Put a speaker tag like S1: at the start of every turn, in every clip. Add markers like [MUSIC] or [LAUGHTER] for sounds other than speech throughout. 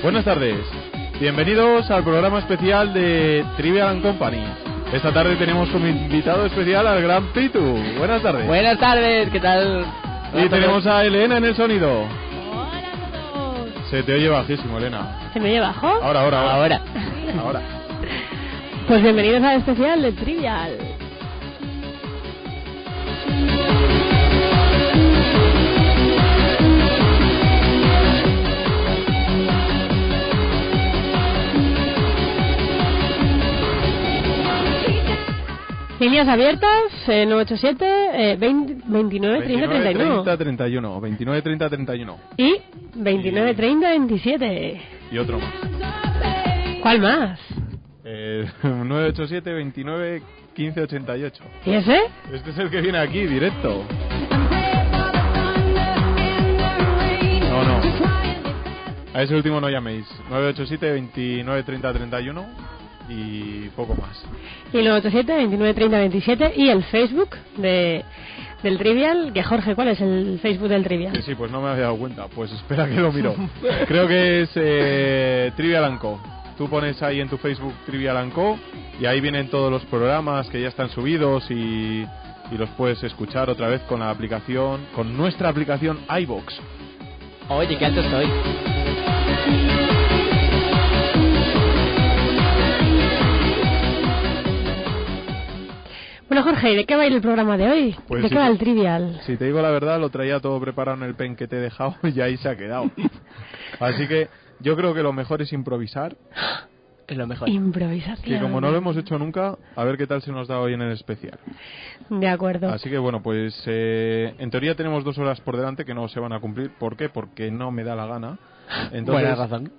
S1: Oh,
S2: Buenas tardes. Bienvenidos al programa especial de Trivial and Company. Esta tarde tenemos como invitado especial al gran Pitu. Buenas tardes.
S3: Buenas tardes, ¿qué tal?
S2: y tenemos a Elena en el sonido.
S4: Hola a todos.
S2: Se te oye bajísimo, Elena.
S4: ¿Se me oye bajo?
S2: Ahora, ahora, ahora.
S3: Ahora.
S2: Ahora.
S4: Pues bienvenidos al especial de Trivial. Líneas abiertas, eh, 987, eh, 20, 29, 30,
S2: 30,
S4: 39.
S2: 31. 29, 30, 31.
S4: Y 29, 30, 27.
S2: Y otro más.
S4: ¿Cuál más?
S2: Eh, [LAUGHS] 987, 29, 15, 88.
S4: ¿Y ese?
S2: Este es el que viene aquí, directo.
S1: No,
S2: no. A ese último no llaméis. 987 29 30 31 y poco más.
S4: Y el 87, 29, 30, 27. Y el Facebook de, del Trivial. Que Jorge, ¿cuál es el Facebook del
S2: Sí,
S4: Trivial?
S2: sí, pues no me había dado cuenta. Pues espera que lo miro. Creo que es eh, Trivial and Co. Tú pones ahí en tu Facebook Trivial and Co. Y ahí vienen todos los programas que ya están subidos y, y los puedes escuchar otra vez con la aplicación, con nuestra aplicación iBox.
S3: Oye, qué alto estoy.
S4: Bueno, Jorge, ¿y de qué va a ir el programa de hoy?
S2: Pues
S4: ¿De
S2: sí,
S4: qué va
S2: sí.
S4: el Trivial?
S2: Si te digo la verdad, lo traía todo preparado en el pen que te he dejado [LAUGHS] y ahí se ha quedado. Así que yo creo que lo mejor es improvisar
S3: Es lo mejor.
S4: Improvisación.
S2: Que como no lo hemos hecho nunca, a ver qué tal se nos da hoy en el especial.
S4: De acuerdo.
S2: Así que bueno, pues eh, en teoría tenemos dos horas por delante que no se van a cumplir. ¿Por qué? Porque no me da la
S3: [LAUGHS]
S2: gana. Entonces,
S3: Buena razón.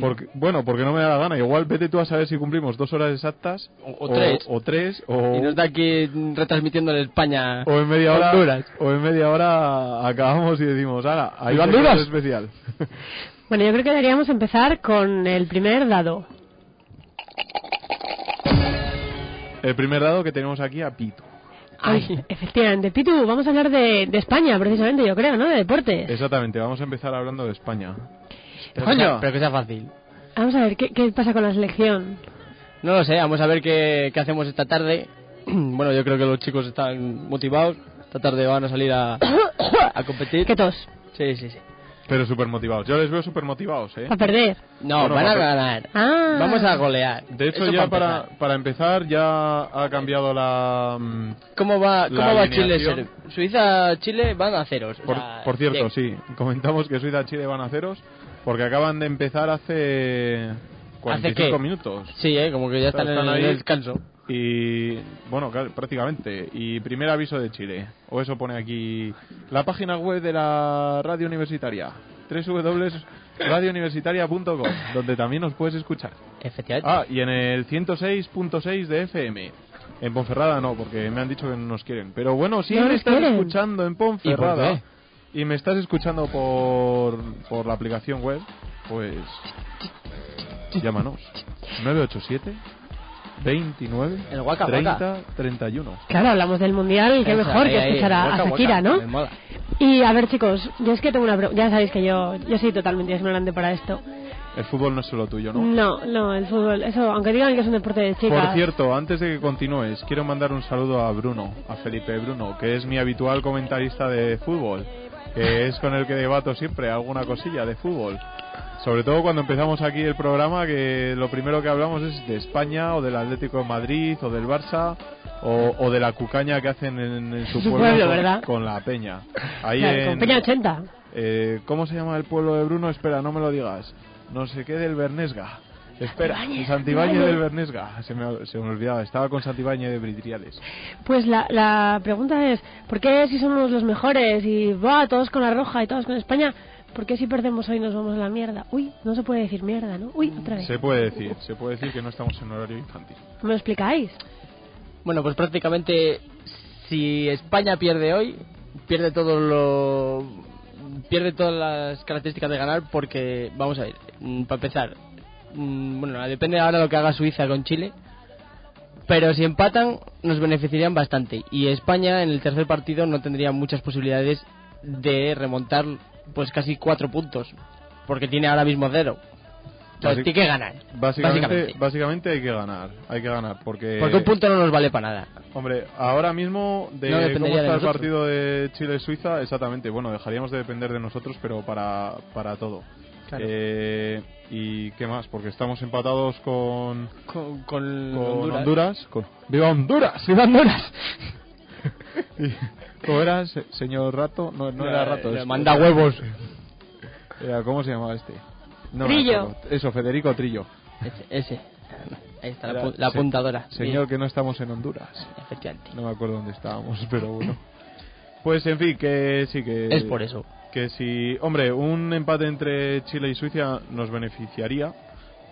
S2: porque- bueno, porque no me da la gana. Igual vete tú a saber si cumplimos dos horas exactas
S3: O- o tres.
S2: o, tres, o-
S3: Y nos da aquí mm, retransmitiendo en España.
S2: o en media hora
S3: Honduras.
S2: o en media hora acabamos y decimos, "Hala, ahí
S3: ¡Viva
S2: se queda el
S3: Honduras!"
S2: especial."
S4: Bueno, yo creo que deberíamos empezar con el primer dado.
S2: el primer dado que tenemos aquí a Pitu.
S3: Ay.
S4: Efectivamente. Pitu, vamos a hablar de, de España, precisamente, yo creo, ¿no? De deportes.
S2: Exactamente, vamos a empezar hablando de España.
S3: Pero que
S2: Coño.
S3: sea- Pero que sea fácil.
S4: Vamos a ver, ¿qué, qué pasa con la selección?
S3: No lo sé, vamos a ver qué, qué hacemos esta tarde. [CLEARS THROAT] Bueno, yo creo que los chicos están motivados. Esta tarde van a salir a, a competir.
S4: ¿Qué tos?
S3: Sí, sí, sí.
S2: Pero súper motivados. Yo les veo súper motivados, ¿eh?
S4: ¿Para perder?
S3: No,
S2: Bueno,
S3: van a
S2: vamos a-
S3: ganar.
S4: Ah.
S3: Vamos a golear.
S2: De hecho,
S3: Eso
S2: ya
S3: para
S2: para,
S3: empezar.
S2: para empezar, ya ha cambiado la. mm,
S3: ¿Cómo va,
S2: La
S3: cómo va Chile?
S2: alineación.
S3: Ser- Suiza-Chile van a ceros. o
S2: Por,
S3: sea,
S2: por cierto,
S3: bien.
S2: sí, comentamos que Suiza Chile van a ceros porque acaban de empezar hace 45
S3: qué?
S2: minutos.
S3: Sí, eh, como que ya están,
S2: Están
S3: en
S2: ahí.
S3: el descanso.
S2: Y bueno, claro, prácticamente. Y primer aviso de Chile. O eso pone aquí la página web de la radio universitaria. www.radiouniversitaria.com, donde también nos puedes escuchar.
S3: Efectivamente.
S2: Ah, y en el 106.6 de FM. En Ponferrada no, porque me han dicho que no nos quieren. Pero bueno, si
S4: No
S2: me
S4: nos
S2: estás
S4: quieren.
S2: escuchando en
S3: ¿Y por
S2: Ponferrada y me estás escuchando por, por la aplicación web, pues llámanos. 987 29
S3: El guaca,
S2: 30
S3: guaca.
S2: 31.
S4: Claro, hablamos del mundial, qué
S3: Eso,
S4: mejor
S3: ahí,
S4: que
S3: ahí,
S4: escuchar a,
S3: guaca,
S4: a
S3: guaca,
S4: Shakira,
S3: me
S4: ¿no?
S3: mola.
S4: Y a ver, chicos, yo es que tengo una pregunta. Ya sabéis que yo, yo soy totalmente ignorante para esto.
S2: El fútbol no es solo tuyo, ¿no?
S4: No, no, el fútbol, eso, aunque digan que es un deporte de chicas.
S2: Por cierto, antes de que continúes, quiero mandar un saludo a Bruno, a Felipe Bruno, que es mi habitual comentarista de fútbol, que es con el que debato siempre alguna cosilla de fútbol. Sobre todo cuando empezamos aquí el programa, que lo primero que hablamos es de España, o del Atlético de Madrid, o del Barça, o, o de la cucaña que hacen en, en su
S4: Su
S2: pueblo,
S4: pueblo,
S2: con,
S4: ¿verdad?
S2: con la peña. Ahí
S4: Claro,
S2: en-
S4: con Peña 80.
S2: eh, ¿Cómo se llama el pueblo de Bruno? Espera, no me lo digas. No sé qué del Bernesga. Espera, Santibáñez
S4: Santibáñez, Santibáñez.
S2: del Bernesga. Se me, se me olvidaba, estaba con Santibáñez de Britriales.
S4: Pues la, la pregunta es, ¿por qué si somos los mejores y va todos con la roja y todos con España, ¿por qué si perdemos hoy nos vamos a la mierda? Uy, no se puede decir mierda, ¿no? Uy, otra vez.
S2: Se puede decir, se puede decir que no estamos en horario infantil.
S4: ¿Me lo explicáis?
S3: Bueno, pues prácticamente si España pierde hoy, pierde todo lo pierde todas las características de ganar porque vamos a ver, mm, para empezar, mm, bueno, depende ahora lo que haga Suiza con Chile, pero si empatan nos beneficiarían bastante y España en el tercer partido no tendría muchas posibilidades de remontar pues casi cuatro puntos porque tiene ahora mismo cero. sea,
S2: Basi-
S3: hay que ganar.
S2: Básicamente, básicamente.
S3: básicamente.
S2: hay que ganar, hay que ganar, porque...
S3: Porque un punto no nos vale para nada.
S2: Hombre, ahora mismo de
S3: No dependería
S2: cómo está
S3: de
S2: el
S3: nosotros.
S2: partido de Chile-Suiza, exactamente, bueno, dejaríamos de depender de nosotros, pero para, para todo.
S3: Claro.
S2: Eh, ¿Y qué más? Porque estamos empatados con,
S3: Con,
S2: con Honduras. con- ¡Viva Honduras! ¡Viva
S3: [LAUGHS]
S2: Honduras! Y- ¿Cómo era, se- señor Rato? No, no era Rato. es-
S3: manda huevos.
S2: Era- ¿Cómo se llamaba este? No me
S5: Trillo.
S2: acuerdo. Eso, Federico Trillo.
S3: Ese. ese. Ahí está la,
S2: Era-
S3: pu- la
S2: se-
S3: apuntadora.
S2: Señor,
S3: Bien.
S2: que no estamos en Honduras.
S3: Efectivamente.
S2: No me acuerdo dónde estábamos, [LAUGHS] pero bueno. Pues en fin, que sí que.
S3: es por eso.
S2: Que si. Hombre, un empate entre Chile y Suiza nos beneficiaría.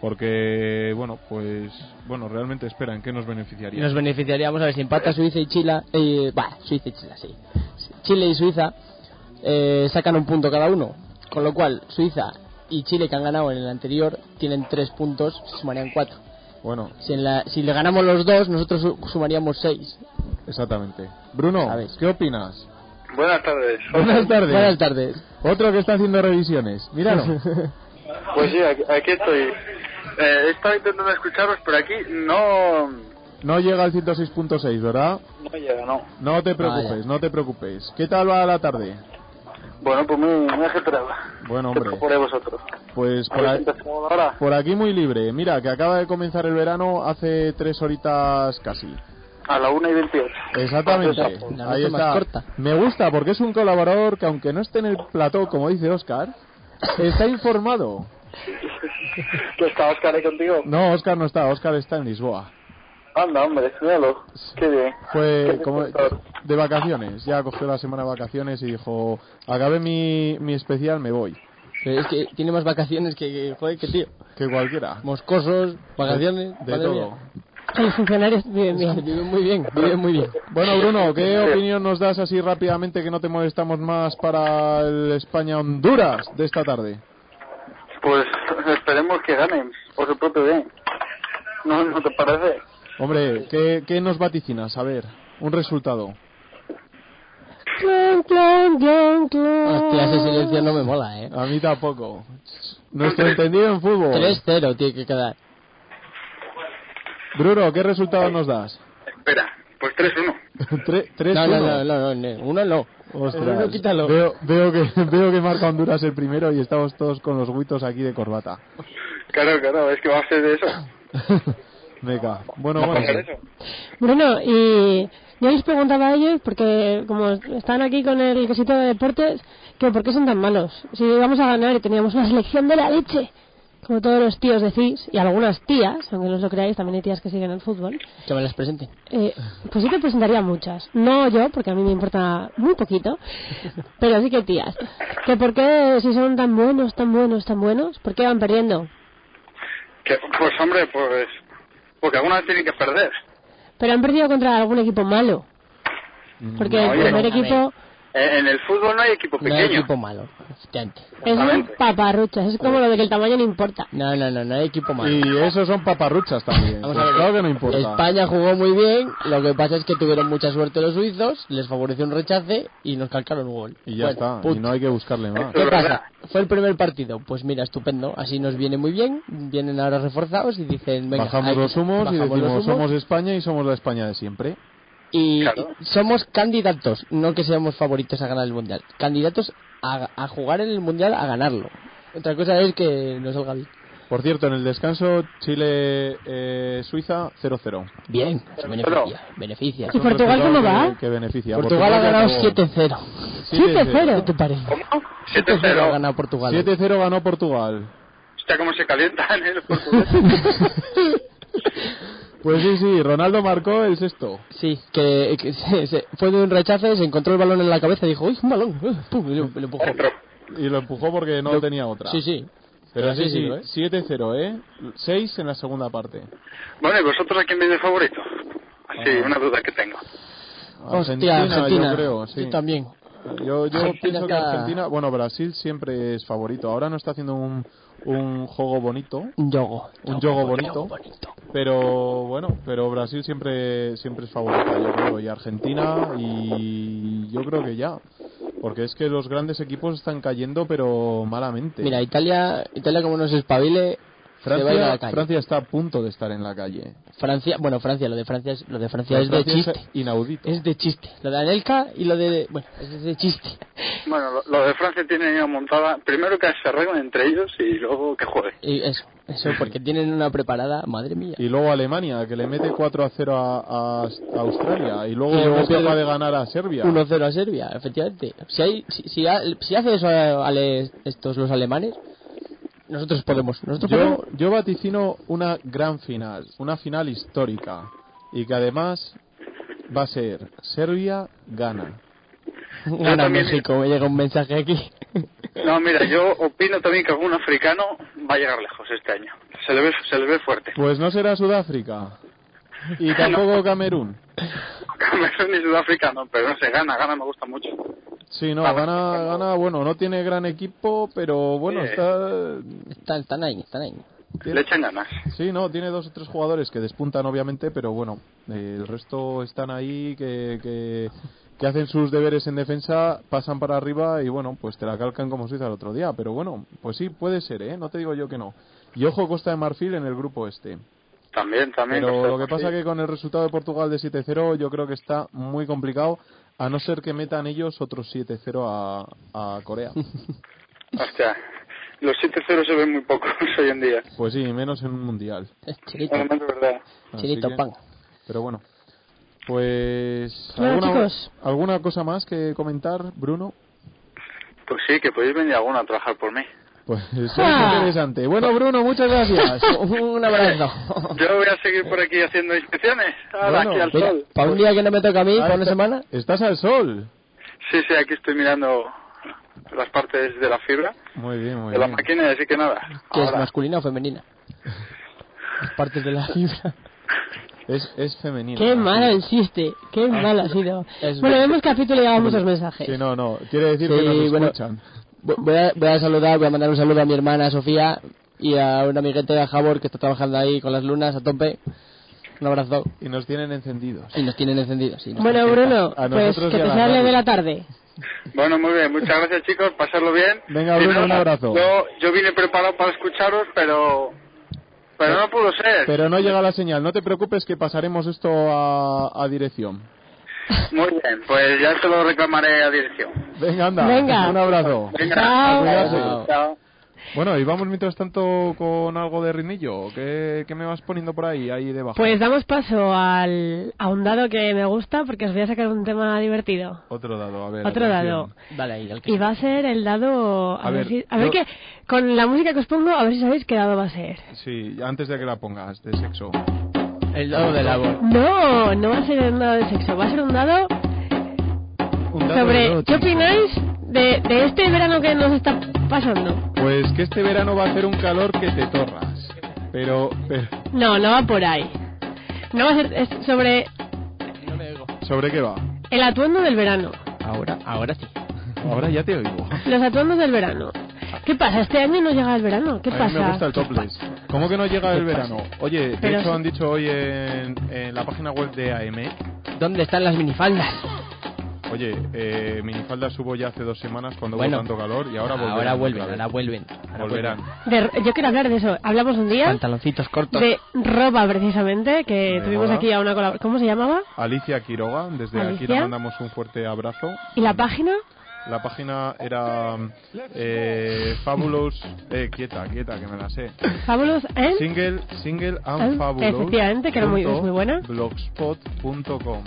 S2: Porque, bueno, pues. Bueno, realmente esperan que nos beneficiaría.
S3: Nos beneficiaríamos, a ver, si empata Suiza y Chile, eh, bah, Suiza y Chile, sí. Chile y Suiza eh, sacan un punto cada uno, con lo cual Suiza y Chile que han ganado en el anterior tienen tres puntos, se sumarían cuatro.
S2: Bueno,
S3: Si, en la- si le ganamos los dos, nosotros su- sumaríamos seis.
S2: exactamente. Bruno,
S3: A ver.
S2: ¿qué opinas?
S6: Buenas tardes.
S2: Buenas tardes.
S3: Buenas tardes.
S2: Otro que está haciendo revisiones.
S3: [LAUGHS]
S2: Míralo.
S6: Pues sí, aquí, aquí estoy. Eh, estaba intentando escucharos, pero aquí no...
S2: no llega al 106.6, ¿verdad?
S6: No llega, no.
S2: No te preocupes,
S3: Vaya.
S2: no te preocupes. ¿Qué tal va la tarde?
S6: Bueno, pues muy, muy ajetreada.
S2: Bueno,
S6: ¿Qué
S2: hombre.
S6: proponéis vosotros?
S2: Pues por
S6: ¿Habéis
S2: ahí.
S6: empezado ahora?
S2: Por aquí muy libre. Mira, que acaba de comenzar el verano hace tres horitas casi.
S6: A la 1 y 28.
S2: Exactamente.
S3: La noche
S2: Ahí
S3: más
S2: está.
S3: corta.
S2: Me gusta porque es un colaborador que aunque no esté en el plató, como dice Oscar, está informado.
S6: ¿Qué está Oscar ahí contigo?
S2: No, Oscar no está. Oscar está en Lisboa.
S6: Anda, hombre, míralo. Qué bien.
S2: Fue
S6: Qué
S2: como
S6: disfrutador.
S2: de vacaciones. Ya cogió la semana de vacaciones y dijo, acabé mi, mi especial, me voy.
S3: Pero es que tiene más vacaciones que, que- joder, que tío.
S2: Que cualquiera.
S3: Moscosos, vacaciones,
S2: De
S3: madre
S2: todo.
S3: mía.
S5: Los funcionarios viven bien.
S3: Viven muy bien, viven muy bien.
S2: Bueno, Bruno, ¿qué
S6: Sí.
S2: opinión nos das así rápidamente que no te molestamos más para el España-Honduras de esta tarde?
S6: Pues esperemos que ganen por su propio bien. ¿No, no te parece?
S2: Hombre, ¿qué, qué nos vaticinas? A ver, un resultado.
S5: Clan, clan, clan, clan.
S3: Hostia, ese silencio no me mola, eh.
S2: A mí tampoco. Nuestro entendido en fútbol.
S3: 3-0 tiene que quedar.
S2: Bruno, ¿qué resultado nos das? [LAUGHS]
S6: Espera, pues 3-1.
S2: Tre- ¿Tres
S3: No, no,
S2: uno.
S3: no, no, no, no, uno no.
S2: Ostras,
S3: El uno quítalo.
S2: Veo, veo que, [LAUGHS] veo que marca Honduras el primero y estamos todos con los guitos aquí de corbata. [LAUGHS]
S6: Claro, claro, es que va a ser de eso.
S2: Venga, bueno,
S6: Va a
S2: bueno.
S6: pasar eso.
S5: Bueno, y yo les preguntaba a ellos, porque como están aquí con el quesito de deportes, que por qué son tan malos. Si íbamos a ganar y teníamos una [LAUGHS] selección de la leche, como todos los tíos decís, y algunas tías, aunque no os lo creáis, también hay tías que siguen el fútbol,
S3: Que me las presenten.
S5: eh, pues sí que presentaría muchas. No yo, porque a mí me importa muy poquito, pero sí que tías. Que por qué, si son tan buenos, tan buenos, tan buenos, ¿por qué van perdiendo?
S6: Que- pues hombre, pues... Porque alguna vez tienen que perder.
S5: Pero han perdido contra algún equipo malo.
S2: Mm.
S5: Porque
S6: No,
S5: el
S6: oye,
S5: primer
S3: no, a
S5: equipo...
S6: Eh, En el fútbol no hay equipo
S3: No hay
S6: pequeño.
S3: equipo malo, efectivamente.
S5: Es un
S6: Exactamente.
S5: paparruchas, es como lo de que el tamaño no importa.
S3: No, no, no, no hay equipo malo.
S2: Y esos son paparruchas también.
S3: Vamos a
S2: Pues
S3: ver.
S2: claro que no importa.
S3: España jugó muy bien, lo que pasa es que tuvieron mucha suerte los suizos, les favoreció un rechace y nos calcaron un gol.
S2: Y ya
S3: Bueno,
S2: está, y
S3: punto.
S2: no hay que buscarle más.
S3: ¿Qué pasa? Fue el primer partido. Pues mira, estupendo. Así nos viene muy bien. Vienen ahora reforzados y dicen: venga,
S2: bajamos
S3: hay-
S2: los humos y
S3: bajamos
S2: decimos,
S3: los humos
S2: somos España y somos la España de siempre.
S3: y
S6: Claro.
S3: somos candidatos, no que seamos favoritos a ganar el mundial. Candidatos a, a jugar en el mundial, a ganarlo. Otra cosa es que nos salga bien.
S2: Por cierto, en el descanso, eh, Chile-Suiza 0-0.
S3: Bien, se beneficia. Beneficia.
S5: ¿Y Portugal cómo va?
S2: Que, que beneficia.
S3: Portugal ha ganado
S2: acabó-
S3: 7-0. ¿Qué
S5: 7-0.
S3: te parece?
S6: ¿Cómo?
S3: 7-0 ha
S6: 7-0.
S3: ganado Portugal.
S2: 7-0 ganó Portugal.
S6: Hostia, cómo se calientan ¿eh? los portugueses.
S2: [LAUGHS] Pues sí, sí, Ronaldo marcó el sexto.
S3: Sí, que, que se- se- fue de un rechace, se encontró el balón en la cabeza y dijo, uy, un balón, eh, pum, y lo, lo empujó.
S6: Otro.
S2: Y lo empujó porque no
S3: Lo-
S2: tenía otra.
S3: Sí, sí.
S2: Pero sí,
S3: Sí, sí,
S2: sí,
S3: ¿eh?
S2: 7-0, ¿eh? 6 en la segunda parte.
S6: Bueno, ¿y vosotros a quién veis de favorito? Sí,
S2: Ah.
S6: una duda que tengo.
S3: Hostia, Argentina.
S2: yo creo, sí.
S3: Yo también.
S2: Yo, yo
S3: Argentina
S2: pienso que
S3: está-
S2: Argentina, bueno, Brasil siempre es favorito. Ahora no está haciendo un, un juego bonito,
S3: Un yogo.
S2: Un yogo bonito.
S3: yogo bonito.
S2: pero bueno, pero Brasil siempre siempre es favorito, yo creo, y Argentina y yo creo que ya, porque es que los grandes equipos están cayendo pero malamente.
S3: Mira, Italia, Italia como nos espabile, se va a ir a
S2: Francia,
S3: la calle.
S2: Francia está a punto de estar en la calle.
S3: Francia, bueno, Francia, lo de Francia es, lo de Francia es
S2: Francia
S3: de chiste.
S2: es inaudito.
S3: Es de chiste. Lo de Anelka y lo de. Bueno, es de chiste.
S6: Bueno, lo, lo de Francia tiene una montada. Primero que se arreglen entre ellos y luego que jueguen.
S3: Y eso, eso, porque tienen una preparada, madre mía.
S2: Y luego Alemania, que le mete 4 a 0 a, a- a Australia. Y luego
S3: Y luego
S2: no es capaz
S3: pierde
S2: de ganar a Serbia.
S3: 1-0 a Serbia, efectivamente. Si, hay, si, si, ha- si hace eso a- ale- estos los alemanes, nosotros podemos. Nosotros
S2: Yo,
S3: podemos.
S2: yo vaticino una gran final, una final histórica. Y que además va a ser Serbia gana.
S3: Gana
S6: también-
S3: México, me llega un mensaje aquí.
S2: Eh.
S3: [LAUGHS]
S6: No, mira, yo opino también que algún africano va a llegar lejos este año. Se le ve, se le ve fuerte.
S2: Pues no será Sudáfrica.
S6: [LAUGHS]
S2: Y tampoco Camerún.
S6: Camerún y Sudáfrica no, pero no sé, gana, gana, me gusta mucho.
S2: Sí, no, gana, gana, bueno, no tiene gran equipo, pero bueno,
S6: Sí.
S2: está...
S3: Están, están ahí, están ahí.
S6: Le echan ganas.
S2: Sí, no, tiene dos o tres jugadores que despuntan obviamente, pero bueno, eh, el resto están ahí que, que, que hacen sus deberes en defensa, pasan para arriba y bueno, pues te la calcan como se hizo el otro día, pero bueno, pues sí, puede ser, ¿eh? No te digo yo que no. Y ojo Costa de Marfil en el grupo este.
S6: También, también.
S2: Pero
S6: Costa
S2: lo que pasa
S6: Rica.
S2: que con el resultado de Portugal de 7-0 yo creo que está muy complicado, a no ser que metan ellos otros 7-0 a, a
S6: [LAUGHS]
S2: Corea.
S6: Hostia, los 7-0 se ven muy pocos [LAUGHS] hoy en día.
S2: Pues sí, menos en un mundial.
S3: Chirito,
S6: Además, es verdad.
S2: Así
S3: chirito,
S2: que-
S3: pan.
S2: Pero bueno. Pues.
S5: Bueno,
S2: ¿alguna,
S5: chicos.
S2: ¿Alguna cosa más que comentar, Bruno?
S6: Pues sí, que podéis venir alguno a trabajar por mí.
S2: [LAUGHS]
S5: [LAUGHS]
S2: Pues es
S5: Ah.
S2: interesante. Bueno, Bruno, muchas gracias.
S3: Un abrazo.
S6: Yo voy a seguir por aquí haciendo inspecciones. Ahora,
S2: Bueno,
S6: aquí al
S3: Mira,
S6: sol.
S3: para un día que no me toca a mí,
S2: Ah,
S3: para una
S2: está-
S3: semana,
S2: Estás al sol.
S6: Sí, sí, aquí estoy mirando las partes de la fibra,
S2: Muy bien, muy
S6: de la
S2: bien.
S6: máquina, así que nada.
S3: que es
S6: ahora.
S3: masculina o femenina. Las partes
S2: [LAUGHS]
S3: de la fibra.
S2: Es, es femenino.
S5: Qué malo el chiste, qué malo ha sido.
S3: Es
S5: Bueno,
S3: verdad.
S5: vemos capítulo y llegamos muchos mensajes.
S2: Sí, no, no. Quiere decir que
S3: Sí,
S2: nos
S3: bueno.
S2: escuchan.
S3: Vo- Voy a, voy a saludar, voy a mandar un saludo a mi hermana Sofía y a un amiguete, a Javor, que está trabajando ahí con las lunas a tope. Un abrazo.
S2: Y nos tienen encendidos.
S3: Y nos tienen encendidos. sí, nos
S5: Bueno,
S3: tienen
S5: Bruno,
S2: a
S5: pues
S2: nosotros
S5: que
S2: y a
S5: te
S2: la
S5: sale
S2: radio.
S5: de la tarde.
S6: Bueno, muy bien, muchas gracias chicos, pasarlo bien.
S2: Venga,
S6: Y
S2: Bruno, un abrazo.
S6: Yo, yo vine preparado para escucharos, pero pero no pudo ser.
S2: Pero no llega la señal. No te preocupes que pasaremos esto a, a dirección.
S6: Muy bien, pues ya se lo reclamaré a dirección.
S2: Venga, anda.
S5: Venga.
S2: Un abrazo.
S6: Venga,
S5: Chao.
S6: a cuidarse.
S3: Chao.
S6: Chao.
S2: Bueno, y vamos mientras tanto con algo de rinillo. ¿Qué, qué me vas poniendo por ahí, ahí debajo?
S5: Pues damos paso al, a un dado que me gusta porque os voy a sacar un tema divertido.
S2: Otro dado, a ver.
S5: Otro
S2: atención.
S5: dado.
S3: encendidos. Dale ahí, al que-
S5: Y va a ser el dado... A,
S2: A
S5: ver,
S2: ver,
S5: si- a
S2: yo-
S5: ver qué... Con la música que os pongo, a ver si sabéis qué dado va a ser.
S2: Sí, antes de que la pongas, de sexo.
S3: El dado de la voz.
S5: No, no va a ser un dado de sexo, va a ser un dado
S2: Un dato de
S5: sobre
S2: dos,
S5: qué
S2: chico.
S5: opináis de, de este verano que nos está pasando.
S2: Pues que este verano va a hacer un calor que te torras. Pero, pero,
S5: No, no va por ahí. No va a ser es sobre
S3: No me oigo.
S2: ¿sobre qué va?
S5: el atuendo del verano.
S3: Ahora, ahora sí.
S2: Ahora ya te oigo.
S5: Los atuendos del verano. ¿Qué pasa? Este año no llega el verano. ¿Qué
S2: a
S5: pasa?
S2: mí me gusta el topless. ¿Cómo que no llega el
S3: ¿Qué
S2: verano? Oye, de
S5: Pero
S2: hecho
S5: sí.
S2: han dicho hoy en, en la página web de AM,
S3: ¿Dónde están las minifaldas?
S2: oye, eh, minifalda subo ya hace dos semanas cuando
S3: Bueno.
S2: hubo tanto calor y ahora volverán.
S3: ahora vuelven,
S2: otra vez.
S3: ahora vuelven. ahora
S2: Volverán.
S3: vuelven.
S5: De- yo quiero hablar de eso. Hablamos un día
S3: Pantaloncitos cortos.
S5: de ropa, precisamente, que
S2: De
S5: tuvimos
S2: moda.
S5: aquí a una colaboración. ¿Cómo se llamaba?
S2: Alicia Quiroga, desde aquí
S5: Alicia.
S2: le mandamos un fuerte abrazo.
S5: ¿Y la página?
S2: La página era eh, Fabulous... Eh, quieta, quieta, que me la sé.
S5: Fabulous and...
S2: Single, single
S5: And-
S2: and fabulous.
S5: Ah, efectivamente, que era muy-
S2: punto
S5: es muy buena.
S2: Blogspot.com.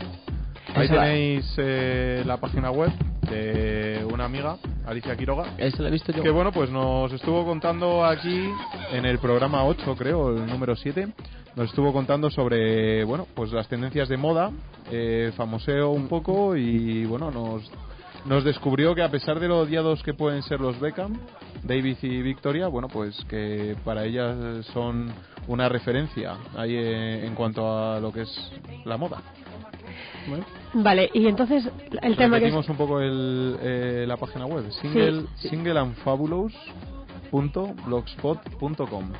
S2: Ahí
S3: Esa la-
S2: tenéis eh, la página web de una amiga, Alicia Quiroga.
S3: Eso lo he visto yo.
S2: Que bueno, pues nos estuvo contando aquí en el programa 8, creo, el número 7. Nos estuvo contando sobre, bueno, pues las tendencias de moda, eh, famoseo un poco y, bueno, nos, nos descubrió que a pesar de lo odiados que pueden ser los Beckham, Davis y Victoria, bueno, pues que para ellas son una referencia ahí eh, en cuanto a lo que es la moda. Bueno,
S5: Vale, y entonces el tema que... es-
S2: Repetimos un poco el, eh, la página web, single, singleandfabulous.blogspot.com.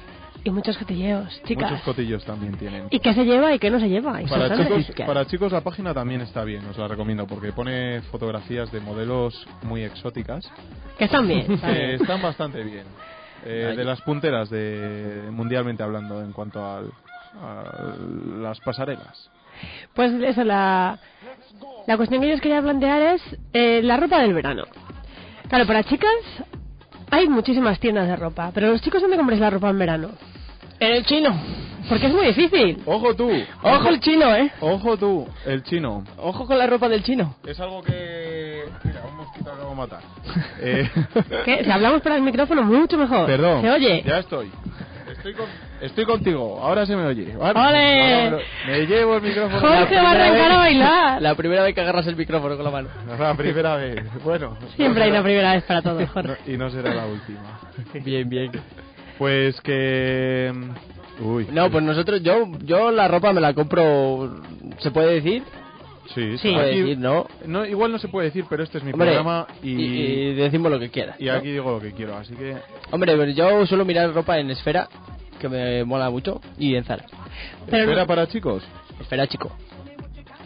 S5: Y muchos cotilleos, chicas.
S2: Muchos cotillos también tienen.
S5: ¿Y qué se lleva y qué no se lleva? Y
S2: Para
S5: Susana,
S2: chicos,
S5: es que-
S2: para chicos la página también está bien, os la recomiendo, porque pone fotografías de modelos muy exóticas [LAUGHS]
S5: Que están bien.
S2: que están bastante bien. Eh,
S3: Ay.
S2: de las punteras de mundialmente hablando en cuanto al- a las pasarelas.
S4: Pues eso, la, la cuestión que yo os quería plantear es eh, la ropa del verano. Claro, para chicas hay muchísimas tiendas de ropa, pero los chicos, ¿dónde compréis la ropa en verano?
S3: En el chino.
S4: Porque es muy difícil.
S2: Ojo tú,
S3: Ojo el chino, eh.
S2: ojo tú, el chino.
S3: Ojo con la ropa del chino.
S2: Es algo que... Mira, un mosquito acabo de
S3: [LAUGHS]
S2: matar. Eh,
S4: ¿Qué? Si hablamos para el micrófono, mucho mejor.
S2: Perdón.
S4: ¿Se oye?
S2: Ya estoy. Estoy, con- estoy contigo. Ahora se me oye. ¿vale? Ahora
S4: ¡Ole!
S2: me, lo- me llevo el micrófono.
S4: Jorge va a arrancar a bailar.
S3: La primera vez que agarras el micrófono con
S2: [LAUGHS]
S3: la mano.
S2: La primera vez. Bueno.
S4: Siempre
S2: no
S4: hay
S2: será-
S4: una primera vez para todo, Jorge.
S2: no- y no será la última.
S3: Bien, bien.
S2: Pues que... mm, Uy.
S3: No, pues nosotros, yo, yo la ropa me la compro, ¿se puede decir?
S2: Sí,
S3: Se puede
S2: aquí-
S3: decir, ¿no?
S2: no, Igual no se puede decir, pero este es mi
S3: Hombre,
S2: programa y,
S3: y, y decimos lo que quieras.
S2: y
S3: ¿no?
S2: aquí digo lo que quiero. Así que...
S3: Hombre, pero yo suelo mirar ropa en Esfera, que me mola mucho, y en Zara.
S4: Pero
S2: ¿Espera
S4: no-
S2: para chicos?
S3: Esfera chico.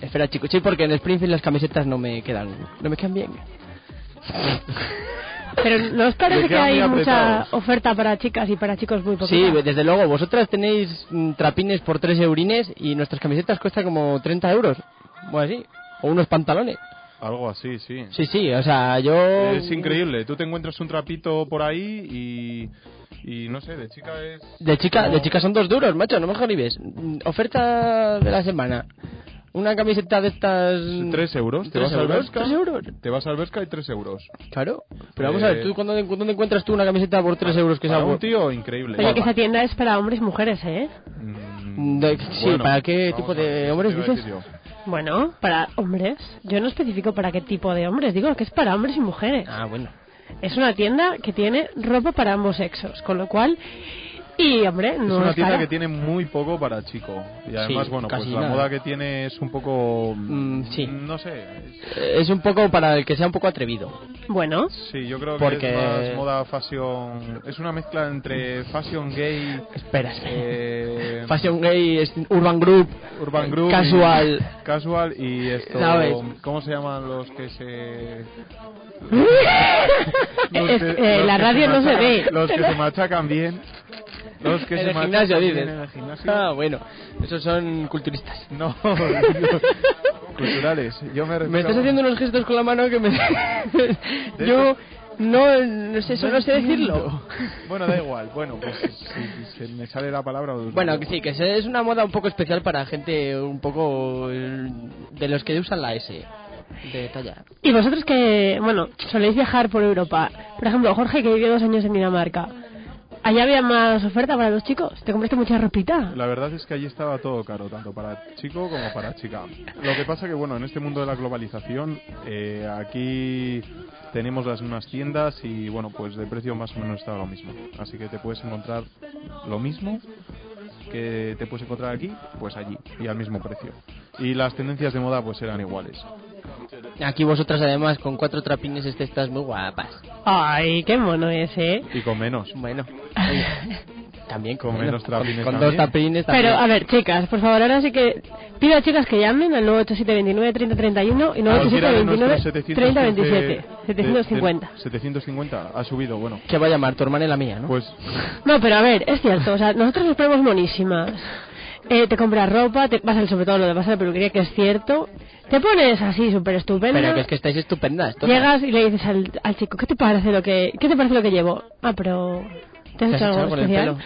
S3: Esfera chico. Sí, porque en Springfield las camisetas no me quedan, no me quedan bien.
S4: Pero ¿no os parece
S2: Me
S4: que
S2: quedan
S4: hay
S2: muy
S4: mucha
S2: apretados.
S4: oferta para chicas y para chicos muy
S3: Sí,
S4: poquita?
S3: desde luego, vosotras tenéis mm, trapines por 3 eurines y nuestras camisetas cuestan como 30 euros. O así. O unos pantalones.
S2: Algo así, sí.
S3: Sí, sí, o sea, yo...
S2: Es
S3: Mm.
S2: increíble, tú te encuentras un trapito por ahí y, y no sé, de chica es...
S3: De chica,
S2: No.
S3: de chica son dos duros, macho, no me jolibes. Mm, Oferta de la semana. Una camiseta de estas...
S2: Tres euros, te
S3: ¿Tres
S2: vas al
S3: euros?
S2: Bershka.
S3: ¿Tres euros?
S2: Te vas al Bershka y 3 euros.
S3: Claro. Pero vamos a ver,
S2: Eh,
S3: ¿tú cuándo- dónde, encuentras tú una camiseta por 3 euros que sea
S2: Para un
S3: bu-
S2: tío increíble.
S4: Oye, que
S2: Guapa.
S4: esa tienda es para hombres y mujeres, ¿eh?
S2: Mm,
S3: Mm, de- sí,
S2: bueno,
S3: ¿para qué
S2: vamos
S3: tipo
S2: a ver,
S3: de
S2: eso
S3: hombres
S2: te iba a
S3: dices?
S2: decir yo.
S4: Bueno, para hombres. Yo no especifico para qué tipo de hombres, digo que es para hombres y mujeres.
S3: Ah, bueno.
S4: Es una tienda que tiene ropa para ambos sexos, con lo cual... Y, hombre, no
S2: es una
S4: es
S2: tienda
S4: cara.
S2: que tiene muy poco para chico. Y además,
S3: Sí,
S2: bueno, pues
S3: casi
S2: la
S3: nada.
S2: moda que tiene es un poco...
S3: Mm, sí.
S2: No sé. es-
S3: Eh, Es un poco para el que sea un poco atrevido.
S4: Bueno,
S2: Sí, yo creo que
S3: Porque-
S2: es más moda fashion... Es una mezcla entre fashion gay...
S3: Espera, espera.
S2: eh,
S3: Fashion Gay, es- Urban Group,
S2: Urban Group.
S3: Casual.
S2: y- casual y esto.
S3: ¿Sabes?
S2: ¿Cómo se llaman los que
S3: [LAUGHS]
S2: se.
S4: Es
S2: que-
S4: que, eh, la
S2: que
S4: radio no se
S2: machacan-
S4: ve.
S2: Los que se machacan bien. Los que
S3: en
S2: se
S3: el
S2: machacan
S3: gimnasio,
S2: bien
S3: dices.
S2: En el gimnasio.
S3: Ah, bueno, esos son culturistas.
S2: No, [LAUGHS] culturales. Yo me refiero.
S3: Me estás haciendo unos gestos con la
S2: [LAUGHS]
S3: mano que me. [LAUGHS] Yo no, no sé, eso no sé decirlo.
S2: Bueno, da igual. Bueno, pues si, si me sale la palabra. os-
S3: Bueno, que sí, que se- es una moda un poco especial para gente un poco eh, de los que usan la S de talla.
S4: y vosotros que, bueno, soléis viajar por Europa. Por ejemplo, Jorge, que vivió dos años en Dinamarca. Allá había más oferta para los chicos. Te compraste mucha ropita.
S2: La verdad es que allí estaba todo caro, tanto para chico como para chica. Lo que pasa que, bueno, en este mundo de la globalización, eh, aquí tenemos las mismas tiendas y, bueno, pues de precio más o menos está lo mismo. Así que te puedes encontrar lo mismo que te puedes encontrar aquí, pues allí, y al mismo precio. Y las tendencias de moda, pues eran iguales.
S3: Aquí vosotras, además, con cuatro trapines, este, estás muy guapas.
S4: Ay, qué mono ese. ¿eh?
S2: Y con menos.
S3: Bueno, también
S2: Con
S3: bueno,
S2: menos trapines
S3: Con, con
S2: también.
S3: dos trapines también.
S4: Pero, a ver, chicas, por favor, ahora sí que pido a chicas que llamen al
S3: Ah,
S4: 987-29-3031 y
S2: Cualquiera de nuestros
S4: 987-29-3027.
S2: 715, de- de-
S4: 750.
S2: 750, ha subido, bueno.
S3: ¿Qué va a llamar tu hermana y la mía, no?
S2: Pues
S4: No, pero a ver, es cierto, o sea, nosotros nos ponemos monísimas. Eh, te compras ropa, te vas al, sobre todo lo de vas a la peluquería, que es cierto. Te pones así súper estupenda.
S3: Pero que es que estáis estupendas. todas.
S4: Llegas y le dices al, al chico, ¿qué te parece lo que qué te parece lo que llevo? Ah, pero te has
S3: ¿Te has
S4: hecho algo
S3: echado con el
S4: especial.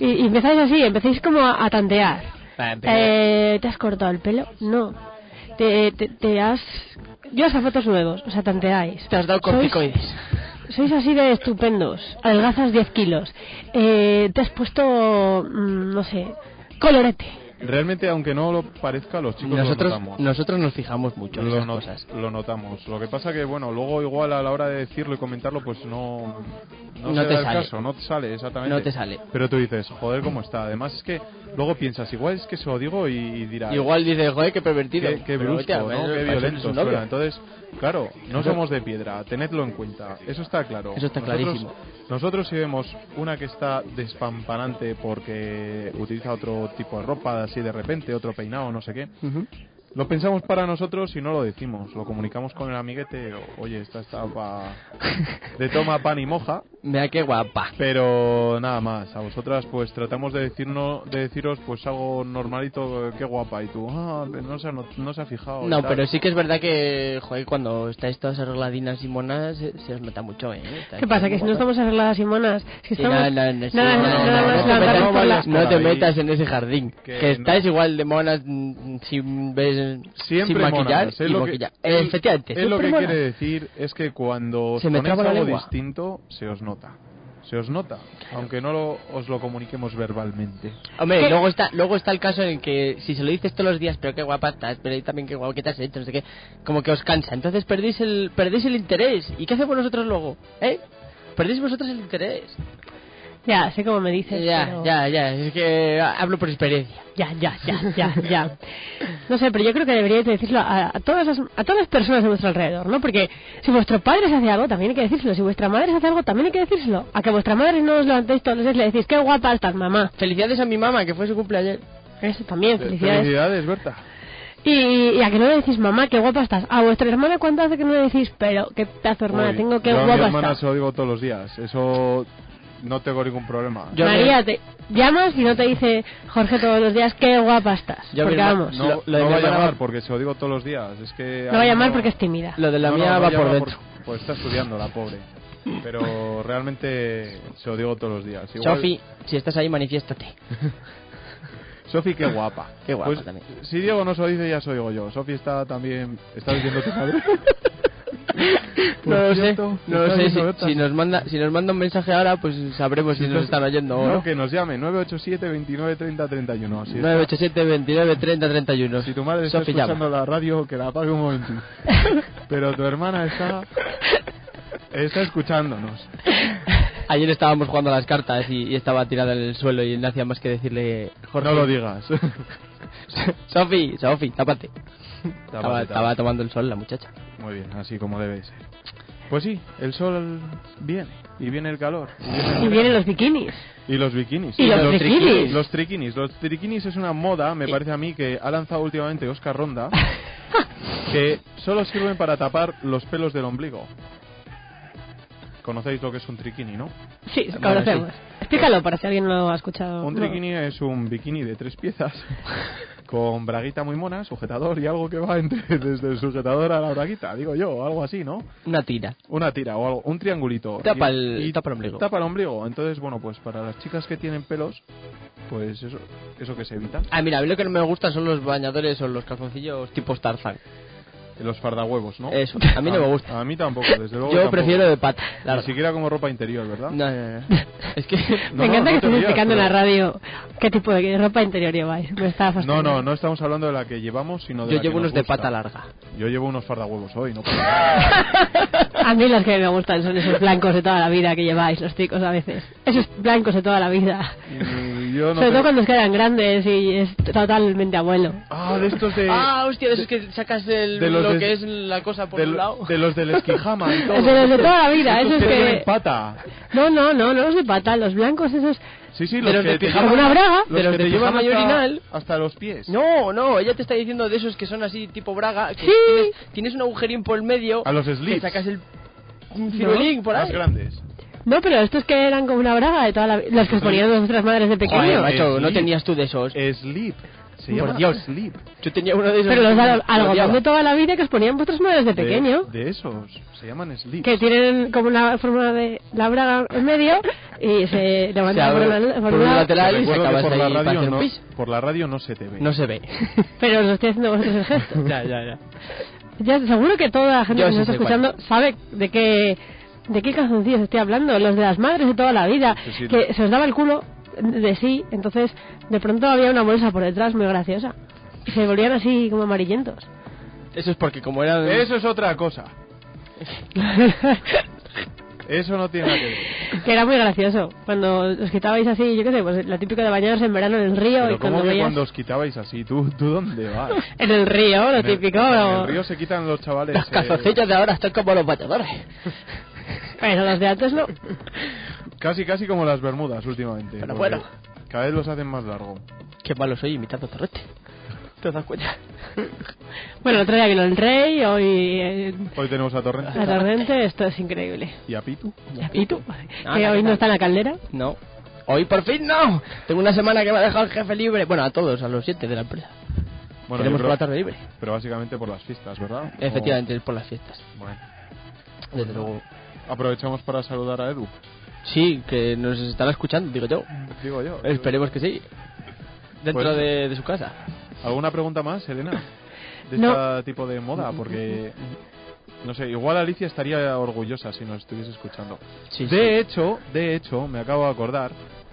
S4: Y, y empezáis así, empezáis como a, a tantear.
S3: Ah, pero-
S4: Eh, ¿Te has cortado el pelo? No. Te, te, te has... Yo hasta fotos nuevos, o sea, tanteáis.
S3: Te has dado
S4: Sois-
S3: corticoides.
S4: Sois así de estupendos. Adelgazas 10 kilos. Eh, te has puesto, mm, no sé, colorete.
S2: realmente, aunque no lo parezca, los chicos lo
S3: Nosotros,
S2: notamos.
S3: nosotros nos fijamos mucho en
S2: lo,
S3: esas
S2: no-
S3: cosas.
S2: lo notamos. Lo que pasa que, bueno, luego igual a la hora de decirlo y comentarlo, pues no... No,
S3: No
S2: se
S3: te
S2: da el
S3: sale.
S2: caso, no te sale, exactamente.
S3: No te sale.
S2: Pero tú dices, joder, ¿cómo está? Además es que luego piensas, igual es que se lo digo y, y dirá...
S3: Igual dices, joder, qué pervertido.
S2: Qué, qué
S3: Pero,
S2: brusco,
S3: hostia,
S2: ¿no?
S3: eso-
S2: Qué
S3: eso es
S2: violento
S3: un novio.
S2: suena. Entonces, claro, no somos de piedra, tenedlo en cuenta. Eso está claro.
S3: Eso está clarísimo.
S2: Nosotros si vemos una que está despampanante porque utiliza otro tipo de ropa así de repente, otro peinado, no sé qué,
S3: Ujú.
S2: Lo pensamos para nosotros y no lo decimos. Lo comunicamos con el amiguete. o, Oye, esta está
S3: [LAUGHS]
S2: pa- de toma pan y moja.
S3: Mira qué guapa.
S2: Pero nada más. A vosotras, pues tratamos de decirnos, de deciros, pues algo normalito. eh, Qué guapa. Y tú, ah, no se ha, not- no se ha fijado. y
S3: No,
S2: tal.
S3: pero sí que es verdad que, joder, cuando estáis todas arregladinas y monas, se, se os nota mucho, ¿eh? Estáis
S4: ¿Qué pasa?
S3: muy
S4: Que si no
S3: guapas.
S4: estamos arregladas y monas. Si
S3: Sí,
S4: estamos...
S3: nada, nada, no, sí,
S4: nada,
S3: no,
S4: nada,
S3: no,
S4: nada
S3: no,
S4: más
S3: no,
S4: levantar
S3: no,
S4: por
S2: vayas
S4: la-
S2: por
S3: No te
S2: ahí.
S3: metas en ese jardín.
S2: Que
S3: Que,
S2: no-
S3: estáis igual de monas mm, sin, ves- sin
S2: Siempre
S3: maquillar
S2: monas, es
S3: y
S2: lo que-
S3: maquillar.
S2: es-
S3: Efectivamente.
S2: Es lo que
S3: siempre
S2: quiere
S3: monas.
S2: decir es que cuando os
S3: Se me
S2: ponéis
S3: traba la
S2: algo
S3: lengua.
S2: distinto, se os nota. Se os nota, aunque no lo- os lo comuniquemos verbalmente.
S3: Hombre,
S4: ¿Qué?
S3: luego está, luego está el caso en el que si se lo dices todos los días, pero qué guapa estás, pero ahí también qué guapo que te has hecho, no sé qué, como que os cansa. Entonces perdéis el, perdéis el interés. ¿Y qué hacemos nosotros luego? ¿Eh? Perdéis vosotros el interés.
S4: Ya, sé cómo me dices.
S3: ya,
S4: pero-
S3: ya, ya. Es que hablo por experiencia.
S4: Ya, ya, ya, ya, ya. No sé, pero yo creo que deberíais decirlo a, a todas las, a todas las personas de vuestro alrededor, ¿no? Porque si vuestro padre se hace algo, también hay que decírselo. Si vuestra madre se hace algo, también hay que decírselo. A que vuestra madre no os levantéis todos los días y le decís, qué guapa estás, mamá.
S3: Felicidades a mi mamá, que fue su cumpleaños.
S4: Eso también, felicidades.
S2: Eh, Felicidades, Berta.
S4: Y, y a que no le decís, mamá, qué guapa estás. A vuestra hermana, ¿cuánto hace que no le decís, pero qué pedazo de hermana
S2: Uy,
S4: tengo, qué
S2: yo a mi
S4: guapa
S2: hermana
S4: estás?
S2: se lo digo todos los días. Eso no tengo ningún problema.
S3: Yo-
S4: María, te llamas y no te dice Jorge todos los días, qué guapa estás.
S3: Yo a mi
S4: porque
S3: herma-
S4: vamos,
S2: no
S3: lo-
S2: no
S3: lo de mi
S2: va a
S3: hermana-
S2: llamar porque se lo digo todos los días. Es que
S4: no va a llamar
S2: no-
S4: porque es tímida.
S3: Lo de la
S2: No, no,
S3: mía
S2: no
S3: va
S2: llama
S3: por dentro.
S2: pues está estudiando la pobre. Pero realmente se lo digo todos los días. Igual-
S3: Sofi, si estás
S2: [LAUGHS]
S3: ahí, manifiéstate.
S2: Sofi, qué guapa.
S3: Qué guapa también.
S2: Pues, Si Diego no se lo dice, ya se lo digo yo. Sofi está también. ¿Está diciendo tu
S3: [LAUGHS]
S2: padre?
S3: No lo sé,
S2: cierto,
S3: no
S2: está
S3: lo sé.
S2: viendo
S3: Si,
S2: Berta.
S3: si nos manda, si nos manda un mensaje ahora, pues sabremos si, nos están oyendo o
S2: No,
S3: no.
S2: que nos llame. 987 29 30 31. Si, está-
S3: 987 29 30 31.
S2: si tu madre está
S3: Sofi
S2: escuchando
S3: llama.
S2: la radio, que la apague un
S3: [LAUGHS]
S2: momentito. Pero tu hermana está. Está escuchándonos.
S3: Ayer estábamos jugando a las cartas y, y estaba tirada en el suelo y no hacía más que decirle Jorge.
S2: No lo
S3: [LAUGHS]
S2: digas.
S3: Sofi, Sofi, tápate. Estaba,
S2: Tápate,
S3: estaba tomando el sol la muchacha.
S2: Muy bien, así como debe ser. Pues sí, el sol viene. Y viene el calor. Y, viene el
S4: Y vienen
S2: verano.
S4: los bikinis.
S2: Y los bikinis.
S4: Y los bikinis.
S2: Los triquinis. Los triquinis es una moda, me parece a mí, que ha lanzado últimamente Oscar Ronda, que solo sirven para tapar los pelos del ombligo. Conocéis lo que es un triquini, ¿no?
S4: Ah, Sí,
S3: Bueno,
S4: conocemos.
S3: sí.
S4: Explícalo para si alguien no lo ha escuchado.
S2: Un
S4: No.
S2: triquini es un bikini de tres piezas con braguita muy mona, sujetador y algo que va entre- [LAUGHS] desde el sujetador a la braguita, digo yo, algo así, ¿no?
S3: Una tira.
S2: Una tira o algo, un triangulito.
S3: Tapa el- tapa el ombligo.
S2: Tapa el ombligo. Entonces, bueno, pues para las chicas que tienen pelos, pues eso, eso que se evita.
S3: Ah, mira, a mí lo que no me gusta son los bañadores o los calzoncillos tipo Tarzan.
S2: Los fardahuevos, ¿no? [LAUGHS]
S3: Eso, a mí no me gusta.
S2: A mí tampoco, desde luego.
S3: Yo
S2: tampoco.
S3: prefiero de pata.
S2: Ni
S3: larga.
S2: siquiera como ropa interior, ¿verdad?
S3: No, no, no. [LAUGHS] es que.
S2: No,
S4: Me encanta
S2: no
S4: que
S2: te
S4: estéis
S2: rías,
S4: explicando en la
S2: pero-
S4: radio qué tipo de ropa interior lleváis. Me estaba
S2: No,
S4: fastidiando.
S2: no, no estamos hablando de la que llevamos, sino de
S3: Yo
S2: la que
S3: llevo
S2: nos
S3: unos de
S2: gusta.
S3: pata larga.
S2: Yo llevo unos fardahuevos hoy, no pasa nada.
S4: A mí los que me gustan son esos blancos de toda la vida que lleváis los chicos a veces. Esos blancos de toda la vida.
S2: Y Yo no
S4: Sobre
S2: tengo-
S4: todo cuando os quedan grandes y es totalmente abuelo.
S2: Ah, de estos de...
S3: ah, hostia, de esos que sacas el,
S2: de los
S3: lo
S2: de-
S3: que es la cosa por
S2: de,
S3: un
S2: lo-
S3: lado.
S2: de los del esquijama
S3: [LAUGHS]
S2: y todo.
S4: De los de toda la vida,
S2: Estos
S4: esos
S2: que
S4: que-
S2: tienen pata.
S4: No, no, no, no los de pata, los blancos esos.
S2: Sí, sí,
S3: De
S2: los,
S3: los
S2: que
S3: de
S2: te
S3: pijama-
S2: llevan-
S4: Una braga.
S2: los
S3: de los
S2: que
S3: de
S2: te llevan
S3: pijama y
S2: hasta-
S3: orinal.
S2: Hasta los pies.
S3: [LAUGHS] No, no, ella te está diciendo de esos que son así tipo braga. Que
S4: Sí.
S3: tienes, tienes un agujerín por el medio.
S2: A los
S3: que
S2: slips.
S3: sacas el un cirulín por
S2: Más
S3: ahí.
S2: grandes.
S4: No, pero estos que eran como una braga de toda la vida. Los que os ponían vuestras madres de
S3: Joder,
S2: vaya.
S4: pequeño.
S3: macho, no
S2: Sí.
S3: tenías tú de esos.
S2: Eh, Sleep. Se
S3: Pues- Por
S2: llama
S3: Dios.
S2: Sleep.
S3: Yo tenía uno de esos.
S4: Pero los de al-
S3: Lo
S4: algodón
S3: odiaba.
S4: de toda la vida que os ponían vuestras madres de pequeño.
S2: De, esos. Se llaman Sleep.
S4: que tienen como una forma de la braga en medio y se
S3: [LAUGHS] Se
S4: levanta por,
S3: abre
S4: una- por
S3: por
S4: un
S3: un
S4: lado.
S2: Te
S3: lateral y
S2: recuerdo que
S3: sacabas
S2: por la,
S3: ahí para
S2: radio
S3: hacer
S2: no,
S3: un pis.
S2: por la radio no se te ve.
S3: No se ve. [LAUGHS]
S4: Pero os lo estoy haciendo vosotros el gesto.
S3: ya, ya, ya.
S4: Ya, seguro que toda la gente
S3: Yo
S4: que
S3: sí
S4: nos está
S3: sé cuál.
S4: escuchando sabe de qué de qué calzoncillos estoy hablando, los de las madres de toda la vida,
S2: Sí, sí.
S4: que se os daba el culo de sí, entonces de pronto había una bolsa por detrás muy graciosa. Y se volvían así como amarillentos.
S3: Eso es porque como era...
S2: Eso es otra cosa. Eso no tiene nada que ver.
S4: que era muy gracioso. Cuando os quitabais así, yo qué sé, pues lo típico de bañarse en verano en el río y
S2: Pero
S4: cuando
S2: ¿cómo que
S4: veías...
S2: cuando os quitabais así? ¿Tú, tú dónde vas?
S4: En el río, lo
S2: En el-
S4: típico.
S2: En
S4: o-
S2: el río se quitan los chavales.
S3: Los
S2: eh,
S3: calzoncillos de ahora están como los bateadores.
S4: Bueno, los de antes no.
S2: Casi, casi como las Bermudas últimamente.
S3: Pero
S2: porque
S3: bueno.
S2: Cada vez los hacen más largo.
S3: Qué malo soy imitando torrete. ¿Te das cuenta?
S4: Bueno, el otro día vino el rey, hoy eh,
S2: Hoy tenemos a Torrente
S4: la torrente, esto es increíble.
S2: y a Pitu.
S4: ¿Y tú?
S3: Ah,
S4: que
S3: la
S4: hoy
S3: verdad.
S4: no está en la caldera.
S3: No. Hoy por fin no. Tengo una semana que me ha dejado el jefe libre. Bueno, a todos, a los siete de la empresa.
S2: Bueno, yo
S3: Tenemos
S2: creo-
S3: por la tarde libre.
S2: Pero básicamente por las fiestas, ¿verdad? O-
S3: Efectivamente, es por las fiestas.
S2: Bueno. Oh.
S3: Desde luego.
S2: Aprovechamos para saludar a Edu.
S3: Sí, que nos estará escuchando, digo yo.
S2: Digo yo.
S3: Esperemos que sí. Dentro
S2: Pues-
S3: de, de su casa.
S2: ¿Alguna pregunta más, Elena? De
S4: No.
S2: este tipo de moda, porque. No sé, igual Alicia estaría orgullosa si nos estuviese escuchando.
S3: Sí,
S2: de
S3: sí.
S2: hecho, de hecho, me acabo de acordar,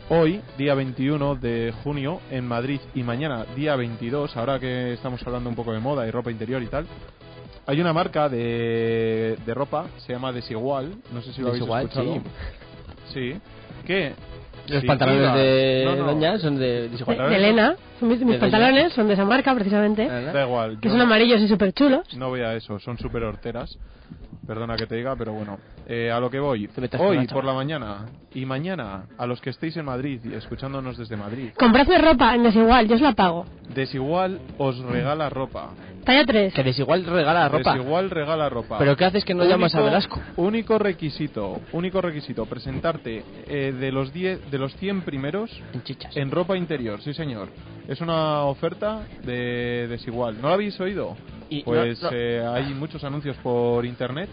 S2: hoy, día 21 de junio, en Madrid, y mañana, día 22, ahora que estamos hablando un poco de moda y ropa interior y tal, hay una marca de, de ropa, se llama Desigual, no sé si lo
S3: Desigual,
S2: habéis escuchado. Sí. ¿Qué?
S3: Los pantalones de
S2: No, no.
S3: Doña son de desigual.
S2: Pantalones.
S4: De Elena, son mis, mis
S3: Elena.
S4: pantalones son de esa marca precisamente,
S2: Da igual.
S4: que
S2: Ah, yo
S4: son amarillos y súper chulos.
S2: No voy a eso, son súper horteras. Perdona que te diga, pero bueno. Eh, a lo que voy.
S3: Te metas con
S2: Hoy
S3: la chava.
S2: por la mañana y mañana, a los que estéis en Madrid y escuchándonos desde Madrid,
S4: Compradme ropa en desigual, yo os la pago.
S2: Desigual os regala ropa.
S4: Talla 3.
S3: Que desigual regala ropa.
S2: Desigual regala ropa.
S3: Pero ¿qué haces que no
S2: Único-
S3: llamas a Velasco?
S2: Único requisito, único requisito, presentarte eh, de los 10 de los 100 primeros
S3: En chichas.
S2: en ropa interior, sí señor. Es una oferta de desigual. ¿No la habéis oído?
S3: Y
S2: pues
S3: no- no-
S2: eh, hay muchos anuncios por internet,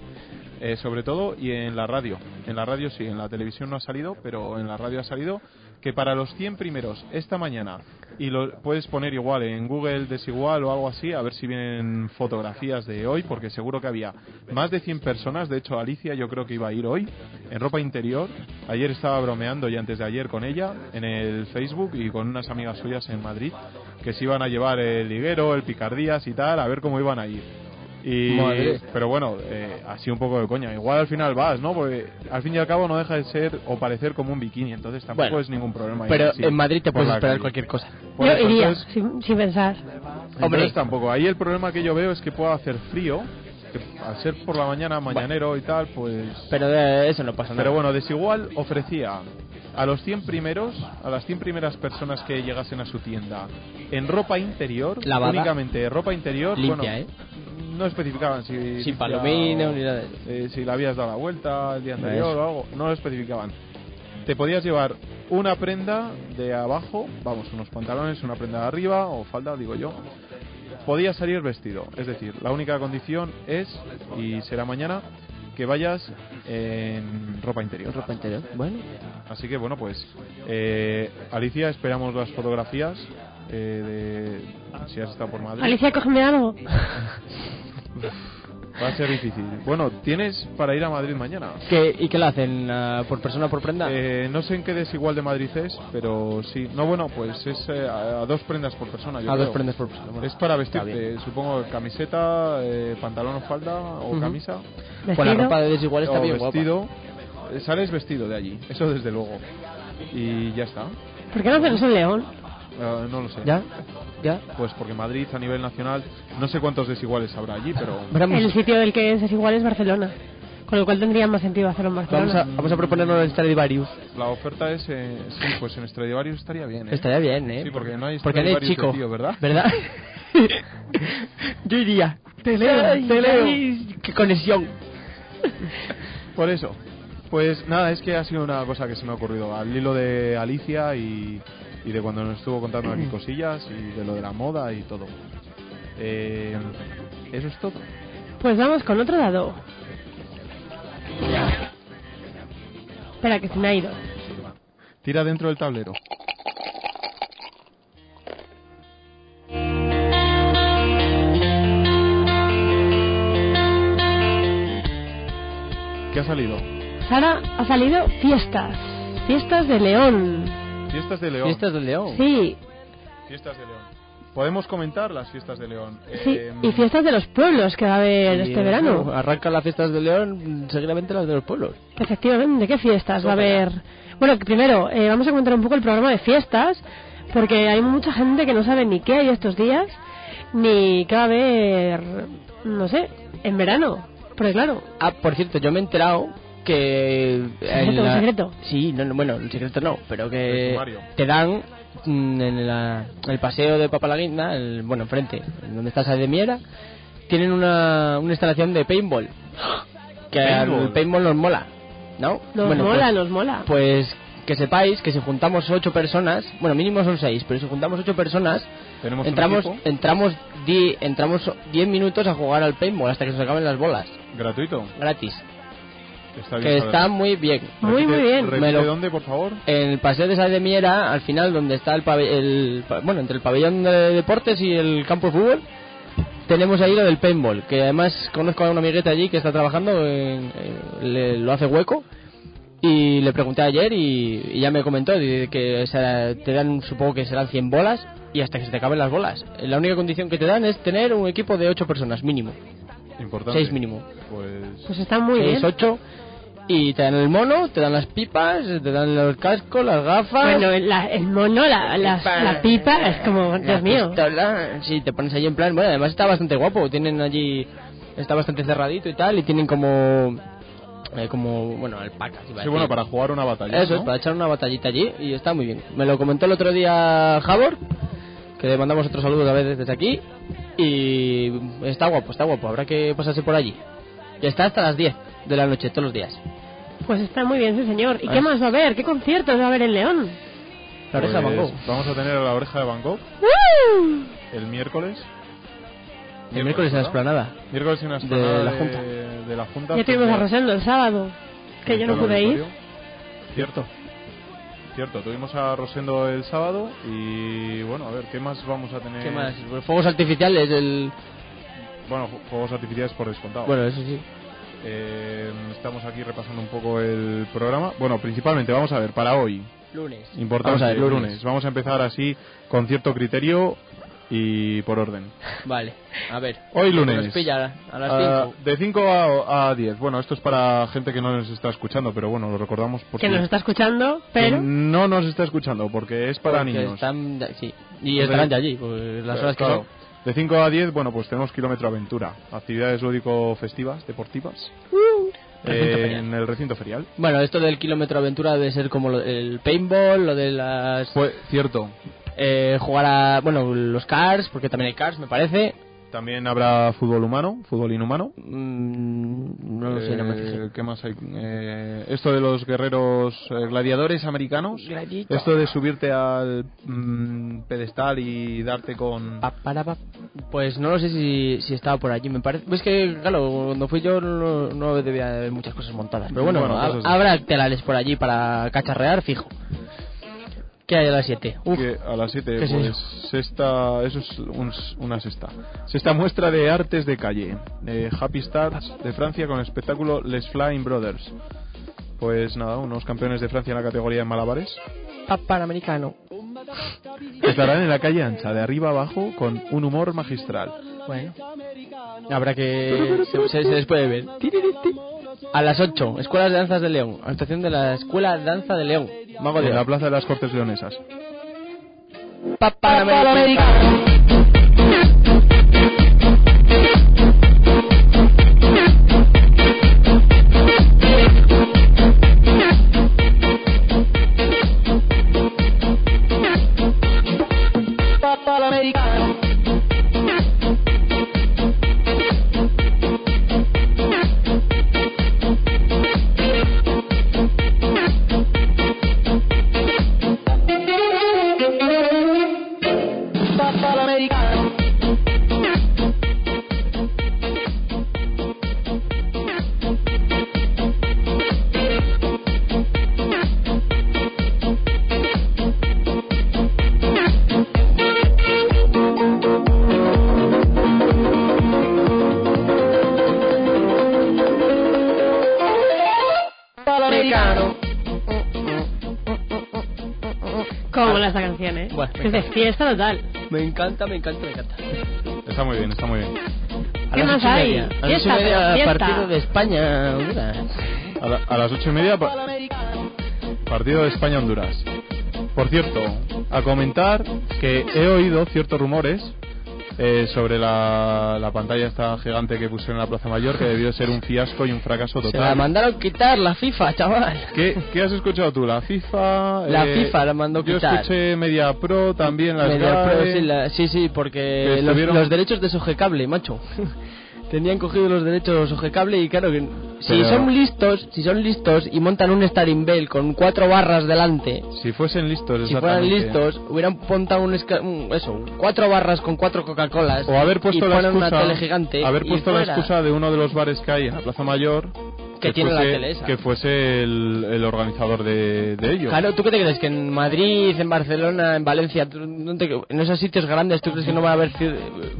S2: eh, sobre todo, y en la radio. En la radio sí, en la televisión no ha salido, pero en la radio ha salido que para los 100 primeros esta mañana, y lo puedes poner igual en Google desigual o algo así, a ver si vienen fotografías de hoy, porque seguro que había más de 100 personas, de hecho Alicia yo creo que iba a ir hoy, en ropa interior, ayer estaba bromeando y antes de ayer con ella, en el Facebook y con unas amigas suyas en Madrid, que se iban a llevar el liguero, el picardías y tal, a ver cómo iban a ir. Y,
S3: Madre.
S2: pero bueno, eh, así un poco de coña. Igual al final vas, ¿no? Porque al fin y al cabo no deja de ser o parecer como un bikini, entonces tampoco
S3: Bueno,
S2: es ningún problema. ir
S3: Pero
S2: así
S3: en Madrid te
S2: por
S3: puedes
S2: la
S3: esperar
S2: calle.
S3: cualquier cosa.
S2: Por
S4: Yo
S2: eso,
S4: iría,
S2: entonces-
S4: sin, sin pensar.
S2: Hombre,
S3: Hombre.
S2: tampoco. Ahí el problema que yo veo es que pueda hacer frío, que al ser por la mañana, mañanero y tal, pues...
S3: Pero de eso no pasa nada.
S2: Pero bueno, Desigual ofrecía a los 100 primeros, a las 100 primeras personas que llegasen a su tienda en ropa interior,
S3: Lavada.
S2: únicamente eh, ropa interior,
S3: Limpia,
S2: bueno,
S3: ¿eh?
S2: no especificaban si limpia
S3: palomino
S2: o,
S3: ni nada de eso.
S2: eh, si la habías dado la vuelta el día anterior
S3: Eso.
S2: o algo, no lo especificaban. Te podías llevar una prenda de abajo, vamos, unos pantalones, una prenda de arriba o falda, digo yo, podías salir vestido. Es decir, la única condición es, y será mañana, que vayas en ropa interior.
S3: Ropa interior. Bueno.
S2: Así que bueno, pues eh, Alicia, esperamos las fotografías eh, de si has estado por Madrid.
S4: Alicia, cógeme algo.
S2: Va a ser difícil. Bueno, ¿tienes para ir a Madrid mañana?
S3: ¿Qué- ¿Y qué la hacen? ah, ¿Por persona por prenda?
S2: Eh, no sé en qué desigual de Madrid es, pero sí. No, bueno, pues es eh, a, a dos prendas por persona. yo
S3: a dos
S2: creo.
S3: prendas por persona. Bueno,
S2: Es para
S3: está bien.
S2: vestirte, supongo, camiseta, eh, pantalón o falda o
S3: Ujú.
S2: camisa.
S3: Con la
S4: Vestido.
S3: ropa de desigual está
S2: o
S3: bien guapa.
S2: vestido. Eh, Sales vestido de allí, eso desde luego. Y ya está.
S4: ¿Por qué no hacemos un león?
S2: Eh, no lo sé.
S3: ¿Ya? ¿Ya?
S2: Pues porque Madrid a nivel nacional, no sé cuántos desiguales habrá allí, pero...
S3: Veremos.
S4: El sitio del que es desigual es Barcelona. Con lo cual tendría más sentido hacerlo en Barcelona.
S3: Vamos a, vamos a proponernos el Stradivarius.
S2: La oferta es... eh, sí, pues en Stradivarius estaría bien, ¿eh?
S3: Estaría bien, ¿eh?
S2: Sí, porque no hay
S3: Porque él es
S2: Stradivarius de
S3: chico.
S2: tío, ¿verdad? [LAUGHS]
S3: ¿Verdad? Yo iría. Te leo, te leo. ¡Qué conexión!
S2: Por eso. Pues nada, es que ha sido una cosa que se me ha ocurrido al hilo de Alicia y, y de cuando nos estuvo contando
S3: Mm.
S2: aquí cosillas y de lo de la moda y todo. Eh, eso es todo.
S4: Pues vamos con otro dado. Espera, que se me ha ido.
S2: Tira dentro del tablero. ¿Qué ha salido?
S4: Sara, ha salido fiestas. Fiestas de León.
S2: Fiestas de León.
S3: Fiestas del León.
S4: Sí,
S2: Fiestas de León. Podemos comentar las fiestas de León.
S4: sí.
S2: Em,
S4: Y fiestas de los pueblos que va a haber
S3: Y,
S4: este
S3: eh,
S4: verano.
S3: bueno, Arranca las fiestas del León, seguramente las de los pueblos.
S4: Efectivamente, ¿qué fiestas va a haber? Bueno, que primero, eh, vamos a comentar un poco el programa de fiestas, porque hay mucha gente que no sabe ni qué hay estos días, ni qué va a haber, no sé, en verano. Porque claro,
S3: Ah, por cierto, yo me he enterado que... en
S4: un secreto.
S3: Sí, no, no, bueno, el secreto no, pero
S2: El
S3: que
S2: sumario.
S3: te dan mm, en la- el paseo de Papalaguinda, el, bueno, enfrente, en donde está Sade de Miera, tienen una, una instalación de paintball. Que
S2: Paintball.
S3: al paintball nos mola, ¿no?
S4: Nos
S3: Bueno,
S4: mola,
S3: pues-
S4: nos mola.
S3: Pues que sepáis que si juntamos ocho personas, bueno, mínimo son seis, pero si juntamos ocho personas,
S2: Tenemos un
S3: entramos
S2: equipo.
S3: entramos di- entramos 10 minutos a jugar al paintball hasta que se nos acaben las bolas,
S2: Gratuito.
S3: gratis.
S2: Está bien
S3: Que
S2: saberlo.
S3: está muy bien.
S4: Muy, muy
S2: Repite-
S4: bien.
S2: repite
S3: Me lo-
S2: dónde, por favor?
S3: En el paseo de Sal de Miera, al final, donde está el, pabe- el pa- bueno, entre el pabellón de deportes y el campo de fútbol, tenemos ahí lo del paintball, que además conozco a una amigueta allí que está trabajando, en- eh, le- lo hace hueco, y le pregunté ayer y, y ya me comentó dice que o sea, te dan, supongo que serán 100 bolas, y hasta que se te acaben las bolas. La única condición que te dan es tener un equipo de 8 personas, mínimo.
S2: Importante.
S3: Seis mínimo.
S2: Pues
S4: Pues está muy bien.
S3: 6, 8, y te dan el mono, te dan las pipas, te dan los cascos, las gafas...
S4: Bueno, la- el mono, la, la, la pipa, es como,
S3: La
S4: Dios mío.
S3: pistola, sí, te pones allí en plan. Bueno, además está bastante guapo. Tienen allí. Está bastante cerradito y tal. Y tienen como. eh, como. Bueno, alpacas. iba a
S2: Sí,
S3: decir.
S2: bueno, para jugar una batalla.
S3: eh, Eso
S2: ¿no?
S3: es, para echar una batallita allí. Y está muy bien. Me lo comentó el otro día Javor. Que le mandamos otro saludo a veces desde aquí. Y. Está guapo, está guapo. Habrá que pasarse por allí. Y está hasta las 10 de la noche, todos los días.
S4: Pues está muy bien, sí, señor. ¿Y
S3: Ah.
S4: qué más va a haber? ¿Qué conciertos va a haber en León?
S3: La oreja de Van
S2: Pues
S3: Gogh.
S2: Vamos a tener a la oreja de Bangkok el miércoles.
S3: El miércoles en la
S2: ¿verdad?
S3: explanada.
S2: Miércoles en la
S3: De
S2: explanada
S3: la
S2: de-
S3: Junta.
S2: de la Junta.
S4: Ya tuvimos a
S2: frente
S4: Rosendo el sábado, que yo no
S2: frente al
S4: pude ir.
S2: auditorio. Cierto. Cierto, tuvimos a Rosendo el sábado y bueno, a ver, ¿qué más vamos a tener?
S3: ¿Qué más? Pues, Fuegos artificiales. El...
S2: Bueno, ju- juegos artificiales por descontado.
S3: Bueno, eso sí.
S2: Eh, estamos aquí repasando un poco el programa. Bueno, principalmente, vamos a ver, para hoy,
S3: Lunes. [LAUGHS]
S2: importante,
S3: Vamos a ver,
S2: lunes.
S3: lunes.
S2: Vamos a empezar así con cierto criterio y por orden.
S3: Vale, a ver.
S2: Hoy lunes.
S3: Nos pilla a
S2: Ah,
S3: las 5.
S2: de 5 a, a 10. Bueno, esto es para gente que no nos está escuchando, pero bueno, lo recordamos porque
S4: Que nos está escuchando,
S3: Pues
S4: pero...
S2: no nos está escuchando porque es para niños.
S3: Están, ya- sí. Y
S2: Entonces-
S3: estarán ya allí, pues, las
S2: Eh,
S3: horas que
S2: claro.
S3: son.
S2: De 5 a 10, bueno, pues tenemos kilómetro aventura, actividades lúdico-festivas, deportivas,
S3: Uh. Recinto
S2: eh,
S3: ferial.
S2: en el recinto ferial.
S3: Bueno, esto del kilómetro aventura debe ser como lo- el paintball, lo de las.
S2: Fue cierto.
S3: eh, jugar a. Bueno, los cars, porque también hay cars, me parece.
S2: También habrá fútbol humano, fútbol inhumano.
S3: Mm, no lo sé, no me
S2: Eh,
S3: fijé.
S2: ¿Qué más hay? Eh, esto de los guerreros eh, gladiadores americanos. Esto de subirte al mm, pedestal y darte con...
S3: Pa, para, pa. Pues no lo sé si, si estaba por allí, me parece. Es que, claro, cuando fui yo no, no debía haber muchas cosas montadas. Pero bueno,
S2: Bueno,
S3: ha-
S2: cosas-
S3: habrá telales por allí para cacharrear, fijo. ¿Qué hay a las 7? Uf,
S2: que a las 7,
S3: ¿Qué es
S2: pues sexta, eso es un- una sexta. Sexta muestra de artes de calle, de Happy Stars de Francia con el espectáculo Les Flying Brothers. Pues nada, unos campeones de Francia en la categoría de malabares.
S3: pa- panamericano.
S2: Estarán en la calle ancha, de arriba abajo, con un humor magistral.
S3: Bueno, habrá que. Se, se- se les puede ver. A las 8, Escuela de Danzas de León. Actuación de la Escuela de Danza de León. Mago de
S2: En la
S3: Oz.
S2: plaza de las Cortes Leonesas.
S3: Pa- Panamericano.
S4: ¿Cómo la esta canción, eh?
S3: Buah, me
S4: es de
S3: encanta.
S4: fiesta total.
S3: Me encanta, me encanta, me encanta.
S2: Está muy bien, está muy bien.
S3: A
S4: ¿Qué
S3: las
S4: más
S3: ocho y
S4: hay?
S3: media. A las ocho y
S4: Fiesta,
S3: media,
S4: pero fiesta.
S3: partido de España. Honduras.
S2: A, la- a las ocho y media, pa- partido de España-Honduras. Por cierto, a comentar que he oído ciertos rumores eh, sobre la, la pantalla esta gigante que pusieron en la Plaza Mayor, que debió ser un fiasco y un fracaso
S3: Se la
S2: total.
S3: mandaron quitar la FIFA, chaval.
S2: ¿Qué, qué has escuchado tú? ¿La FIFA? Eh,
S3: La FIFA la mandó
S2: yo
S3: quitar.
S2: escuché Media Pro también, las
S3: Media Pro,
S2: GAE.
S3: sí, la- sí, sí, porque
S2: Que
S3: los,
S2: estuvieron-
S3: los derechos de Sogecable, macho. [LAUGHS] Tenían cogido los derechos Sogecable y claro que si
S2: Pero-
S3: son listos, si son listos y montan un Staring Bell con cuatro barras delante,
S2: Si fuesen listos,
S3: si fueran
S2: exactamente.
S3: listos, hubieran montado un esca- un- eso, cuatro barras con cuatro Coca-Colas
S2: O haber puesto
S3: y
S2: la
S3: ponen
S2: excusa,
S3: una tele gigante
S2: haber
S3: y
S2: puesto la
S3: fuera.
S2: excusa de uno de los bares que hay en la Plaza Mayor
S3: Que tiene la
S2: fuese,
S3: tele esa.
S2: que fuese el, el organizador de, de ello.
S3: Claro, ¿tú qué te crees? Que en Madrid, en Barcelona, en Valencia, tú- no te- en esos sitios grandes, ¿tú crees que no va a haber ci-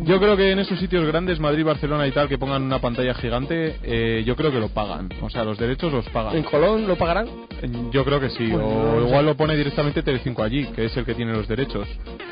S2: Yo creo que en esos sitios grandes, Madrid, Barcelona y tal, que pongan una pantalla gigante, eh, yo creo que lo pagan. O sea, los derechos los
S3: ¿En
S2: pagan.
S3: Colón lo pagarán?
S2: Yo creo que sí.
S3: Bueno,
S2: O
S3: no sé.
S2: igual lo pone directamente Telecinco allí, que es el que tiene los derechos.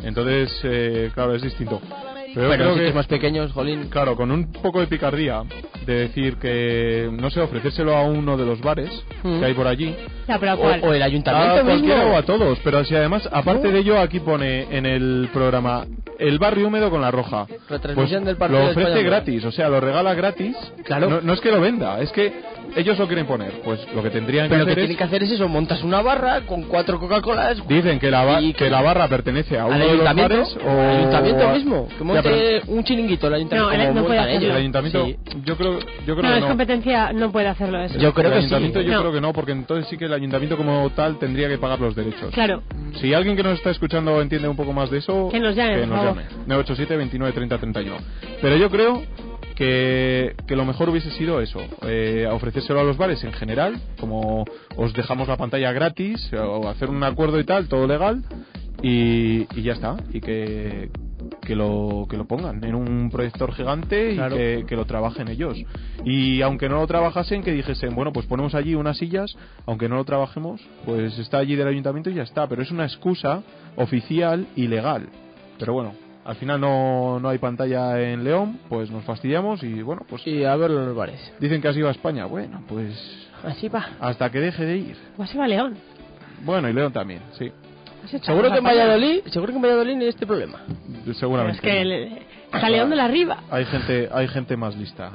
S2: Entonces, eh, claro, es distinto. Pero yo
S3: Bueno, en
S2: creo
S3: sitios
S2: que
S3: más pequeños, jolín.
S2: Claro, con un poco de picardía de decir que, no sé, ofrecérselo a uno de los bares
S3: Mm.
S2: que hay por allí.
S4: Ya, pero ¿a
S3: O,
S4: cuál?
S3: o el
S2: A
S3: ayuntamiento mismo.
S2: cualquiera o a todos, pero si además, aparte de ello, aquí pone en el programa el barrio húmedo con la roja. Pues
S3: Retransmisión del partido
S2: Lo
S3: de
S2: ofrece
S3: España-Honduras.
S2: gratis, o sea, lo regala gratis.
S3: Claro.
S2: No, no es que lo venda, es que ellos lo quieren poner. Pues lo que tendrían
S3: Pero lo
S2: que
S3: que
S2: hacer
S3: tienen
S2: es.
S3: que hacer es eso, montas una barra con cuatro Coca-Colas.
S2: Dicen que la, ba-
S3: Y
S2: que la barra pertenece a
S3: al
S2: uno de los
S3: ayuntamiento,
S2: bares o.
S3: al ayuntamiento
S2: o a-
S3: mismo, que
S2: Ya,
S3: monte un chiringuito el ayuntamiento.
S4: No, el-
S3: como
S4: no puede hacerlo.
S3: montan
S2: pero
S3: ellos.
S2: el ayuntamiento,
S3: Sí.
S2: yo creo, yo creo
S4: no,
S2: que
S4: es
S2: no.
S4: competencia, no puede hacerlo eso.
S3: Yo creo
S2: el
S3: que sí.
S2: ayuntamiento yo
S4: No.
S2: creo que no, porque entonces sí que el ayuntamiento como tal tendría que pagar los derechos.
S4: Claro,
S2: Si alguien que nos está escuchando entiende un poco más de eso,
S4: Que nos llame,
S2: que
S4: por
S2: nos
S4: favor.
S2: llame. 987 29 30 31. Pero yo creo que, que lo mejor hubiese sido eso, eh, ofrecérselo a los bares en general, como os dejamos la pantalla gratis, o hacer un acuerdo y tal, todo legal, y, y ya está, y que, que, lo, que lo pongan en un proyector gigante
S3: Claro.
S2: y que, que lo trabajen ellos. Y aunque no lo trabajasen, que dijesen, bueno, pues ponemos allí unas sillas, aunque no lo trabajemos, pues está allí del ayuntamiento y ya está, pero es una excusa oficial y legal. Pero bueno, al final no, no hay pantalla en León, pues nos fastidiamos y bueno, pues
S3: Sí, a verlo en los bares.
S2: dicen que has ido a España. Bueno, pues
S4: así va.
S2: hasta que deje de ir.
S4: O así va León.
S2: Bueno, y León también, sí,
S4: Has hecho
S3: Seguro
S4: una
S3: que en
S4: campaña.
S3: Valladolid, seguro que en Valladolid no hay este problema.
S4: Pero
S2: seguramente.
S4: Es que el- está León de la Riva.
S2: Hay gente, hay gente más lista.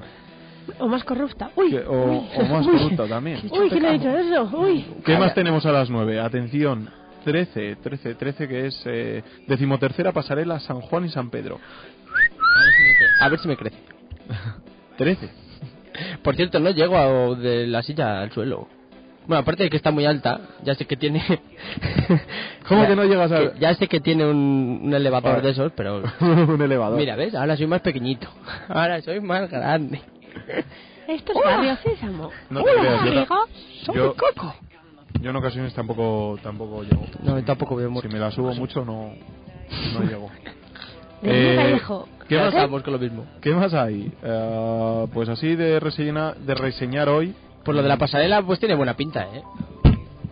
S4: O más corrupta. Uy.
S2: Que- o-
S4: uy,
S2: o más
S4: uy.
S2: corrupta también.
S4: Uy, ¿quién ha dicho eso? Uy.
S2: ¿Qué más tenemos a las 9? Atención, 13, 13, 13 que es eh, decimotercera pasarela San Juan y San Pedro.
S3: A ver si me crece.
S2: 13.
S3: Por cierto, no llego a- de la silla al suelo. Bueno, aparte de que está muy alta, ya sé que [LAUGHS] tiene.
S2: ¿Cómo
S3: Ya-
S2: que no llegas a-
S3: que Ya sé que tiene un, un elevador
S2: Vale.
S3: de esos, pero.
S2: Un elevador.
S3: Mira, ¿ves? Ahora soy más pequeñito. [LAUGHS] Ahora soy más grande.
S4: Esto es barrio sésamo.
S2: No te creas, yo ta-
S4: soy
S2: yo-
S4: Coco.
S2: Yo en ocasiones tampoco, tampoco llego.
S3: No, tampoco veo mucho.
S2: Si me la subo mucho no, no llego.
S4: De nunca
S2: Eh,
S4: hijo.
S2: ¿Qué
S3: Ya
S2: más,
S3: estamos con lo mismo.
S2: qué más hay? Eh, pues así de, reseña- de reseñar hoy.
S3: Por lo de la pasarela, pues tiene buena pinta, ¿eh?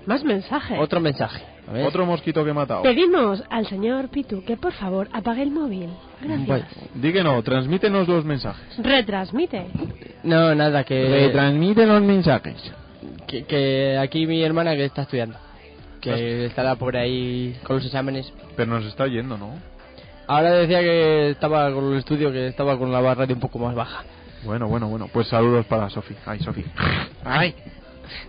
S4: Más mensajes.
S3: Otro mensaje. A ver.
S2: Otro mosquito que he matado.
S4: Pedimos al señor Pitu que por favor apague el móvil. Gracias.
S3: Vale.
S2: Di que no, transmítenos los mensajes.
S4: Retransmite.
S3: No, nada, que,
S2: Retransmite los mensajes.
S3: que. que aquí mi hermana que está estudiando. Que estará por ahí con los exámenes.
S2: Pero nos está yendo, ¿no?
S3: Ahora decía que estaba con el estudio, que estaba con la barra de un poco más baja.
S2: Bueno, bueno, bueno. Pues saludos para Sofi. Ay, Sofi.
S3: Ay.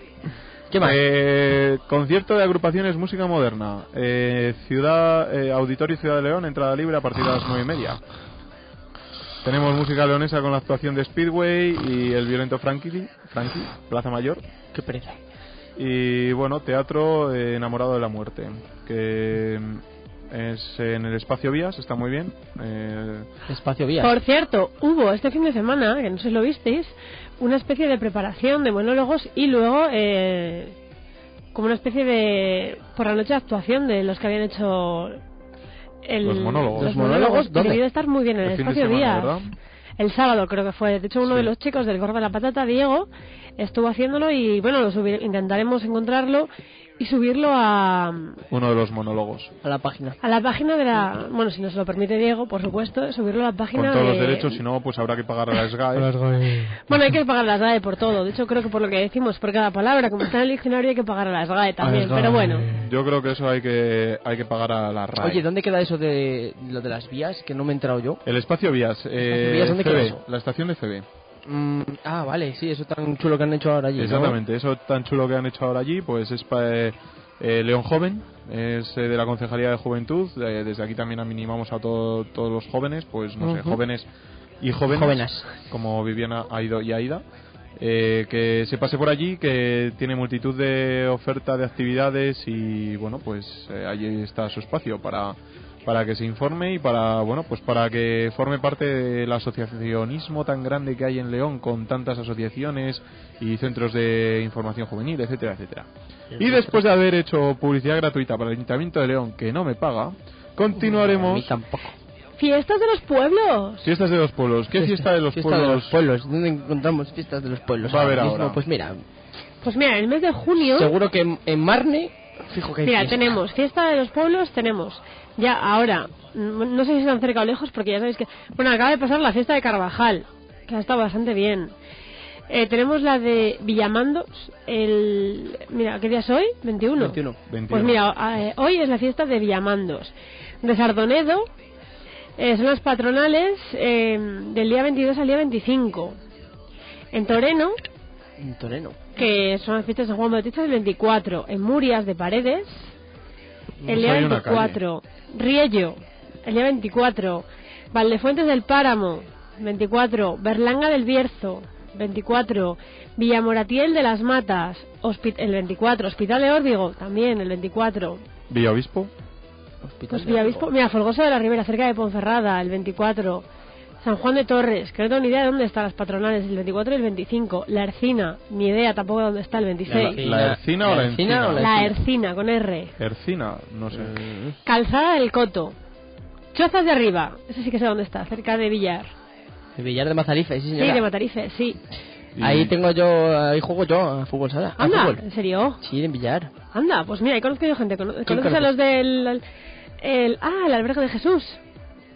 S3: [LAUGHS] ¿Qué más?
S2: Eh, concierto de agrupaciones música moderna. Eh, ciudad, eh, Auditorio Ciudad de León, entrada libre a partir de las nueve y media. Tenemos música leonesa con la actuación de Speedway y el violento Frankie, Frankie Plaza Mayor.
S3: Qué pereza.
S2: Y bueno, teatro eh, enamorado de la muerte, que mm, es en el espacio Vías, está muy bien. Eh,
S3: Espacio vía.
S4: Por cierto, hubo este fin de semana, que no sé si lo visteis, una especie de preparación de monólogos y luego eh, como una especie de, por la noche, actuación de los que habían hecho el-
S2: Los monólogos.
S4: Los
S3: ¿Los monólogos?
S4: monólogos
S3: ¿Dónde?
S4: debió de estar muy bien en
S2: El
S4: el,
S2: fin de
S4: espacio
S2: semana,
S4: Díaz.
S2: ¿verdad?
S4: El sábado creo que fue. De hecho, uno
S2: Sí.
S4: de los chicos del Gordo de la Patata, Diego, estuvo haciéndolo y bueno, lo subire- intentaremos encontrarlo y subirlo a,
S2: Uno de los monólogos.
S3: a la página.
S4: A la página de la. Bueno, si nos lo permite Diego, por supuesto, subirlo a la
S2: Con
S4: página
S2: todos los
S4: de-
S2: derechos, si no, pues habrá que pagar a la SGAE.
S4: Bueno, hay que pagar las GAE por todo. De hecho, creo que por lo que decimos, por cada palabra, como está en el diccionario, hay que pagar a las GAE también. Pero bueno,
S2: Yo creo que eso hay que, hay que pagar a la RAE.
S3: Oye, ¿dónde queda eso de lo de las vías? Que no me he enterado yo.
S2: el espacio vías, eh,
S3: vías, ¿dónde
S2: FB,
S3: queda eso?
S2: la estación de FB.
S3: Mm, ah, vale, sí, eso tan chulo que han hecho ahora allí. ¿no?
S2: Exactamente, eso tan chulo que han hecho ahora allí, pues es para León Joven, es eh, de la Concejalía de Juventud. eh, desde aquí también animamos a todo- todos los jóvenes, pues no sé,
S3: Ujú.
S2: jóvenes y jóvenes,
S3: Jóvenes.
S2: como Viviana Aido y Aida, eh, que se pase por allí, que tiene multitud de oferta de actividades y bueno, pues eh, allí está su espacio para para que se informe y para bueno pues para que forme parte del asociacionismo tan grande que hay en León con tantas asociaciones y centros de información juvenil etcétera etcétera
S3: pues,
S2: y después de haber hecho publicidad gratuita para el Ayuntamiento de León que no me paga
S3: A mí
S2: continuaremos
S3: tampoco.
S4: fiestas de los pueblos.
S2: fiestas de los pueblos qué fiesta de los
S3: Fiesta
S2: pueblos
S3: de los pueblos. ¿Dónde encontramos fiestas de los pueblos?
S2: Va a haber
S3: Ahora mismo,
S2: ahora.
S3: Pues mira,
S4: Pues mira, en el mes de junio.
S3: seguro que en, en Marne, fijo que hay
S4: Mira,
S3: fiesta.
S4: tenemos fiesta de los pueblos, tenemos ya ahora, mm, no sé si están cerca o lejos, porque ya sabéis que, bueno, acaba de pasar la fiesta de Carvajal, que ha estado bastante bien. Eh, tenemos la de Villamandos, el, mira, ¿qué día es hoy? 21.
S3: 21.
S4: Pues
S2: 21.
S4: mira, a- eh, hoy es la fiesta de Villamandos. De Sardonedo eh, son las patronales eh, del día 22 al día 25. En Toreno
S3: En Toreno.
S4: que son las fiestas de San Juan Bautista del 24, en Murias de Paredes, el
S2: Pues
S4: día
S2: hay una
S4: 24, Riello, el día 24, Valdefuentes del Páramo, 24, Berlanga del Bierzo, 24, Villamoratiel de las Matas, hospi- el 24, Hospital de Órbigo, también el 24,
S2: Villaobispo
S3: Hospital
S4: pues
S3: de
S4: Villavispo,
S3: Aragón.
S4: mira, Folgoso de la Ribera, cerca de Ponferrada, el 24. San Juan de Torres, que no tengo ni idea de dónde están las patronales, el 24 y el 25. La Ercina, ni idea tampoco de dónde está el 26.
S2: La- la Ercina o la Encina.
S3: o
S4: La,
S2: la-
S4: Ercina, con R.
S2: Ercina no sé
S3: Mm.
S4: Calzada del Coto. Chozas de Arriba, ese sí que sé dónde está, cerca de Villar.
S3: El Villar de Mazarife, sí,
S4: Sí,
S3: señora.
S4: de Matarife, sí.
S2: Y-
S3: Ahí tengo yo, ahí juego yo a fútbol sala. a
S4: Anda,
S3: fútbol.
S4: ¿en serio?
S3: Sí, en Villar.
S4: Anda, pues mira, he conocido gente. cono- ¿Conoces a
S3: conoces?
S4: los del... El, ah, el albergue de Jesús.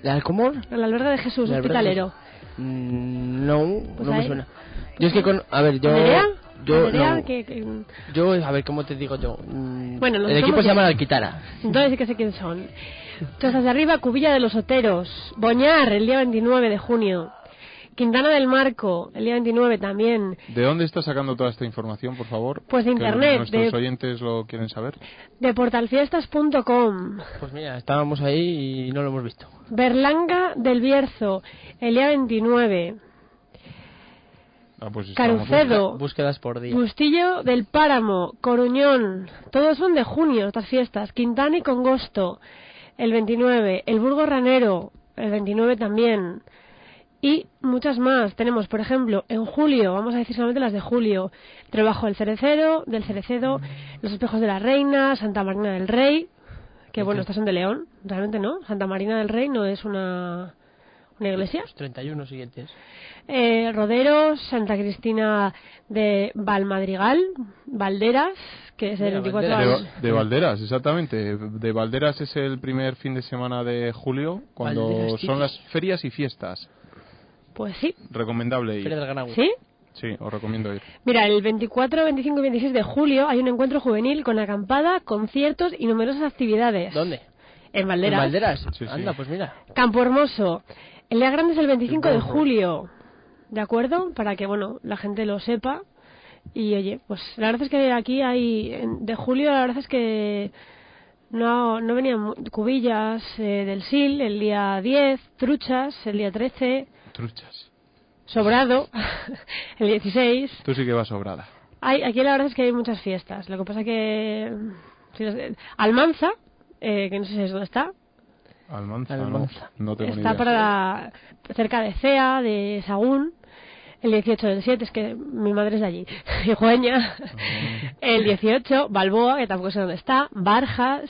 S3: ¿La Alcomor?
S4: El albergue de Jesús,
S3: La verdad
S4: hospitalero.
S3: es- Mm, no,
S4: Pues
S3: no
S4: ahí.
S3: me suena. Yo es que con. A ver, yo.
S4: ¿Andrea?
S3: Yo,
S4: ¿Andrea?
S3: no.
S4: Que- que-
S3: yo, a ver, ¿cómo te digo yo? Mm,
S4: Bueno, nos
S3: el equipo
S4: vamos
S3: se
S4: ya.
S3: llama la Alquitara.
S4: Entonces sí que sé quién son. Chozas de Arriba, Cubilla de los Oteros, Boñar el día 29 de junio, Quintana del Marco el día 29 también,
S2: ¿De dónde está sacando toda esta información, por favor?
S4: Pues de
S2: Que
S4: internet,
S2: Nuestros
S4: de-
S2: oyentes lo quieren saber.
S4: de portalfiestas.com,
S3: Pues mira, estábamos ahí y no lo hemos visto.
S4: Berlanga del Bierzo el día 29,
S2: Ah, pues estamos-
S4: Carucedo,
S3: Búsquedas por día.
S4: Bustillo del Páramo, Coruñón, todos son de junio estas fiestas, Quintana y Congosto el 29, el Burgo Ranero el 29 también. Y muchas más. Tenemos, por ejemplo, en julio, vamos a decir solamente las de julio, Trabajo del Cerecero, del Cerecedo, Los Espejos de la Reina, Santa Marina del Rey, que bueno, estas son de León, realmente no. Santa Marina del Rey no es una, una iglesia.
S3: Los 31 siguientes.
S4: Eh, Roderos, Santa Cristina de Valmadrigal, Valderas, que es el
S3: Mira,
S4: 24
S2: De,
S3: Valderas.
S4: de-
S2: Va- de Valderas, exactamente. De Valderas es el primer fin de semana de julio, cuando
S3: Valderas,
S2: son
S3: sí.
S2: las ferias y fiestas.
S4: Pues sí,
S2: Recomendable
S3: Feria
S2: ir.
S3: del Ganagua.
S4: sí.
S2: Sí, os recomiendo ir.
S4: Mira, el 24, 25 y 26 de julio hay un encuentro juvenil con acampada, conciertos y numerosas actividades.
S3: ¿Dónde?
S4: En
S3: ¿En
S4: Valderas.
S3: Valderas?
S2: Sí, sí.
S3: Anda, pues mira.
S4: Campo Hermoso. El día grande es el 25 de julio. ¿De acuerdo? Para que, bueno, la gente lo sepa. Y oye, pues la verdad es que aquí hay. en- De julio, la verdad es que. No, no venían mu- cubillas eh, del SIL el día 10, truchas el día 13,
S2: Truchas.
S4: sobrado [LAUGHS] el 16.
S2: Tú sí que vas sobrada.
S4: Hay, aquí la verdad es que hay muchas fiestas. Lo que pasa que. mm, si no sé- Almanza, eh, que no sé si es dónde está,
S2: Almanza,
S3: Almanza.
S2: No, no tengo ni
S4: Está
S2: idea.
S4: para cerca de CEA, de Sagún, el 18 del 7, es que mi madre es de allí, [LAUGHS] Cigüeña.
S2: Ah.
S4: El 18, Balboa, que tampoco sé dónde está, Barjas.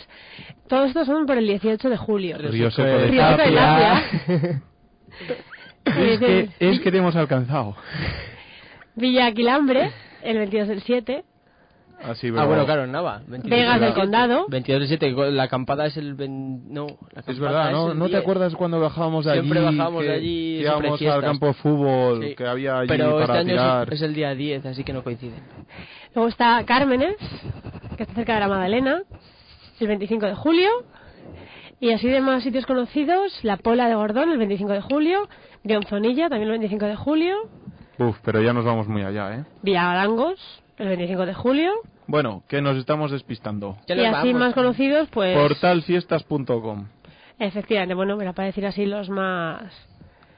S4: Todos estos son por el 18 de julio.
S2: Río Seco Pues
S3: Pues
S2: de
S4: Río Seco de El
S2: Es que,
S4: 18
S2: es que te hemos alcanzado.
S4: Villa Aquilambre, el 22 del 7.
S2: Ah, sí,
S3: [LAUGHS] Ah,
S2: pero-
S3: bueno, claro, en Nava. 22
S4: Vegas del
S3: siete.
S4: Condado.
S3: 22 de 7, la acampada es el... ven- No, la
S2: Es
S3: acampada
S2: verdad, ¿no?
S3: el
S2: ¿No te
S3: 10.
S2: acuerdas cuando bajábamos de allí?
S3: Siempre bajábamos
S2: que-
S3: de allí,
S2: que
S3: siempre
S2: íbamos al
S3: fiestas.
S2: campo de fútbol
S3: Sí.
S2: que había allí
S3: Pero
S2: para
S3: este año es-
S2: tirar.
S3: Es, el día 10, así que no coinciden.
S4: Luego está Cármenes, que está cerca de la Magdalena, el 25 de julio. Y así de más sitios conocidos, La Pola de Gordón, el 25 de julio. Grionzonilla, también el 25 de julio.
S2: Uf, pero ya nos vamos muy allá, ¿eh?
S4: Villarangos, el 25 de julio.
S2: Bueno, que nos estamos despistando.
S3: Ya
S4: y
S3: nos
S4: así
S3: vamos.
S4: más conocidos, pues...
S2: Portalfiestas.com.
S4: Efectivamente, bueno, me la para decir así los más...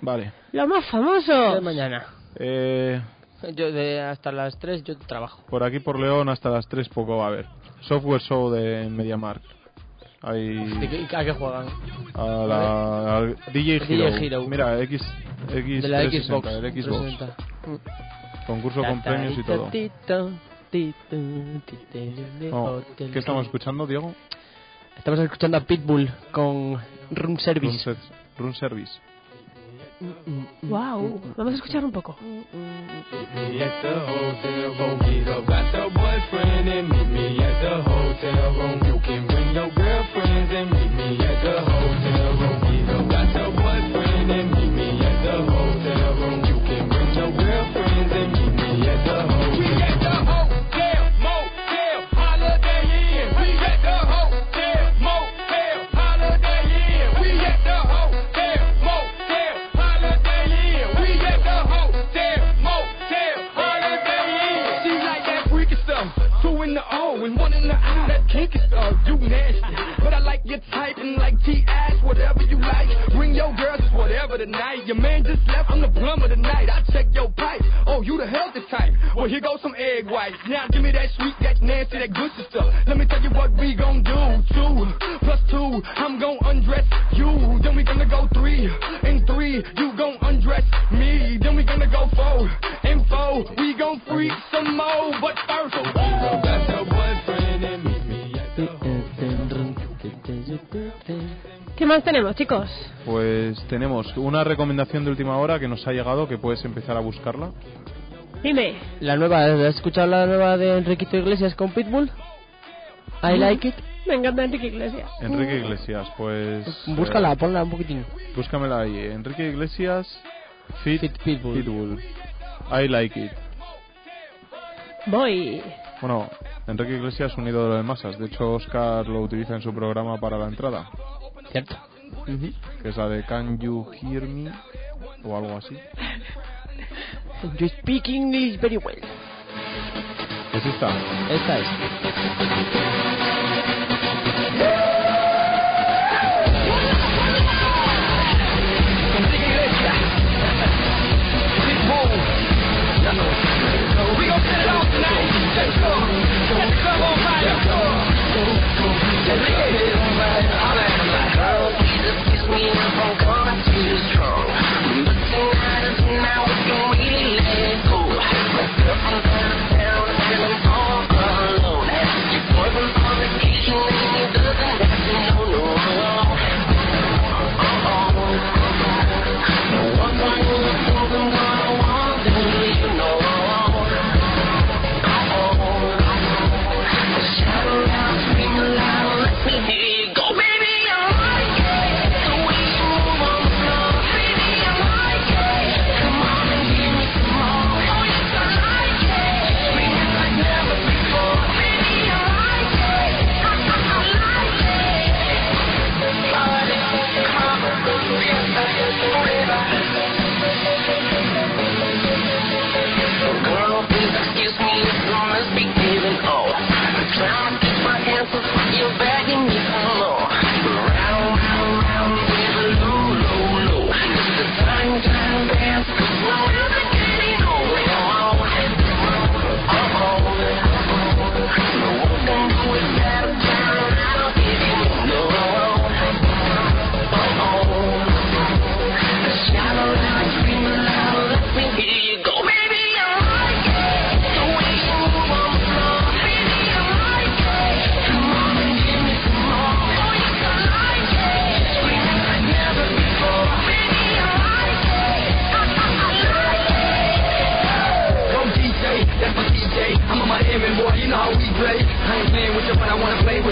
S2: Vale.
S4: Los más
S3: Yo de
S4: famosos.
S3: mañana.
S2: Eh,
S3: Yo de hasta las 3 yo trabajo.
S2: por aquí, por León, hasta las 3 poco va a haber. Software Show de MediaMark.
S3: ¿De
S2: Hay
S3: qué- ¿A qué juegan?
S2: a la, al DJ Hero.
S3: DJ Hero.
S2: Mira, X, X
S3: de la
S2: 360,
S3: Xbox.
S2: el Xbox.
S3: 360.
S2: Concurso con premios y todo. Oh, ¿Qué estamos escuchando, Diego?
S3: Estamos escuchando a Pitbull con Room
S2: Room,
S3: Service.
S2: Ser- Room Service.
S4: Wow, vamos a escuchar un poco.
S7: me at the hotel room. Get up, got your boyfriend and meet me at the hotel room. You can bring your girlfriends and meet me at the hotel room. Get up, got your boyfriend and meet me at the hotel room. You can bring your girlfriends and meet me at the hotel. We at the hotel, motel, holiday inn. We at the hotel, motel, holiday inn. We at the hotel, motel, holiday inn. We at the hotel, motel, holiday inn. She like that freaky stuff. Two in the O and one in the I. That kinky stuff, you nasty. But I like your type and like T.I.'s, whatever you like. Bring your girls, it's whatever tonight. Your man just left, I'm the plumber tonight. I check your pipe. Oh, you the healthy type. Well, here goes some egg whites. Now give me that sweet, that nasty, that good stuff. Let me tell you what we gon' do. Two plus two, I'm gon' undress you. Then we gonna go three and three, you gon' undress me. Then we gonna go four and four, we gon' freak some more. But first, oh, we gon' got your boyfriend and meet me at the
S4: ¿Qué más tenemos, chicos?
S2: Pues tenemos una recomendación de última hora que nos ha llegado, que puedes empezar a buscarla.
S4: Dime.
S3: La nueva, ¿has escuchado la nueva de Enriquito Iglesias con Pitbull? I like it.
S4: Me encanta Enrique Iglesias.
S2: Enrique Iglesias, pues...
S3: Búscala,
S2: eh,
S3: ponla un poquitín.
S2: búscamela ahí. Enrique Iglesias, Fit,
S3: Fit Pitbull.
S2: Pitbull. I like it.
S4: Voy.
S2: Bueno, Enrique Iglesias es un ídolo de masas. De hecho, Oscar lo utiliza en su programa para la entrada,
S3: ¿Cierto?
S2: que es la de Can You Hear Me o algo así.
S3: You speak English very well.
S2: Pues está.
S3: Esta es.
S7: Enrique Iglesias. Big Bull. We gon' set it off tonight. Let's go. Set the club on fire. Let's go. Enrique. Holla at me.
S8: Down and I'm all alone. Your boyfriend on vacation and he doesn't
S1: Oh, Oh,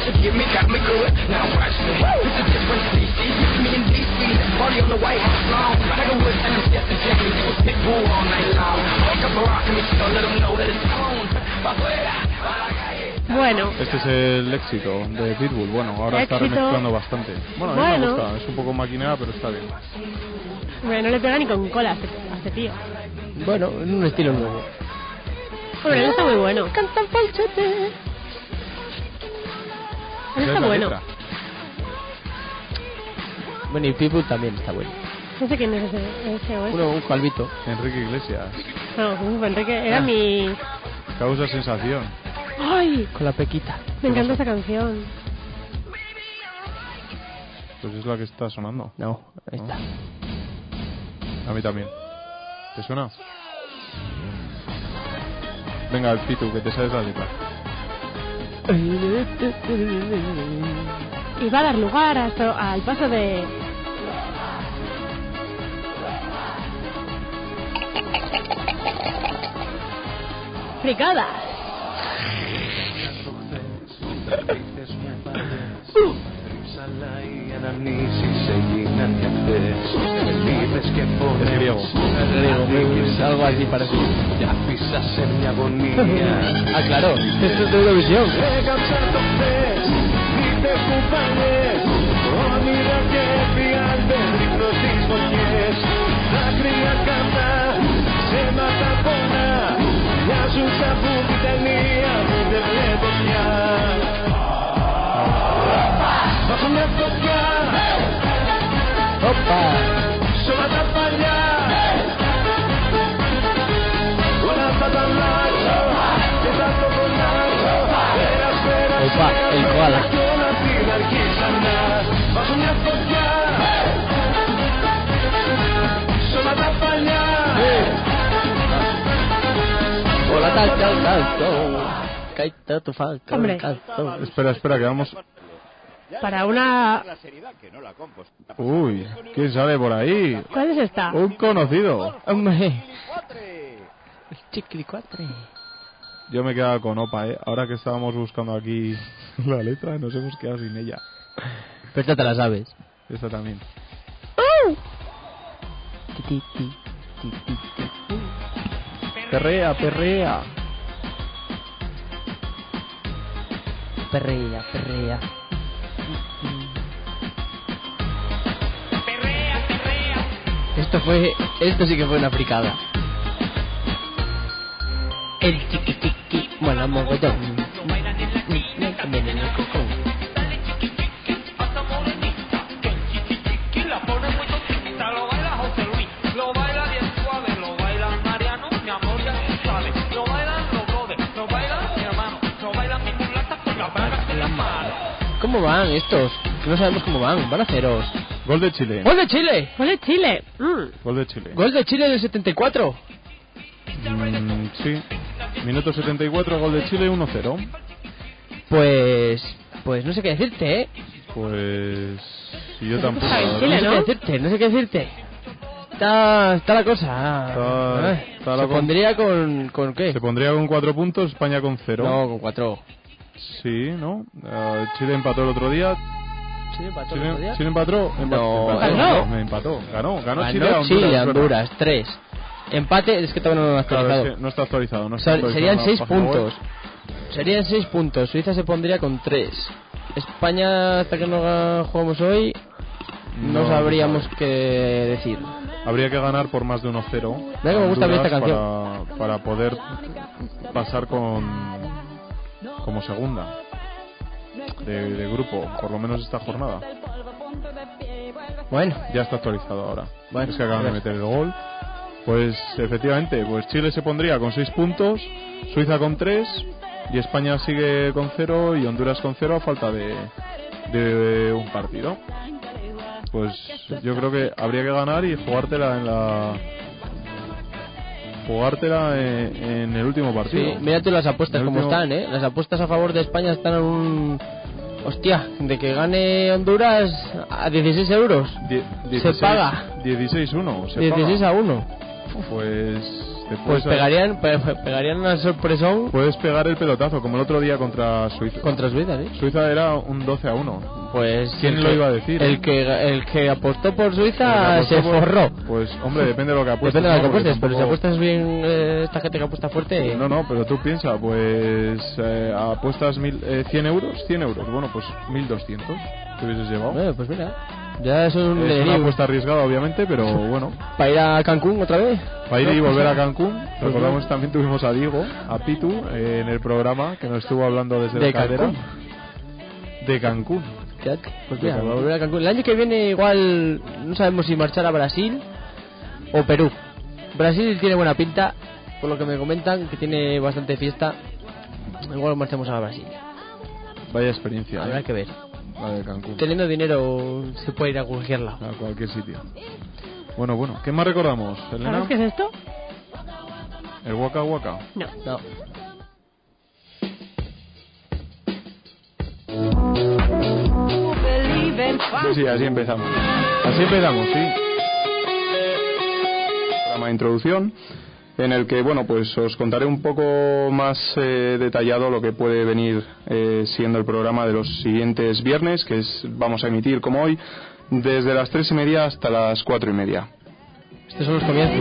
S9: She give me, got me good. Now watch me. It's a different species. Me and DC. Let's party on the White House lawn. Tiger Woods and I'm Jesse James. It was Pitbull all night long. Wake up Barack and Michelle. Let 'em know that it's on. Afuera.
S4: Bueno,
S2: Este es el éxito de Pitbull. Bueno, ahora está
S4: Éxito.
S2: remezclando bastante. Bueno, a mí me
S4: Bueno.
S2: gusta. Es un poco maquinera, pero está
S4: [LAUGHS]
S2: bien.
S4: bueno, no le pega ni con cola a este, a este tío.
S3: Bueno, es un estilo nuevo.
S4: Hombre, él está muy bueno.
S5: Canta el falsete.
S2: Esa
S4: Él
S2: es
S4: está
S2: la
S4: bueno.
S2: letra.
S3: Bueno, y Pitbull también está bueno.
S4: No sé quién es ese. ese o ese.
S3: Uno, un calvito.
S2: Enrique Iglesias.
S4: No, uf, Enrique, era
S3: Ah.
S4: mi...
S2: Causa sensación.
S4: ¡Ay!
S3: Con la pequita.
S4: Me encanta esta canción.
S2: Pues es la que está sonando.
S3: No, ahí está.
S2: A mí también. ¿Te suena? Venga, el Pitu, que te sabes la letra.
S4: Y va a dar lugar hasta, al paso de... Fricadas.
S2: Es griego.
S7: Ah,
S3: Griego, pues, algo así parecido. [LAUGHS] Ah, claro. Esto es de Eurovisión. Opa. Opa, el koala. Hola, tal, tal, tal. Caita tu falta.
S4: Hombre.
S2: Espera, espera, que vamos.
S4: Para una...
S2: Uy, ¿quién sale por ahí?
S4: ¿Cuál es esta?
S2: Un conocido.
S3: Hombre. El chiclicuatre.
S2: Yo me he quedado con Opa, ¿eh? Ahora que estábamos buscando aquí [LAUGHS] la letra, nos hemos quedado sin ella.
S3: Pero esta te la sabes.
S2: Esta también.
S3: Ti, ti, ti, ti, ti, ti. Perrea, perrea. Perrea, perrea. Esto fue, esto sí que fue una fricada. El chiqui chiqui mola mogollón. Viene en el cocón. ¿Cómo van estos? Que no sabemos cómo van. Van a ceros.
S2: Gol de Chile.
S3: ¡Gol de Chile!
S4: ¿Cuál es Chile? Mm.
S2: Gol de Chile.
S3: ¡Gol de Chile del 74!
S2: Mm, sí. Minuto 74, gol de Chile 1-0.
S3: Pues. Pues no sé qué decirte, ¿eh?
S2: Pues. Yo tampoco.
S4: pasa en Chile?
S3: no sé
S4: ¿no?
S3: qué decirte, no sé qué decirte. Está, está la cosa.
S2: Está-
S3: Eh,
S2: está
S3: Se
S2: la con-
S3: pondría con. ¿Con qué?
S2: Se pondría con 4 puntos, España con 0.
S3: No, con cuatro.
S2: Sí, ¿no? Eh, Chile empató el otro día.
S3: Chile empató el
S2: Chile,
S3: otro día.
S2: Chile empató. Empa-
S3: No,
S2: empató.
S3: ganó.
S2: Me empató. Ganó. Ganó,
S3: Ganó
S2: Chile a Honduras.
S3: Chile,
S2: es verdad.
S3: Honduras, tres. Empate, es que todavía no lo han
S2: Claro,
S3: actualizado.
S2: es que no está actualizado. No
S3: O
S2: está
S3: sea,
S2: actualizado
S3: serían
S2: la
S3: seis
S2: página web.
S3: puntos. Serían seis puntos. Suiza se pondría con tres. España, hasta que no ga- jugamos hoy, no,
S2: No,
S3: sabríamos
S2: no sabe.
S3: qué decir.
S2: Habría que ganar por más de 1-0.
S3: Mira que me gusta a mí
S2: Honduras
S3: esta
S2: Para, para poder pasar con como segunda de, de grupo, por lo menos esta jornada.
S3: Bueno,
S2: Ya está actualizado ahora.
S3: Bueno,
S2: es que acaban de
S3: gracias.
S2: meter el gol. Pues efectivamente, pues Chile se pondría con 6 puntos, Suiza con 3 y España sigue con 0 y Honduras con 0 a falta de, de un partido. Pues yo creo que habría que ganar y jugártela en la jugártela en, en el último partido.
S3: sí, mira tú las apuestas
S2: El
S3: como
S2: último-
S3: están, ¿eh? Las apuestas a favor de España están a un... Hostia, de que gane Honduras a 16 euros.
S2: Die-
S3: Se paga.
S2: 16-1. se
S3: 16
S2: paga.
S3: a 1.
S2: Pues Te
S3: Pues
S2: puedes,
S3: pegarían, pe- pe- pegarían una sorpresón
S2: puedes pegar el pelotazo, como el otro día contra Suiza.
S3: contra Suiza, ¿sí?
S2: Suiza era un 12 a 1.
S3: Pues
S2: ¿Quién
S3: el
S2: lo
S3: que-
S2: iba a decir?
S3: El que el que apostó por Suiza
S2: Porque
S3: Ah, se
S2: apostó por-
S3: forró.
S2: Pues, hombre, depende de lo que apuestes.
S3: Depende de lo que
S2: ¿no? Porque
S3: apuestes, pero si
S2: tampoco-
S3: apuestas bien eh, esta gente que apuesta fuerte,
S2: No, no, pero tú piensa, pues eh, apuestas mil, eh, 100 euros, 100 euros, bueno, pues 1200 te hubieses llevado.
S3: eh, pues mira, ya es un
S2: es una
S3: dinerío.
S2: apuesta arriesgada, obviamente,
S3: [LAUGHS]
S2: pero bueno,
S3: para ir a Cancún otra vez.
S2: para ir y
S3: No, pues
S2: volver a
S3: sí. [LAUGHS]
S2: Cancún, recordamos también tuvimos a Diego, a Pitu, eh, en el programa que nos estuvo hablando desde
S3: De
S2: la cadera.
S3: Cancún.
S2: De Cancún.
S3: Ya, Pues
S2: De
S3: mira,
S2: Cancún.
S3: volver a Cancún. El año que viene igual no sabemos si marchar a Brasil o Perú. Brasil tiene buena pinta, por lo que me comentan, que tiene bastante fiesta. Igual marchamos a Brasil.
S2: Vaya experiencia,
S3: Habrá
S2: eh,
S3: que ver.
S2: la de Cancún.
S3: Teniendo dinero se puede ir a cualquier lado.
S2: A cualquier sitio. Bueno, bueno, ¿qué más recordamos, Elena?
S4: ¿Sabes qué es esto?
S2: El Waka Waka.
S4: No.
S3: No.
S2: Sí, así empezamos. Así empezamos, sí. Programa de introducción en el que, bueno, pues os contaré un poco más eh, detallado lo que puede venir eh, siendo el programa de los siguientes viernes, que es, vamos a emitir como hoy, desde las tres y media hasta las cuatro y media.
S3: Estos son los comienzos.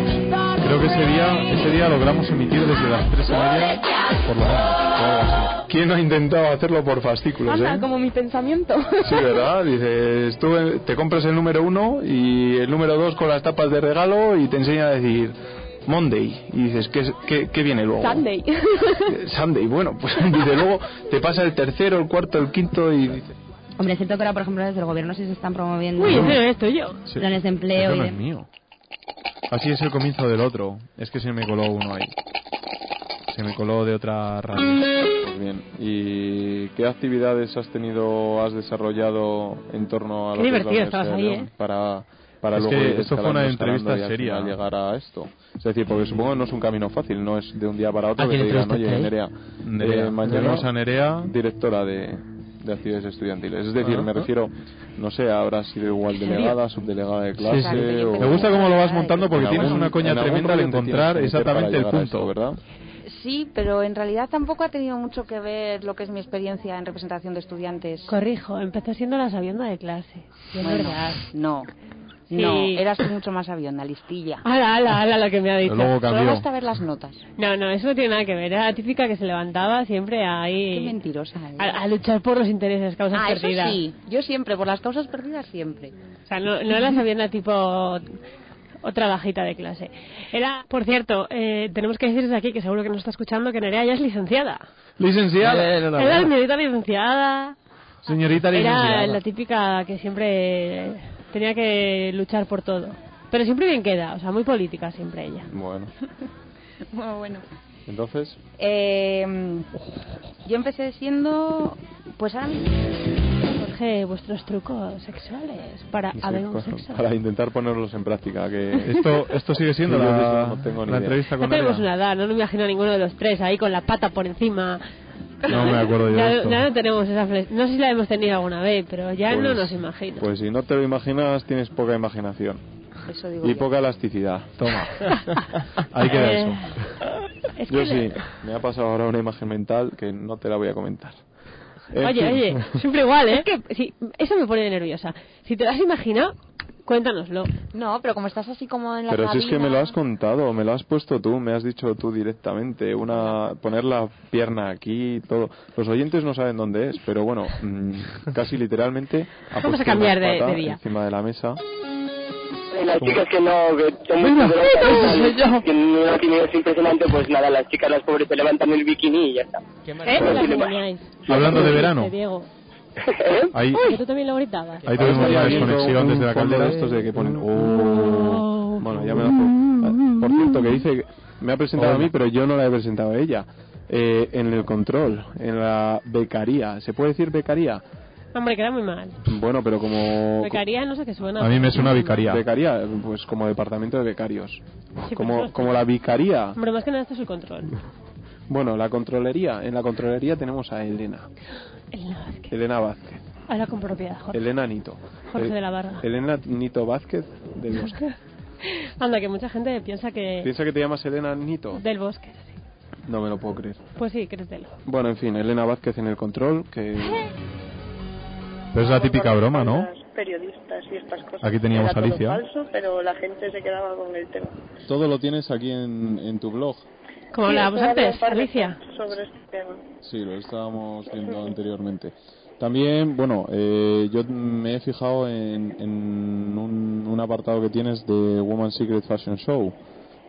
S2: Creo que ese día, ese día logramos emitir desde las tres y media por lo menos. ¿Quién ha intentado hacerlo por fascículos,
S1: Anda,
S2: eh?
S1: como mi pensamiento.
S2: Sí, ¿verdad? Dices, tú te compras el número uno y el número dos con las tapas de regalo y te enseña a decir Monday. Y dices, ¿qué, qué, qué viene luego?
S1: Sunday.
S2: Eh, Sunday, bueno, pues [LAUGHS] dice luego te pasa el tercero, el cuarto, el quinto y dices...
S10: Hombre, siento que ahora, por ejemplo, desde el gobierno sí se están promoviendo
S4: Uy, en serio, esto yo.
S10: planes de empleo. y de-
S2: mío. Así es el comienzo del otro. Es que se me coló uno ahí. Se me coló de otra radio. Pues bien. ¿Y qué actividades has tenido, has desarrollado en torno a lo
S4: Qué
S2: que es la
S4: divertido estabas
S2: Universidad
S4: ahí,
S2: de León
S4: ¿eh?
S2: para para
S11: Es
S2: luego
S11: que
S2: ir
S11: esto fue
S2: escalando,
S11: una
S2: escalando
S11: entrevista
S2: y al
S11: seria.
S2: final llegar a esto. Es decir, porque supongo que no es un camino fácil, no es de un día para otro
S4: Ah,
S3: ¿A
S2: que
S3: quién
S2: te digan, oye,
S3: entrevistaste
S11: ahí?
S2: Nerea,
S11: Nerea.
S2: eh, mañana
S11: Tenemos a
S2: Nerea, directora de, de actividades estudiantiles. Es decir,
S11: Ajá.
S2: me refiero, no sé, habrá sido igual delegada, subdelegada de clase.
S10: sí.
S2: o-
S10: Me gusta cómo lo vas montando
S2: En algún- en algún rollo te tienes que meter para llegar a esto, ¿verdad?
S1: Sí, pero en realidad tampoco ha tenido mucho que ver lo que es mi experiencia en representación de estudiantes.
S4: Corrijo, empezó siendo la sabienda de clase. Y es
S1: Bueno,
S4: verdad.
S1: no. No,
S4: Sí. Ah,
S1: eras tú mucho más aviona, listilla.
S4: Ala, ala, ala, lo que me ha dicho.
S2: Pero luego
S1: Solo
S2: cambió.
S1: basta ver las notas.
S4: No, no, eso no tiene nada que ver. Era la típica que se levantaba siempre
S1: Qué
S4: ahí
S1: mentirosa. ¿eh?
S4: a, a luchar por los intereses, causas
S1: Ah, eso
S4: perdidas.
S1: sí. Yo siempre, por las causas perdidas, siempre.
S4: O sea, no, no era sabienda tipo otra bajita de clase. Era, por cierto, eh, tenemos que decirles aquí, que seguro que nos está escuchando, que Nerea ya es licenciada.
S2: Licenciada,
S3: Eh, no, no,
S4: era
S3: no.
S4: señorita licenciada.
S2: señorita
S4: Era
S2: licenciada.
S4: la típica que siempre tenía que luchar por todo. Pero siempre bien queda, o sea, muy política siempre ella.
S2: Bueno,
S1: Bueno, bueno.
S2: entonces,
S1: Eh, yo empecé siendo... Pues ahora mismo...
S4: Jorge, vuestros trucos sexuales para
S2: sí,
S4: haber un
S2: con-
S4: sexo.
S11: Para intentar ponerlos en práctica. Que
S2: esto, esto sigue siendo
S11: Yo de eso
S2: la,
S11: no tengo ni
S2: la
S11: idea.
S2: entrevista
S4: No
S2: con
S4: tenemos
S2: Nerea.
S4: una edad, no me imagino a ninguno de los tres ahí con la pata por encima.
S2: No me acuerdo yo
S4: ya,
S2: de esto.
S4: ya no tenemos esa flex- No sé si la hemos tenido alguna vez, pero ya no
S11: Pues-
S4: nos imagino.
S11: Pues si no te lo imaginas, tienes poca imaginación
S1: Eso digo
S11: y
S1: yo.
S11: poca elasticidad.
S2: Toma. Ahí queda
S4: Eh,
S2: eso.
S4: [LAUGHS] es que
S11: Yo sí, me ha pasado ahora una imagen mental que no te la voy a comentar. En
S4: Oye,
S11: fin. [LAUGHS]
S4: oye, siempre igual, ¿eh? Es que sí, eso me pone nerviosa. Si te lo has imaginado, cuéntanoslo.
S1: No, pero como estás así como en la
S11: Pero si es que me lo
S1: cabina-
S11: has contado, me lo has puesto tú, me has dicho tú directamente, una poner la pierna aquí, y todo. Los oyentes no saben dónde es, pero bueno,
S4: [LAUGHS]
S11: mm, casi literalmente. ha
S4: Vamos a
S11: puesto una
S4: cambiar de-
S11: pata
S4: de día.
S11: Encima de la mesa.
S6: Y las chicas que no, que son muy poderosas, que no una timidez impresionante, pues nada, las chicas, las pobres, se levantan el bikini y ya está.
S4: ¿Eh? No la
S6: Sí,
S4: teníais.
S2: Hablando de verano,
S4: Dice Diego.
S6: ¿Eh?
S2: ahí,
S4: Que tú también lo gritabas.
S2: ahí tuvimos
S11: Ahora
S2: una
S11: está
S2: desconexión
S11: viendo
S2: desde la
S11: un fondo
S2: caldera.
S11: de estos de que ponen, "Oh". Bueno, ya me lo hace. Por cierto, que dice que me ha presentado a mí, pero yo no la he presentado a ella. Eh, en el control, en la becaría. ¿Se puede decir becaría?
S4: Hombre, queda muy mal.
S11: Bueno, pero como.
S4: Becaría, no sé qué suena.
S2: A mí me suena vicaría.
S11: Becaría, pues como departamento de becarios.
S4: Sí,
S11: Como,
S4: pero-
S11: como la vicaría.
S4: Hombre, más que nada esto es el control.
S11: Bueno, la controlería. En la controlería tenemos a Elena.
S4: Elena Vázquez.
S11: Elena Vázquez.
S4: Habla con propiedad, Jorge.
S2: Eh,
S11: Elena Nito.
S4: Jorge
S11: El-
S4: de la Barra.
S11: Elena Nito Vázquez de Bosque.
S4: Anda, que mucha gente piensa que...
S2: Piensa que te llamas Elena Nito.
S4: Del bosque.
S2: No me lo puedo creer.
S4: Pues sí, que eres del
S2: Bueno, en fin, Elena Vázquez en el control,
S4: ¿Eh?
S2: que...
S7: Pero es la típica broma, ¿no?
S12: Los periodistas y estas cosas.
S7: Aquí teníamos
S12: Era
S7: a Alicia.
S12: Todo falso, pero la gente se quedaba con el tema.
S2: Todo lo tienes aquí en, en tu blog.
S4: Como
S12: Sí,
S4: hablábamos
S12: eso había
S4: antes,
S12: un par de
S4: Alicia.
S12: cosas Sobre este tema.
S2: Sí, lo estábamos viendo anteriormente. También, bueno, eh, yo me he fijado en, en un, un apartado que tienes de Woman's Secret Fashion Show,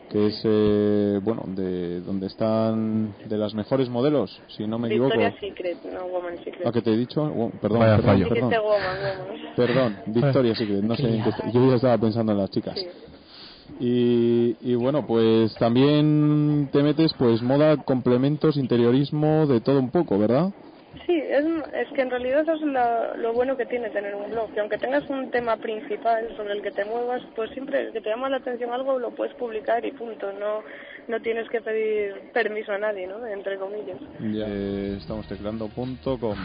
S2: que es, eh, bueno, de donde están de las mejores modelos, si no me equivoco.
S12: Victoria's Secret, no Woman's Secret.
S2: ¿A que te he dicho? Wo- Perdón,
S7: Vaya
S2: perdón,
S7: fallo.
S12: Secret
S2: perdón.
S12: de Woman, Woman.
S2: Perdón, Victoria Secret, no sé en qué está- Yo ya estaba pensando en las chicas. Y, y bueno, pues también te metes pues moda, complementos, interiorismo, de todo un poco, ¿verdad?
S12: Sí, es, es que en realidad eso es lo, lo bueno que tiene tener un blog, que aunque tengas un tema principal sobre el que te muevas, pues siempre el que te llama la atención algo lo puedes publicar y punto, no no tienes que pedir permiso a nadie, ¿no? Entre comillas.
S2: Eh, estamos teclando.com.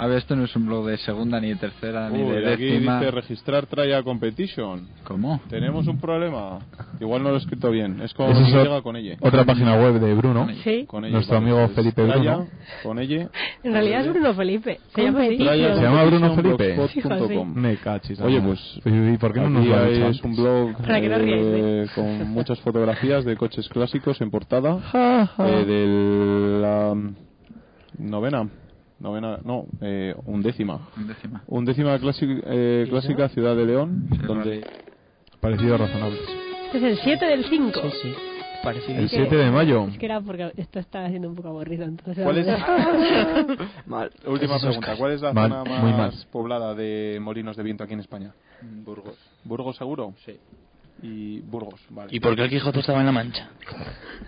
S13: A ver, esto no es un blog de segunda, ni de tercera, ni
S2: Uy,
S13: de
S2: aquí
S13: décima.
S2: dice registrar trial competition.
S13: ¿Cómo?
S2: Tenemos un problema. Igual no lo he escrito bien. Es como
S7: Esa es
S2: no
S7: o-
S2: llega con ella.
S7: otra página web de Bruno.
S4: Sí.
S2: Con ella,
S7: Nuestro
S2: vale,
S7: amigo
S2: pues,
S7: Felipe
S2: traya,
S7: Bruno.
S2: Con ella.
S4: En realidad es Bruno Felipe. Se llama así.
S2: Traya
S7: Se llama Bruno Felipe.
S2: blogspot.com.
S7: Me cachis.
S2: Oye,
S7: Ana.
S2: pues,
S7: ¿Y por qué no nos
S2: Aquí
S7: lo ha
S2: es
S7: dicho antes?
S2: un blog
S4: [LAUGHS] Para que no
S2: eh,
S4: ríais,
S2: con muchas fotografías de coches clásicos en portada
S7: Ja, ja.
S2: eh, de la mm, novena, novena, no, eh, undécima,
S13: Undécima.
S2: undécima clasi- eh, clásica ciudad de León, donde
S7: Parecido razonable.
S4: Este es el 7 del 5. Sí, sí.
S7: El 7 de mayo.
S4: Es que era porque esto estaba siendo un poco aburrido. Entonces
S2: ¿Cuál es?
S13: Mal.
S2: Última
S13: Ese es
S2: pregunta.
S13: Oscar.
S2: ¿Cuál es la
S7: Mal,
S2: zona
S7: muy mal.
S2: más poblada de molinos de viento aquí en España?
S13: Burgos.
S2: Burgos seguro.
S13: Sí.
S2: Y Burgos, vale.
S6: ¿Y por qué el Quijote estaba en la mancha?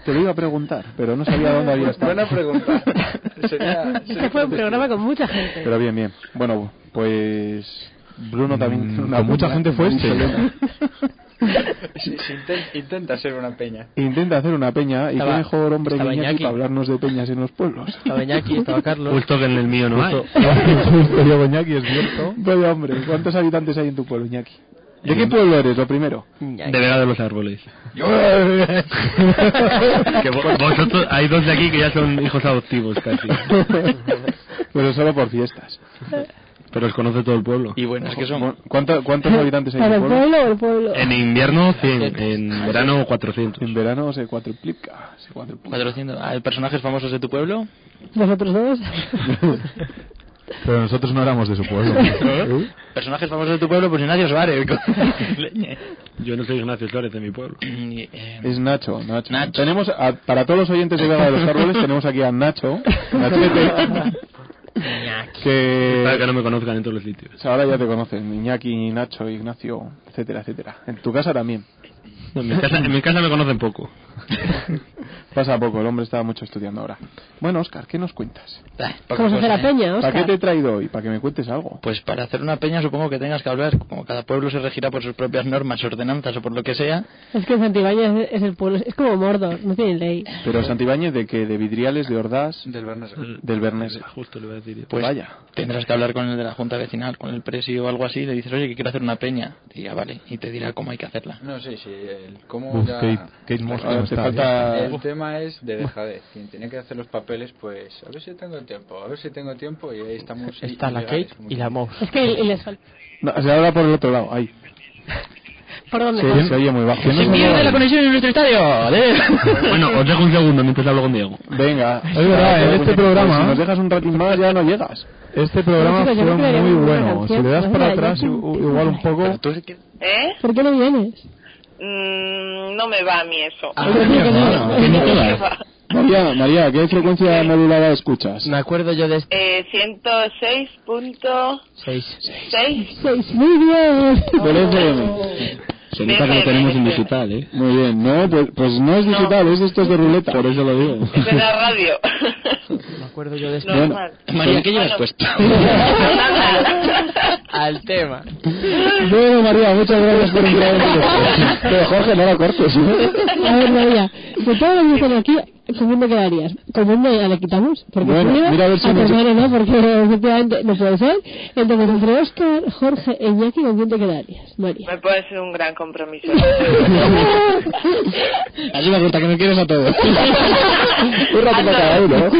S2: Te lo iba a preguntar, pero no sabía dónde había estado.
S6: Buena pregunta.
S4: [LAUGHS] Este fue un programa con mucha gente.
S2: Pero bien, bien. Bueno, pues Bruno también. tiene una
S7: Mm, con mucha
S2: peña
S7: gente fue
S2: en
S7: este.
S2: Barcelona.
S6: [LAUGHS] Sí, sí, inten- intenta ser una peña.
S2: Intenta hacer una peña y
S6: Estaba-
S2: qué mejor hombre que
S6: estaba
S2: Iñaki
S6: Iñaki.
S2: para hablarnos de peñas en los pueblos. [LAUGHS] Pues,
S3: Estaba Iñaki, estaba Carlos.
S6: Justo que en el mío no hay.
S7: Justo Diego Pues, Iñaki, es cierto.
S2: Vaya pues, hombre, ¿cuántos habitantes hay en tu pueblo, Iñaki? ¿De qué pueblo eres, lo primero?
S6: De Vega de los Árboles.
S7: eh.
S6: Que vo- vosotros, hay dos de aquí que ya son hijos adoptivos casi.
S2: [LAUGHS] Pero solo por fiestas.
S6: Pero os conoce todo el pueblo. Y buenas que
S2: son. ¿Cuánto- ¿Cuántos habitantes hay en
S14: ¿Para
S2: el
S14: el
S2: pueblo?
S14: pueblo o el pueblo?
S7: Eh.
S6: En invierno 100, en verano 400.
S2: En verano se cuatruplica. Se cuatruplica.
S6: 400. Ah, personajes famosos de tu pueblo?
S14: ¿Nosotros dos?
S7: Pero nosotros no éramos de su pueblo. ¿Eh?
S6: Personajes famosos de tu pueblo, pues Ignacio Suárez.
S14: [LAUGHS]
S13: Yo no soy Ignacio Flores de mi pueblo.
S2: Es Nacho, Nacho.
S6: eh, Nacho.
S2: Tenemos a- para todos los oyentes de Vega de los Árboles tenemos aquí a Nacho, Nachete,
S13: Para que
S2: que
S13: no me conozcan en todos los sitios.
S2: ahora ya te conocen, Iñaki, Nacho, Ignacio, etcétera, etcétera. En tu casa también.
S13: En mi casa, en mi casa me conocen poco.
S2: Pasa poco, el hombre está mucho estudiando ahora. Bueno, Oscar, ¿qué nos cuentas?
S14: Vamos a hacer la peña,
S2: ¿Para qué
S14: Oscar.
S2: te he traído hoy? Para que me cuentes algo.
S6: ¿eh? Pues para hacer una peña supongo que tengas que hablar, como cada pueblo se regirá por sus propias normas, ordenanzas o por lo que sea.
S14: Es que Santibáñez es- es el pueblo, es como Mordor, no tiene ley.
S2: Pero Santibáñez, ¿de qué? ¿De Vidriales, de Ordaz,
S13: Del Bernés.
S2: del Bernés?
S13: Justo le voy a decir yo.
S6: Pues
S2: Vaya.
S6: tendrás que hablar con el de la junta vecinal, con el presio o algo así, le dices, oye, que quiero hacer una peña. Te dirá, vale, y te dirá cómo hay que hacerla.
S15: No, sí, sí. El cómo
S7: Uf,
S15: ya...
S7: Kate, Kate Moss
S2: Ahora
S7: no
S2: te
S7: está.
S2: falta-
S15: El tema es de dejadez. Quien tenía que hacer los papeles, pues a ver si tengo tiempo, a ver si tengo tiempo y ahí estamos.
S3: Está la Kate y la Mouse.
S4: Es que el- el-
S2: No, se habla por el otro lado, ahí.
S4: ¿Por dónde?
S2: Se, se oye muy bajo. No se mueve.
S6: conexión en nuestro estadio!
S13: Bueno, os dejo un segundo mientras hablo con Diego.
S2: Venga.
S7: Es verdad, en este
S2: Si
S7: programa,
S2: nos dejas un ratín más, ya no llegas.
S7: este programa
S14: Chicos, yo
S7: fue
S14: creo que
S7: muy
S14: deberíamos poner una
S7: bueno. Si
S14: canción.
S7: le das
S14: Pues
S7: para
S14: mira, yo
S7: atrás,
S14: tengo-
S7: u- igual un poco.
S12: ¿Eh?
S14: ¿Por qué no vienes?
S12: Mm, no me va a mí eso.
S3: Ah,
S2: María, María, ¿qué frecuencia modulada escuchas?
S3: Me acuerdo yo de este.
S12: Eh, 106.6.
S3: Eh, Seis.
S14: Seis, muy bien.
S2: Del FM.
S13: Se nota que no tenemos un digital, ¿eh?
S2: Muy bien, no, pues, pues no es
S12: No.
S2: digital, es de estos de ruleta.
S13: Por eso lo digo.
S12: Es de la radio.
S3: Me acuerdo yo de este.
S12: Normal.
S6: María, ¿qué llevas puesto?
S3: [LAUGHS] Al tema.
S2: Bueno, María, muchas gracias por entrar en directo. Pero Jorge, no la cortes. ¿eh? [LAUGHS]
S14: A ver, María, de todos los que están aquí,
S4: ¿Con quién te quedarías? ¿Con dónde ya le quitamos? Porque
S2: Bueno,
S4: Julio,
S2: mira a ver si nos-
S4: Romero no, porque efectivamente no puede ser. Entonces, entre Oscar, Jorge e Iñaki, ¿con quién te quedarías, María?
S14: [LAUGHS] [LAUGHS] Me puede ser un gran compromiso.
S2: [LAUGHS]
S3: Así me gusta que me quieres a todos.
S2: [LAUGHS] Un rato para cada uno, ¿eh?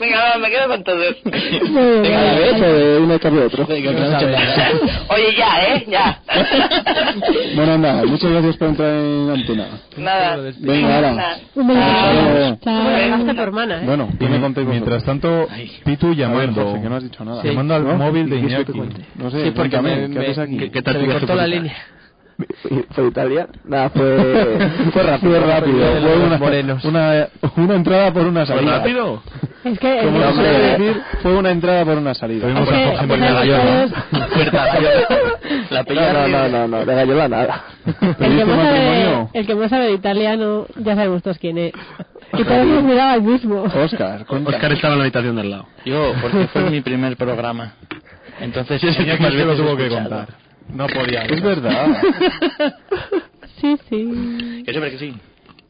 S14: Venga, va, me quedo con todos.
S2: Venga, a la vez o de uno cambio de otro.
S14: Oye, ya, ¿eh? Ya.
S2: Bueno, anda, muchas gracias por entrar en antena.
S14: Nada.
S3: este.
S2: Venga,
S14: [LAUGHS]
S2: ahora.
S14: Nada.
S4: Un
S2: Venga,
S16: Hasta tu hermana, ¿eh?
S7: Bueno, mientras tanto, Pitu llamando.
S2: Jorge, que no has dicho nada.
S7: Llamando al
S2: ¿No?
S7: móvil de
S2: ¿Y qué es que te
S7: Iñaki.
S2: cuente? No sé,
S7: Sí, porque
S2: cuéntame,
S7: me-
S2: ¿qué
S7: me-
S2: haces aquí?
S7: ¿qué- qué tal Se te me cortó viaje por la Italia?
S3: [LAUGHS]
S17: ¿Fue Italia? Nada,
S2: fue, fue rápido, fue rápido. Fue una, una, una entrada por una
S7: ¿Fue
S2: salida.
S7: rápido?
S4: Es que
S2: Como ¿eh?
S7: No,
S2: se suele
S7: hombre.
S2: decir, fue una entrada por una salida.
S7: Tuvimos a Jorge por Nueva York, ¿no?
S2: [LAUGHS]
S3: La
S2: no, no, no, no, de Gallola
S7: [LAUGHS]
S2: nada.
S4: El que,
S2: ¿Pediste
S4: más sabe,
S2: matrimonio?
S4: el que más sabe de italiano, ya sabemos todos quién
S2: [LAUGHS]
S4: es. Y todos nos miraba al mismo.
S2: Oscar,
S3: Oscar estaba en la habitación del lado. Yo, porque fue mi primer programa. Entonces, es el que más
S7: se lo
S3: veces
S7: tuvo que
S3: he escuchado.
S7: contar. No podía.
S2: Es verdad.
S4: [LAUGHS] Sí, sí.
S3: Que siempre que sí.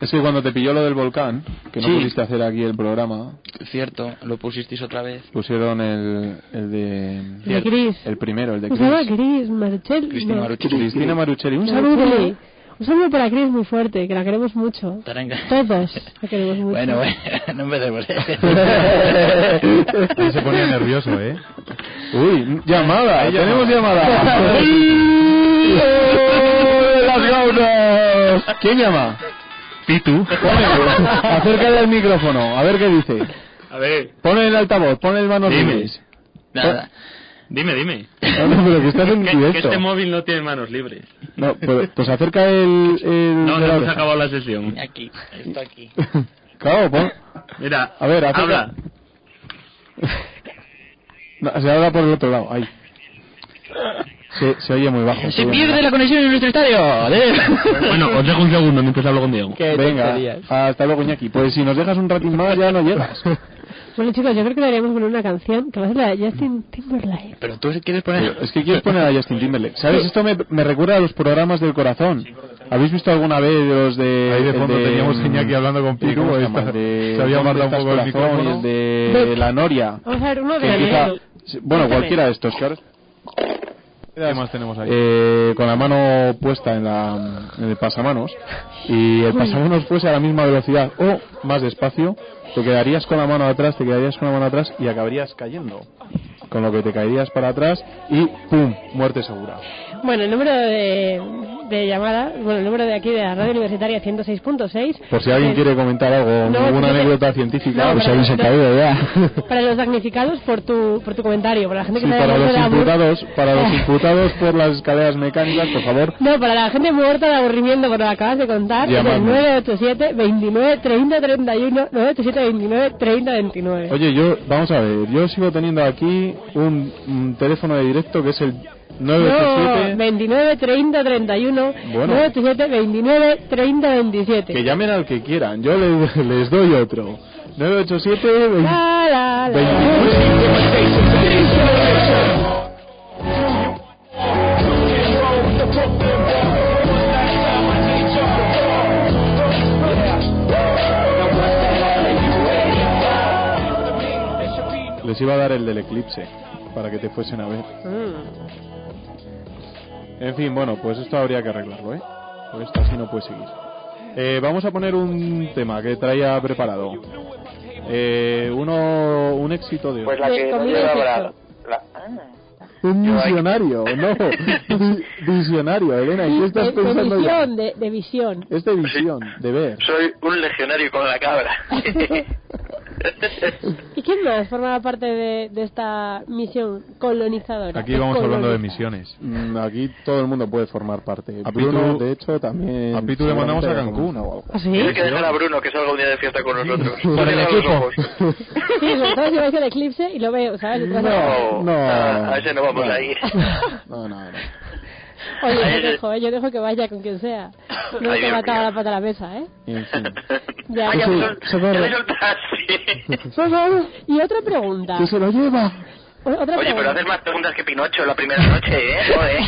S2: Es que cuando te pilló lo del volcán, que no
S3: Sí.
S2: pudiste hacer aquí el programa,
S3: Cierto, lo pusisteis otra vez.
S2: pusieron el, el de...
S3: de
S4: Chris.
S2: El primero, el de
S4: ¿Cómo se llama
S2: Chris.
S4: Cris? Maruchel.
S2: Cristina
S4: no.
S2: Maruchelli. Cristina Maruchelli. Un
S4: Maruchelli. Un saludo para Cris muy fuerte, que la queremos mucho.
S3: Taranca.
S4: Todos
S2: [LAUGHS]
S4: la queremos mucho.
S3: Bueno, bueno, no empecemos.
S7: Ahí se ponía nervioso, ¿eh?
S2: Uy, llamada,
S7: Ahí
S2: tenemos
S7: llamada.
S3: [LAUGHS]
S2: llamada. ¡Sí! ¡Las gaunas! ¿Quién llama?
S7: Pitu.
S2: Acércale al micrófono, a ver qué dice.
S6: A ver,
S2: Pon el altavoz, pon el manos
S6: Dime.
S2: libres.
S6: nada. Dime, dime.
S2: No, no, pero que estás en
S6: [LAUGHS] Que- que
S2: directo.
S6: este móvil no tiene manos libres.
S2: No, pero, pues acerca el... el
S6: [LAUGHS] No,
S2: de
S6: no
S2: la
S6: hemos
S2: oreja.
S6: acabado la sesión. Aquí, está aquí.
S2: [LAUGHS] Claro, pon...
S6: Mira,
S2: pues. A ver, acerca.
S6: habla.
S2: [LAUGHS] No, se habla por el otro lado, ahí. Se, se oye muy bajo.
S3: Se
S2: oye muy
S3: pierde
S2: bajo.
S3: la conexión en nuestro estadio.
S2: Bueno, os
S3: [LAUGHS]
S6: dejo un segundo mientras hablo con Diego.
S2: Venga, hasta luego, Iñaki. Pues si nos dejas un ratín más ya no llegas.
S4: Bueno, chicos, yo creo que deberíamos poner una canción que va a ser la de
S2: Mm.
S4: Justin Timberlake.
S3: Pero tú quieres
S2: poner... Es que quieres poner a Justin Timberlake. ¿Sabes? Esto me, me recuerda a los programas del corazón. ¿Habéis visto alguna vez los de...
S7: Ahí de
S2: el
S7: fondo teníamos
S2: mm,
S7: Iñaki hablando con Piru,
S2: ¿cómo se
S7: ahí
S2: llama?
S7: está.
S2: De
S7: Se había
S2: ¿Dónde
S7: guardado un
S2: estás,
S7: poco el
S2: corazón? Y
S7: micrófono.
S2: el de,
S7: Ve-
S2: La Noria.
S4: Vamos a ver, uno
S2: que
S4: de
S2: empieza-
S4: enero.
S2: Bueno,
S4: Cuéntame.
S2: cualquiera de estos, claro.
S7: ¿Qué más tenemos ahí?
S2: Eh, con la mano puesta en, la, en el pasamanos y el
S7: Uy.
S2: pasamanos fuese a la misma velocidad o más despacio, te quedarías con la mano atrás, te quedarías con la mano atrás y acabarías cayendo. Con lo que te caerías para atrás y ¡pum! Muerte segura.
S16: Bueno, el número de, de llamada, bueno, el número de aquí de la radio universitaria 106.6.
S2: Por si alguien
S16: Eh,
S2: quiere comentar algo,
S16: No,
S2: alguna
S16: no te-
S2: anécdota científica,
S16: No,
S2: pues
S16: pero-
S2: alguien se ha caído ya.
S16: [LAUGHS] Para los damnificados por tu, por tu comentario, para la gente
S2: Sí,
S16: que está
S2: para
S16: muerta
S2: los
S16: de aburri-
S2: imputados,
S16: [LAUGHS]
S2: para los imputados por las escaleras mecánicas, por favor,
S16: No, para la gente muerta de aburrimiento por lo que acabas de contar, es el
S2: Llamadme.
S16: 987 29 30 31 987 29 30 29.
S2: Oye, yo, vamos a ver, yo sigo teniendo aquí un, un teléfono de directo que es el
S16: No,
S2: 987.
S16: 29, 30, 31,
S2: Bueno.
S16: 987, 29, 30, 27.
S2: Que llamen al que quieran, yo les, [LAUGHS] les doy otro. 987
S16: La, la, la.
S2: 29. Les iba a dar el del eclipse para que te fuesen a ver. En fin, bueno, pues esto habría que arreglarlo, ¿eh? Pues esto así no puede seguir. Eh, vamos a poner un tema que traía preparado. Eh, uno, un éxito de
S18: Pues la que nos lleva para... La... Ah.
S2: Un visionario, no. vi- visionario, Elena, ¿y qué estás
S4: De, de
S2: pensando ya?
S4: Este visión, de, de visión.
S2: Es de visión, de ver.
S6: Soy un legionario con
S18: [LAUGHS]
S6: la cabra.
S4: ¿Y quién más formaba parte de, de esta misión colonizadora?
S7: Aquí vamos hablando de
S4: Coloniza.
S7: misiones.
S2: Mm, Aquí todo el mundo puede formar parte.
S7: A
S2: Bruno,
S7: Pitu-
S2: de hecho, también.
S7: a Pitu le mandamos a
S2: seguramente
S7: Cancún.
S2: le conozca o algo.
S4: ¿Ah,
S6: Tienes que dejar a Bruno que salga un día de fiesta con nosotros. Cierra los ojos.
S4: Sí, sobre todo si vais al eclipse y lo veo, ¿sabes? Detrás de-
S6: No,
S2: No.
S6: A, a ese no vamos
S2: No.
S6: a ir. [LAUGHS]
S2: No, no, no.
S4: Oye,
S6: Ahí
S4: yo
S6: es-
S4: dejo, eh, yo dejo que vaya con quien
S6: [COUGHS]
S4: sea. No
S6: Ay,
S4: te
S6: Dios
S4: mataba
S6: mío.
S4: la pata a la mesa, ¿eh?
S2: En
S6: [LAUGHS]
S7: [LAUGHS]
S2: fin.
S4: Ya.
S6: Ay, que me sol-
S2: se borra.
S6: que me [LAUGHS] soltaste.
S4: Y otra pregunta.
S2: Que se lo lleva.
S4: o- Otra
S6: Oye, pero
S4: pregunta.
S6: haces más preguntas que Pinocho la primera noche, ¿eh? Joder.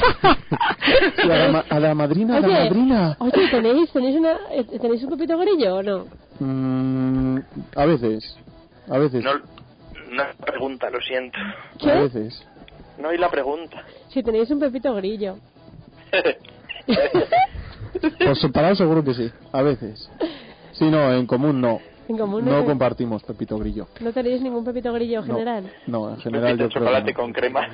S2: Y a, la, ma- a la madrina, a la
S4: Oye,
S2: madrina.
S4: oye, ¿tenéis, tenéis, una, eh, ¿tenéis un pepito grillo o no?
S2: Mm, a veces. A veces.
S6: No, no es la pregunta, lo siento.
S2: A veces.
S6: No hay la pregunta.
S4: Si tenéis un pepito
S6: [LAUGHS]
S4: grillo.
S2: Por separado seguro que sí. A veces. Sí, no, en común no.
S4: En común
S2: no
S4: no,
S2: compartimos Pepito Grillo.
S4: no tenéis ningún pepito grillo
S2: No.
S4: general.
S2: No, en general yo creo
S6: chocolate
S2: que no. [LAUGHS]
S6: con crema.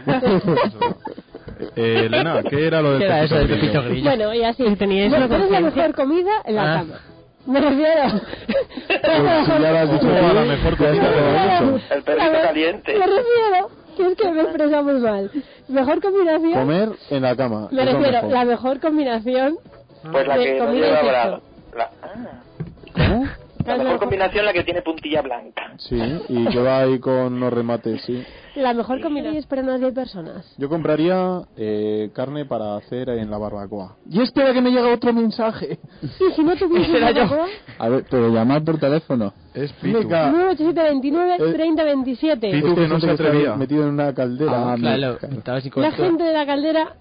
S19: Eh, Elena, ¿qué era lo del
S2: ¿Qué era eso del pepito
S19: grillo?
S4: Bueno, y así.
S20: teníais
S4: Bueno,
S20: una
S4: ¿Cuál es la
S20: conciencia?
S4: mejor comida en la
S19: Ah.
S4: cama? Me refiero. ¿Cuál es la
S2: Pues si ya lo has
S4: [LAUGHS]
S2: dicho
S19: O
S2: tú,
S19: a la mejor
S2: ya
S19: comida
S2: está,
S19: de
S2: lo he
S4: Claro.
S2: dicho.
S6: El perrito
S4: A ver,
S6: caliente.
S4: Me refiero, que es que me expresamos mal. Mejor combinación.
S2: Comer en la cama.
S4: me
S2: es lo
S4: refiero,
S2: mejor.
S4: la mejor combinación.
S6: Pues la
S4: de
S6: que no
S4: comida y
S6: lleva
S4: sexo.
S6: bra- la- ah,
S2: ¿Cómo?
S6: la mejor combinación la que tiene puntilla blanca.
S2: Sí, y que va ahí con los remates, sí.
S4: La mejor combinación es para unas 10 personas.
S2: Yo compraría eh, carne para hacer en la barbacoa. Y espera que me llega otro mensaje.
S4: Sí, si no tuviese
S2: Será yo.
S4: barbacoa,
S21: A ver, pero llamar por teléfono.
S19: Es
S2: Pitu. Venga. Eh,
S4: 987 30 27
S19: Pitu que
S2: hay
S19: no
S2: gente
S19: se
S2: está
S19: atrevía.
S2: Metido en una caldera.
S21: Ah,
S3: Claro, estaba sin
S4: La
S3: cobertura.
S4: gente de la caldera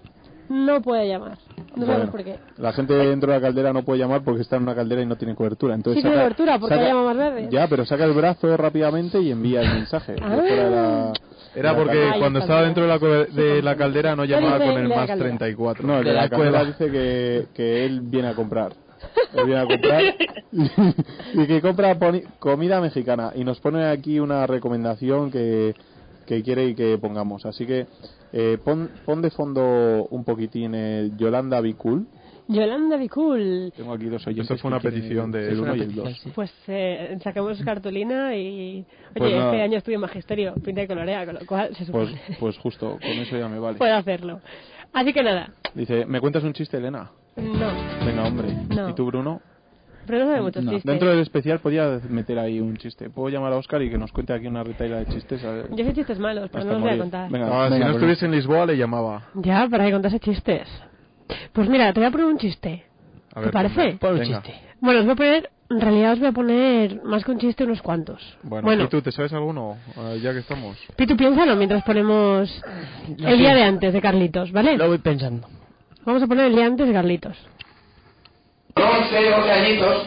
S4: no puede llamar. No sabemos
S2: Bueno,
S4: por qué.
S2: La gente dentro de la caldera no puede llamar porque está en una caldera y no tiene cobertura. Entonces
S4: Sí tiene
S2: saca-
S4: cobertura, porque
S2: saca-
S4: llama más verde.
S2: Ya, pero saca el brazo rápidamente y envía el mensaje.
S4: Ah.
S2: de fuera de la-
S19: Era
S2: de la
S19: porque
S2: caldera.
S19: cuando estaba dentro de la, co- de la caldera no llamaba
S4: dice
S19: con el
S4: la
S19: más
S4: caldera.
S19: 34.
S2: No, el de,
S3: de
S2: la,
S3: la
S2: caldera
S3: cueva.
S2: dice que, que él viene a
S4: [LAUGHS]
S2: comprar. Él viene a comprar [LAUGHS] y que compra poni- comida mexicana. Y nos pone aquí una recomendación que, que quiere y que pongamos. Así que eh, pon, pon de fondo un poquitín el Yolanda Bicul.
S4: Yolanda Bicul.
S2: Tengo aquí dos oyentes.
S19: Eso fue una
S2: que quieren
S19: petición de
S2: el
S19: uno
S2: uno
S19: y
S2: y
S19: el
S2: el
S19: dos.
S2: dos.
S20: Pues eh, sacamos cartulina y... Oye,
S2: Mm. Pues nada.
S20: este año estudio magisterio, pinta y colorea, con lo cual se
S2: Pues,
S20: supone
S2: pues justo, con eso ya me vale.
S20: puedo hacerlo. Así que nada,
S2: Dice, ¿me cuentas un chiste, Elena?
S20: no,
S2: Venga, hombre.
S20: No.
S2: ¿Y tú, Bruno?
S20: pero no sabe muchos chistes.
S2: Mm, Dentro del especial podía meter ahí un chiste. Puedo llamar a Oscar y que nos cuente aquí una retaila de chistes. A ver,
S20: Yo sé chistes malos, pero
S2: hasta
S20: no los voy a
S2: morir.
S20: contar.
S2: Venga,
S19: Ah, si
S2: venga,
S19: no
S2: Bruno.
S19: estuviese en Lisboa le llamaba.
S20: Ya, para que contase chistes. Pues mira, te voy a poner un chiste.
S19: A ver,
S20: ¿Te parece?
S19: venga, Pon un venga.
S20: chiste. Bueno, os voy a poner... En realidad os voy a poner más que un chiste unos cuantos.
S19: Bueno, ¿y tú te sabes alguno? Ah, ya que estamos.
S20: Pitu, piénsalo mientras ponemos el día de antes de Carlitos, ¿vale?
S3: Lo voy pensando.
S20: Vamos a poner el día antes de Carlitos.
S7: con 11, 11 añitos,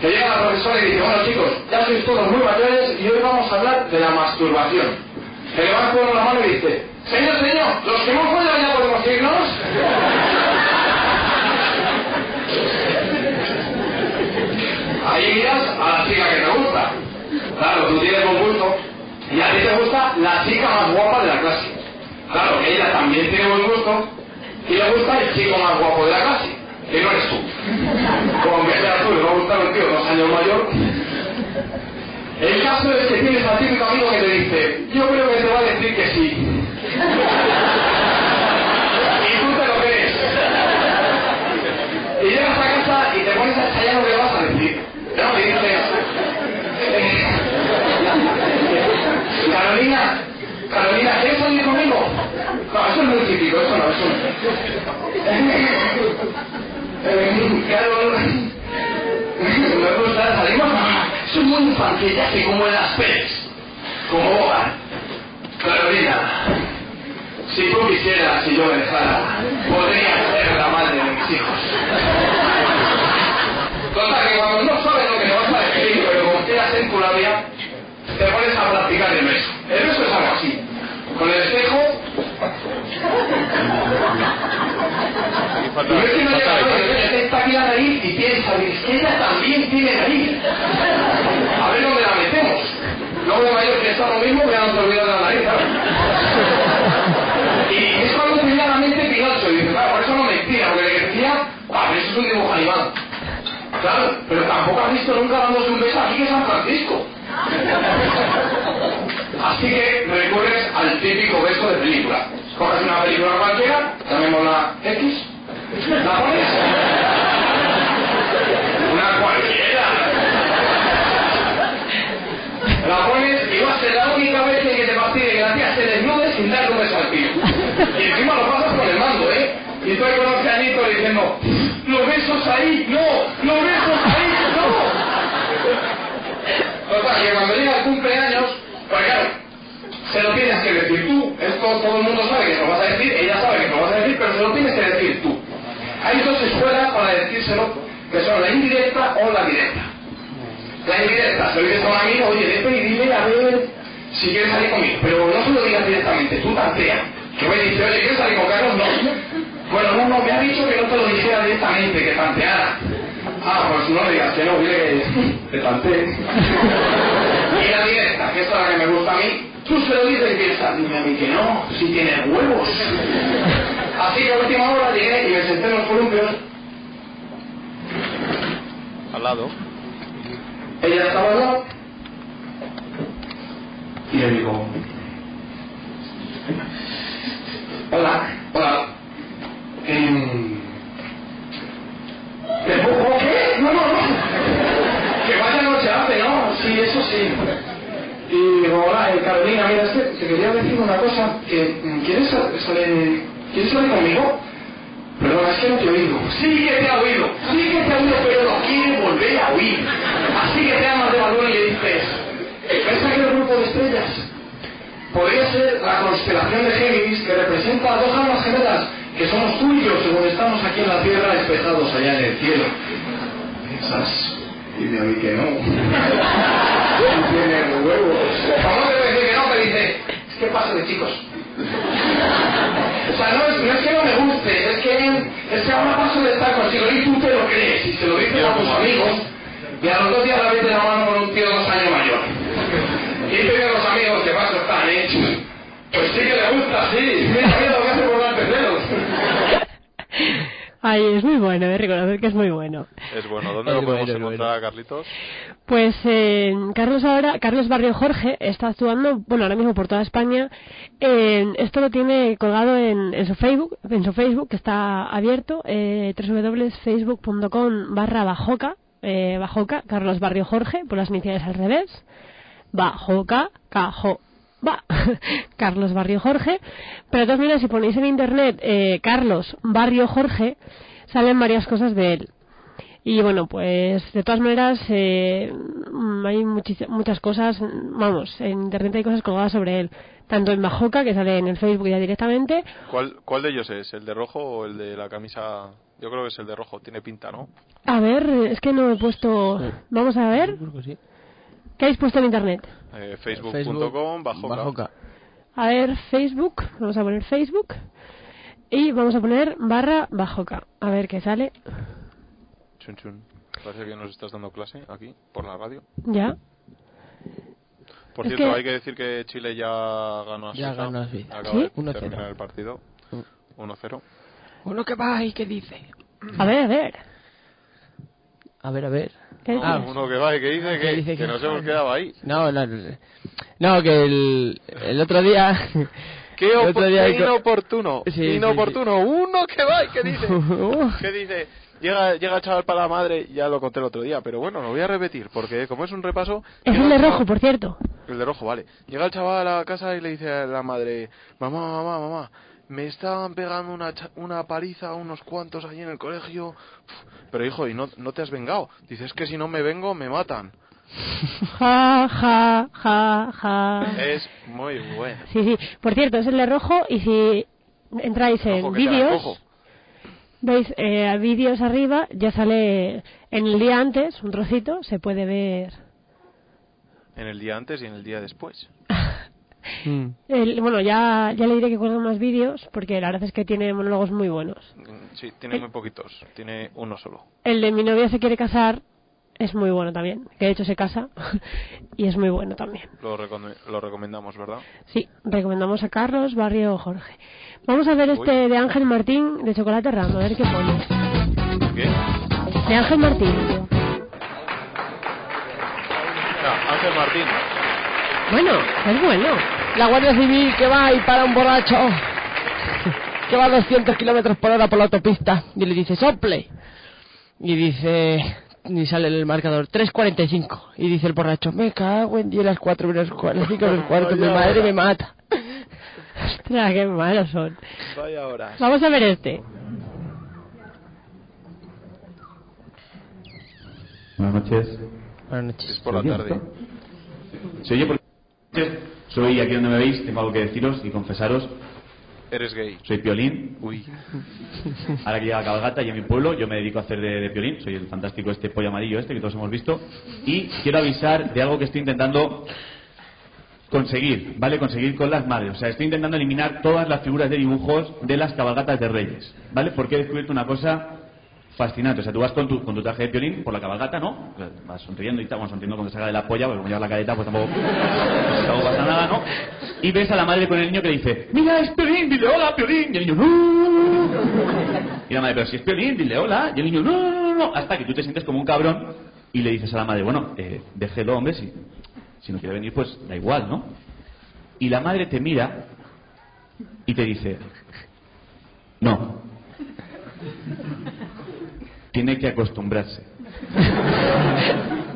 S7: que llega la profesora y dice, bueno chicos, ya sois todos muy mayores y hoy vamos a hablar de la masturbación. Se levanta uno la mano y dice, señor, señor, los que hemos follado ya podemos irnos. Ahí miras a la chica que te gusta. Claro, tú tienes un gusto y a ti te gusta la chica más guapa de la clase. Claro, ella también tiene buen gusto y le gusta el chico más guapo de la clase, que no eres tú. Como que seas tú, le va a gustar un tío dos años mayor. El caso es que tienes al típico amigo que te dice, yo creo que te va a decir que sí. Y tú te lo crees. Y llegas a casa y te pones a ensayar lo que le vas a decir. No, y dices, "Eh, Carolina, Carolina, ¿quieres salir conmigo? No, eso es muy típico, eso no, eso no. [LAUGHS] Eh, Carol, me gusta, salimos, mamá. Soy muy infantil, ya sé, como en las pelis. Como Boba. Carolina, si tú quisieras y yo me dejara, podría ser la madre de mis hijos. Total, que cuando no sabes lo que te vas a decir, pero confías en tu labia, te pones a practicar el beso. El beso es algo así. Con el espejo... Y ves que no llega a ver, está aquí la nariz y piensa, es que ella también tiene nariz. A ver dónde la metemos. Luego de mayor piensa lo mismo, pero ya no te olvidas de la nariz, ¿sabes? Y es cuando te viene a la mente Pinocho, y dices, claro, por eso no mentira, porque le decía, ah, pero eso es un dibujo animado. Claro, pero tampoco has visto nunca dándose un beso aquí en San Francisco. Así que recurres al típico beso de película. Coges una película cualquiera, llamémosla X, la pones. Una cualquiera. La pones y va a ser la única vez en que te fastidia que la tía se desnude sin darle un beso al tío. Y encima lo pasas con el mando, ¿eh? Y estoy con 11 añitos diciendo, los besos ahí, no, los besos ahí, no. Total, Pues que cuando llega el cumpleaños, pues claro, se lo tienes que decir tú. Esto todo el mundo sabe que se lo vas a decir, ella sabe que se lo vas a decir, pero se lo tienes que decir tú. Hay dos escuelas para decírselo, que son la indirecta o la directa. la indirecta, se lo dices a una amiga, oye, vete y dile a ver si quieres salir conmigo. Pero no se lo digas directamente, tú tantea. Que voy a decir, oye, ¿quieres salir con Carlos? No. Bueno, no, no, me ha dicho que no te lo dijera directamente, que tanteara. Ah, pues no le digas que no, dile que te tanteé. y la directa, que esa es la que me gusta a mí, tú se lo dices y piensas, dime a mí que no, si tienes huevos. Así que a última hora llegué y me senté en los columpios
S2: Al lado.
S7: ella estaba al lado y le digo hola hola Em, te empujo qué no no no que vaya noche hace no sí eso sí y digo hola eh, Carolina mira es que te quería decir una cosa que mm, quieres sa- salir quieres salir conmigo Perdona, es que no te he oído. Sí que te ha oído, sí que te ha oído, pero no quiere volver a oír. Así que te amas de valor y le dices, ¿ves aquel grupo de estrellas? Podría ser la constelación de Géminis que representa a dos almas gemelas que somos tuyos según estamos aquí en la Tierra espejados allá en el cielo. Piensas, dime a mí que no. Tú tienes huevos. Como te voy a decir que no, me dice, es que pasa de chicos. O sea, no es, no es que no me guste, es que, es que ahora paso de estar consigo y tú te lo crees y se lo dices a tus amigos y a los dos días la vete la mano con un tío dos años mayor. Y dices a los amigos que paso están hechos. Pues sí que le gusta, sí. Mira, mira lo que hace por delante de
S4: Ay, es muy bueno, he de reconocer que es muy bueno.
S2: Es bueno. ¿Dónde
S4: Es
S2: lo podemos
S4: bueno, es
S2: encontrar, Carlitos?
S4: Pues eh, Carlos ahora, Carlos Barrio Jorge está actuando, bueno, ahora mismo por toda España. Eh, esto lo tiene colgado en, en su Facebook, en su Facebook que está abierto, eh, www.facebook.com barra bajoca, eh, bajoca, Carlos Barrio Jorge, por las iniciales al revés, bajoca, cajo. Va, [LAUGHS] Carlos Barrio Jorge. Pero de todas maneras, si ponéis en internet eh, Carlos Barrio Jorge, salen varias cosas de él. Y bueno, pues de todas maneras eh, mm, hay muchis- muchas cosas, mm, vamos, en internet hay cosas colgadas sobre él, tanto en Majoca, que sale en el Facebook ya directamente,
S2: ¿Cuál, ¿Cuál de ellos es? ¿El de rojo o el de la camisa? Yo creo que es el de rojo. Tiene pinta, ¿no?
S4: a ver, es que no he puesto, vamos a ver, ¿qué habéis puesto en internet?
S2: Eh, Facebook.com, bajoca.
S4: A ver, Facebook, vamos a poner Facebook y vamos a poner barra Majoca, a ver qué sale,
S2: Chun, chun. Parece que nos estás dando clase aquí, por la radio.
S4: ya,
S2: Por
S4: Es
S2: cierto,
S4: que-
S2: hay que decir que Chile ya ganó a
S3: Ya
S2: Suiza.
S3: ganó a Suiza.
S2: Acaba
S3: ¿Sí? Mm.
S2: de
S3: 1-0.
S2: terminar el partido. 1-0.
S3: Uno que va y que dice.
S4: a ver, a ver,
S3: A ver, a ver.
S4: ¿Qué
S3: Ah,
S4: dices?
S2: Uno que va y que dice que,
S3: dice
S2: que
S3: que-
S2: nos hemos quedado ahí.
S3: No, no, no, no, que el, el otro día.
S2: ¡Qué
S3: [LAUGHS] el
S2: opo-
S3: otro día
S2: qué
S3: co-
S2: inoportuno!
S3: Sí, sí, sí. [LAUGHS]
S2: ¡Inoportuno! ¡Uno que va y que dice! que dice? Llega, llega el chaval para la madre, ya lo conté el otro día, pero bueno, lo voy a repetir, porque como es un repaso,
S4: es el de rojo, por cierto,
S2: El de rojo, vale. Llega el chaval a la casa y le dice a la madre, mamá, mamá, mamá, me estaban pegando una, cha- una paliza a unos cuantos allí en el colegio. Uf, Pero hijo, ¿y no, no te has vengado? Dice, es que si no me vengo, me matan.
S4: ja, ja, ja, ja.
S2: Es muy bueno.
S4: Sí, sí. Por cierto, es el de rojo y si entráis en
S2: Ojo, que te la cojo.
S4: vídeos, veis eh, a vídeos arriba, ya sale en el día antes, un trocito, se puede ver.
S2: En el día antes y en el día después.
S4: [LAUGHS] El- bueno, ya, ya le diré que cuelgue más vídeos porque la verdad es que tiene monólogos muy buenos.
S2: Mm, Sí, tiene
S4: Eh.
S2: muy poquitos. Tiene uno solo.
S4: El de mi novia se quiere casar es muy bueno también, que de hecho se casa [LAUGHS] y es muy bueno también.
S2: Lo, recome- lo recomendamos, ¿verdad?
S4: Sí, recomendamos a Carlos, Barrio Jorge. Vamos a ver este de Ángel Martín de Chocolate Ramo, a ver qué pone.
S2: ¿Qué?
S4: De Ángel Martín.
S2: Ah, Ángel Martín.
S4: Bueno, es bueno.
S3: La Guardia Civil que va y para un borracho que va a 200 kilómetros por hora por la autopista y le dice sople. Y dice, y sale el marcador 3.45. Y dice el borracho, me cago en 10 las 4 menos 4, 5 menos cuarto,
S7: [LAUGHS]
S3: mi
S4: Vaya.
S3: madre me mata.
S4: Ostras, qué malos son.
S2: Vaya horas.
S4: Vamos a ver este.
S22: Buenas noches.
S3: Buenas noches.
S22: por la tarde. Se oye por... Soy aquí donde me veis, tengo algo que deciros y confesaros.
S23: Eres gay.
S2: Soy Piolín.
S23: Uy.
S2: [LAUGHS] Ahora que llega la cabalgata y a mi pueblo, yo me dedico a hacer de, de Piolín. Soy el fantástico este pollo amarillo este que todos hemos visto. Y quiero avisar de algo que estoy intentando conseguir, ¿vale? Conseguir con las madres. O sea, estoy intentando eliminar todas las figuras de dibujos de las cabalgatas de reyes, ¿vale? Porque he descubierto una cosa fascinante. O sea, tú vas con tu, con tu traje de Piolín por la cabalgata, ¿no? Vas sonriendo y tal, bueno, sonriendo cuando se haga de la polla, porque como llevas la careta, pues tampoco, [LAUGHS] tampoco pasa nada, ¿no? Y ves a la madre con el niño que le dice, Mira, es Piolín, dile hola, Piolín. Y el niño, no. Y la madre, pero si es Piolín, dile hola. Y el niño, no, no, no, no. Hasta que tú te sientes como un cabrón y le dices a la madre, bueno, eh, déjelo, hombre, si, si no quiere venir, pues da igual, ¿no? Y la madre te mira y te dice, no. Tiene que acostumbrarse.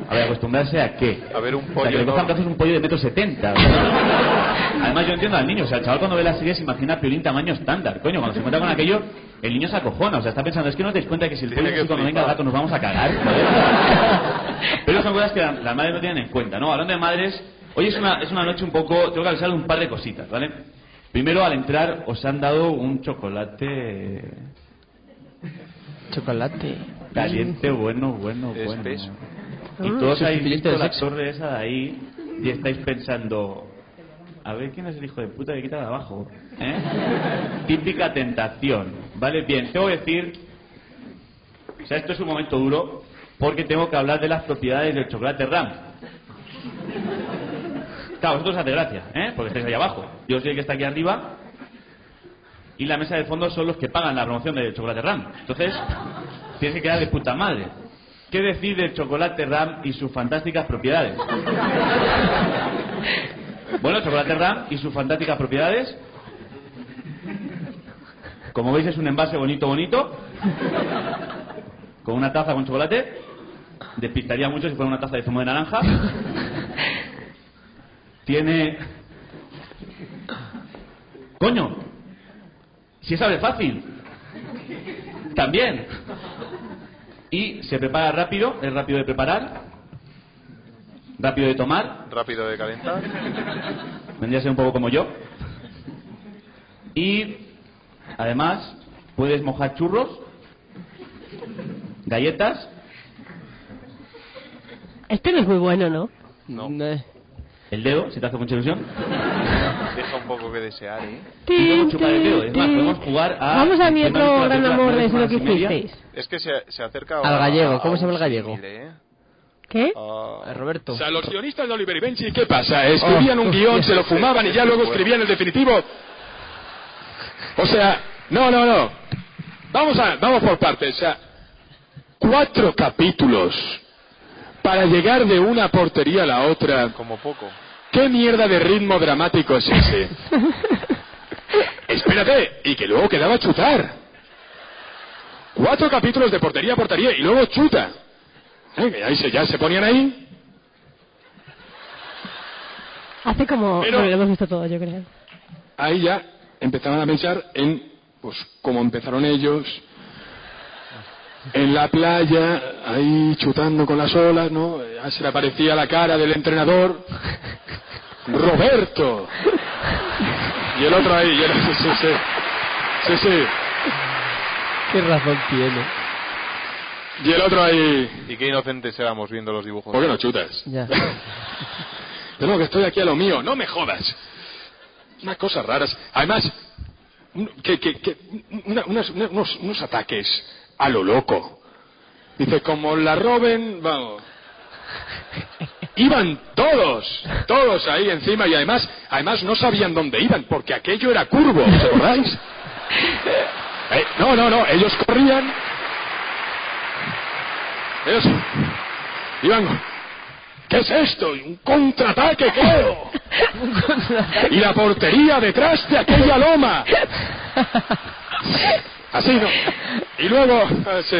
S2: A ver, ¿acostumbrarse a qué?
S23: A ver, un
S2: O sea, que
S23: pollo.
S2: lo que
S23: enorme.
S2: están es un pollo de metro setenta. o sea. Además, yo entiendo al niño. O sea, el chaval cuando ve la serie se imagina a Piolín tamaño estándar. Coño, cuando se encuentra con aquello, el niño se acojona. O sea, está pensando, es que no te das cuenta que si el pollo es así, cuando venga el gato nos vamos
S23: [LAUGHS]
S2: a cagar. joder. Pero son cosas que la- las madres no tienen en cuenta, ¿no? Hablando de madres, hoy es una, es una noche un poco... Tengo que avisar de un par de cositas, ¿vale? Primero, al entrar, os han dado un chocolate... Chocolate. Caliente, bueno, bueno, bueno. Y todos
S24: Ah,
S2: habéis
S24: sustituyente
S2: visto
S24: de
S2: la
S24: sexo.
S2: torre esa de ahí y estáis pensando, a ver quién es el hijo de puta que quita de abajo.
S24: [LAUGHS]
S2: ¿eh? Típica tentación. Vale, bien, tengo que decir, o sea, esto es un momento duro porque tengo que hablar de las propiedades del chocolate RAM. Claro, vosotros os hace gracia, ¿eh? Porque estáis ahí abajo. Yo soy el que está aquí arriba y la mesa de fondo son los que pagan la promoción del chocolate RAM. Entonces, tienes que quedar de puta madre. ¿Qué decir del chocolate RAM y sus fantásticas propiedades? Bueno, chocolate RAM y sus fantásticas propiedades. Como veis es un envase bonito, bonito, con una taza con chocolate. Despistaría mucho si fuera una taza de zumo de naranja. Tiene... Coño, si es abre fácil. También. Y se prepara rápido, es rápido de preparar, rápido de tomar,
S23: Rápido de calentar.
S2: vendría a ser un poco como yo. Y además puedes mojar churros, galletas.
S4: Este no es muy bueno, ¿no?
S2: No. El dedo, si te hace mucha ilusión.
S23: Deja un poco que desear, ¿eh?
S2: Y podemos chupar el dedo. Es Este más,
S4: tin.
S2: podemos jugar a.
S4: Vamos a mi
S2: tema
S4: otro
S2: de
S4: gran
S2: las
S4: amor
S2: nueve
S4: de lo
S2: semanas
S4: que
S2: y media.
S4: hicisteis.
S23: Es que se, se acerca
S3: Al
S23: a-
S3: gallego,
S23: a-
S3: ¿cómo
S23: a
S3: se llama
S23: un
S3: el gallego?
S23: símile, ¿eh?
S4: ¿Qué?
S2: Oh.
S3: Roberto.
S7: O sea, los guionistas de Oliver y Benji, ¿qué pasa? Escribían un guión, se lo fumaban y Oh, ya luego escribían el definitivo. O sea, no, no, no. Vamos a, vamos por partes. O sea, cuatro capítulos para llegar de una portería a la otra.
S23: Como poco.
S7: ¿Qué mierda de ritmo dramático es [LAUGHS] ese? Espérate, y que luego quedaba chutar. Cuatro capítulos de portería a portería y luego chuta. Eh, que ahí se, ya se ponían ahí.
S4: Hace como...
S7: Pero-
S4: Bueno, lo hemos visto todo, yo creo. [LAUGHS]
S7: ahí ya empezaban a pensar en, pues, como empezaron ellos, en la playa, ahí chutando con las olas, ¿no? Ya se le aparecía la cara del entrenador, Roberto. Y el otro ahí, y el otro, sí, sí. Sí, sí.
S3: Qué razón tiene.
S7: Y el otro ahí,
S23: Y qué inocentes éramos viendo los dibujos.
S7: ¿por qué no chutas? [LAUGHS] Yo no, que estoy aquí a lo mío, no me jodas. Unas cosas raras. Además, un- que, que- que- una- unas- una- unos, unos ataques a lo loco. Dice, como la roben, vamos. Iban todos, todos ahí encima y además, además no sabían dónde iban porque aquello era curvo, ¿os acordáis? Eh, no, no, no, ellos corrían. Ellos iban. ¿Qué es esto? ¿Un contraataque creo? y la portería detrás de aquella loma. Así no. Y luego, ah, sí.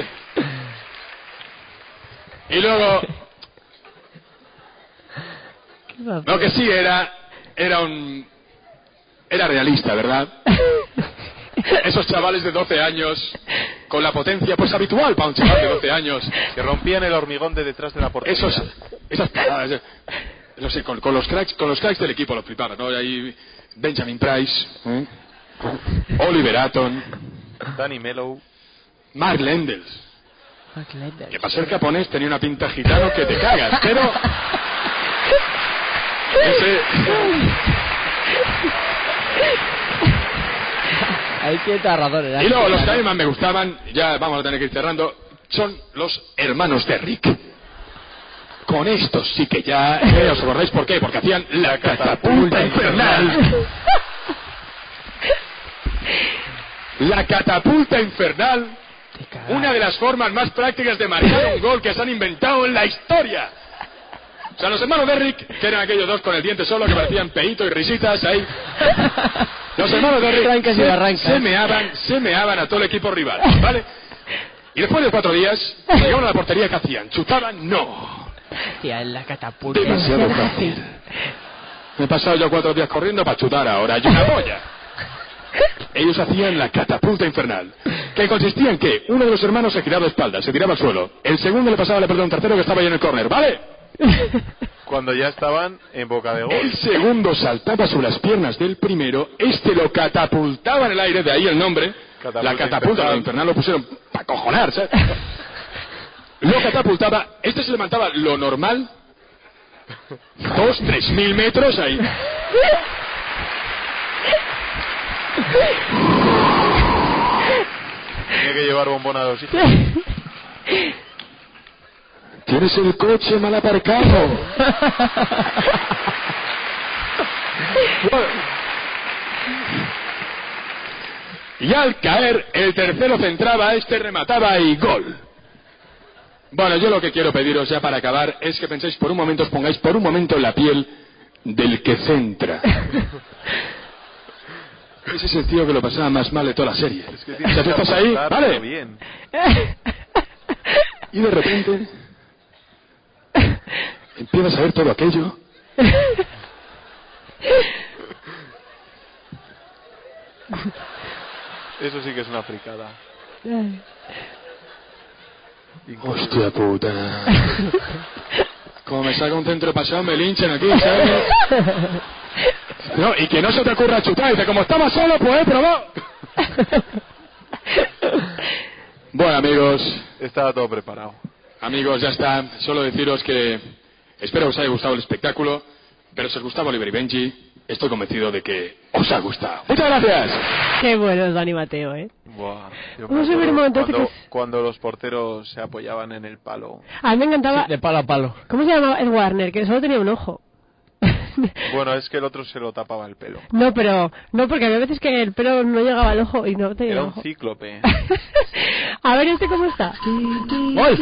S7: Y luego, lo que sí era, era un, era realista, ¿verdad? Esos chavales de 12 años, con la potencia pues habitual para un chaval de 12 años,
S23: Que rompían el hormigón de detrás de la portería.
S7: esos, esas paradas, eh, no sé, con, con los cracks, con los cracks del equipo los fliparon, ¿no? Y ahí Benjamin Price, ¿eh? Oliver Aton,
S2: Danny Mellow.
S7: Mark Lendels. Que para ser japonés tenía una pinta gitano que te cagas, pero... Ese-
S25: Hay ciertas razones.
S7: Y luego los que a mí más me gustaban, ya vamos a tener que ir cerrando, son los hermanos de Rick. Con estos sí que ya eh, os acordáis por qué, porque hacían la catapulta infernal. La catapulta infernal, una de las formas más prácticas de marcar un gol que se han inventado en la historia. O sea, los hermanos de Rick, que eran aquellos dos con el diente solo que parecían peito y risitas ahí. Los hermanos de Rick
S25: Arrancas y
S7: se,
S25: barrancas.
S7: se meaban, se meaban a todo el equipo rival, ¿vale? Y después de cuatro días, llegaban a la portería que hacían. ¿Chutaban? No.
S25: Hostia, en la catapulta.
S7: Demasiado fácil. Me he pasado yo cuatro días corriendo para chutar ahora. ¡Yo una polla! Ellos hacían la catapulta infernal, que consistía en que uno de los hermanos se giraba de espalda, se tiraba al suelo. El segundo le pasaba la pelota a un tercero que estaba ahí en el córner, ¿vale?
S2: Cuando ya estaban en boca de gol.
S7: El segundo saltaba sobre las piernas del primero, este lo catapultaba en el aire, de ahí el nombre.
S2: Catapulta
S7: la catapulta
S2: infernal.
S7: infernal. lo pusieron para cojonar, ¿sabes? Lo catapultaba, este se levantaba lo normal, dos, tres mil metros ahí.
S2: Tenía que llevar bombona de oxígeno.
S7: Tienes el coche mal aparcado. y al caer, el tercero centraba, este remataba y gol. Bueno, yo lo que quiero pediros ya para acabar es que penséis por un momento, os pongáis por un momento en la piel del que centra. Ese es el tío que lo pasaba más mal de toda la serie.
S2: Es que
S7: O sea, tú estás ahí,
S2: apuntar,
S7: ¿vale?
S2: pero Bien.
S7: Y de repente empiezas a ver todo aquello.
S2: Eso sí que es una fricada.
S7: Hostia puta. Como me salga un centro pasado me linchan aquí, ¿sabes? No, y que no se te ocurra chutar. Dice, como estaba solo, pues he probado. Bueno, amigos.
S2: Estaba todo preparado.
S7: Amigos, ya está. Solo deciros que espero os haya gustado el espectáculo, pero si os gustaba Oliver y Benji, estoy convencido de que os ha gustado. ¡Muchas gracias!
S4: Qué bueno es Dani Mateo, ¿eh?
S2: Buah, yo
S4: Vamos a
S2: me
S4: ver un
S2: acuerdo
S4: momento,
S2: cuando,
S4: hace que
S2: cuando los porteros se apoyaban en el palo.
S4: A mí me encantaba...
S25: De palo a palo.
S4: ¿Cómo se llamaba? El Warner, que solo tenía un ojo. [LAUGHS]
S2: Bueno, es que el otro se lo tapaba el pelo.
S4: No, pero... No, porque había veces que el pelo no llegaba al ojo y no tenía
S2: Era
S4: el
S2: un
S4: ojo.
S3: [LAUGHS]
S2: cíclope.
S4: [LAUGHS] A ver este cómo está.
S3: los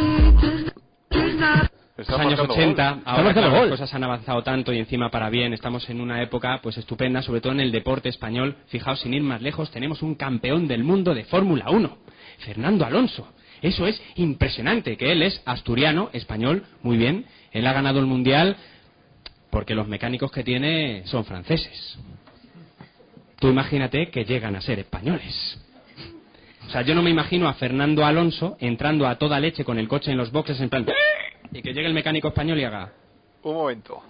S3: Pues años 80, ahora pues que las cosas han avanzado tanto y encima para bien, estamos en una época pues estupenda, sobre todo en el deporte español. Fijaos, sin ir más lejos, tenemos un campeón del mundo de Fórmula 1, Fernando Alonso. Eso es impresionante, que él es asturiano, español, muy bien. Él ha ganado el Mundial porque los mecánicos que tiene son franceses. Tú imagínate que llegan a ser españoles. O sea, yo no me imagino a Fernando Alonso entrando a toda leche con el coche en los boxes en plan... "¡Eh!", Y que llegue el mecánico español y haga...
S2: Un momento.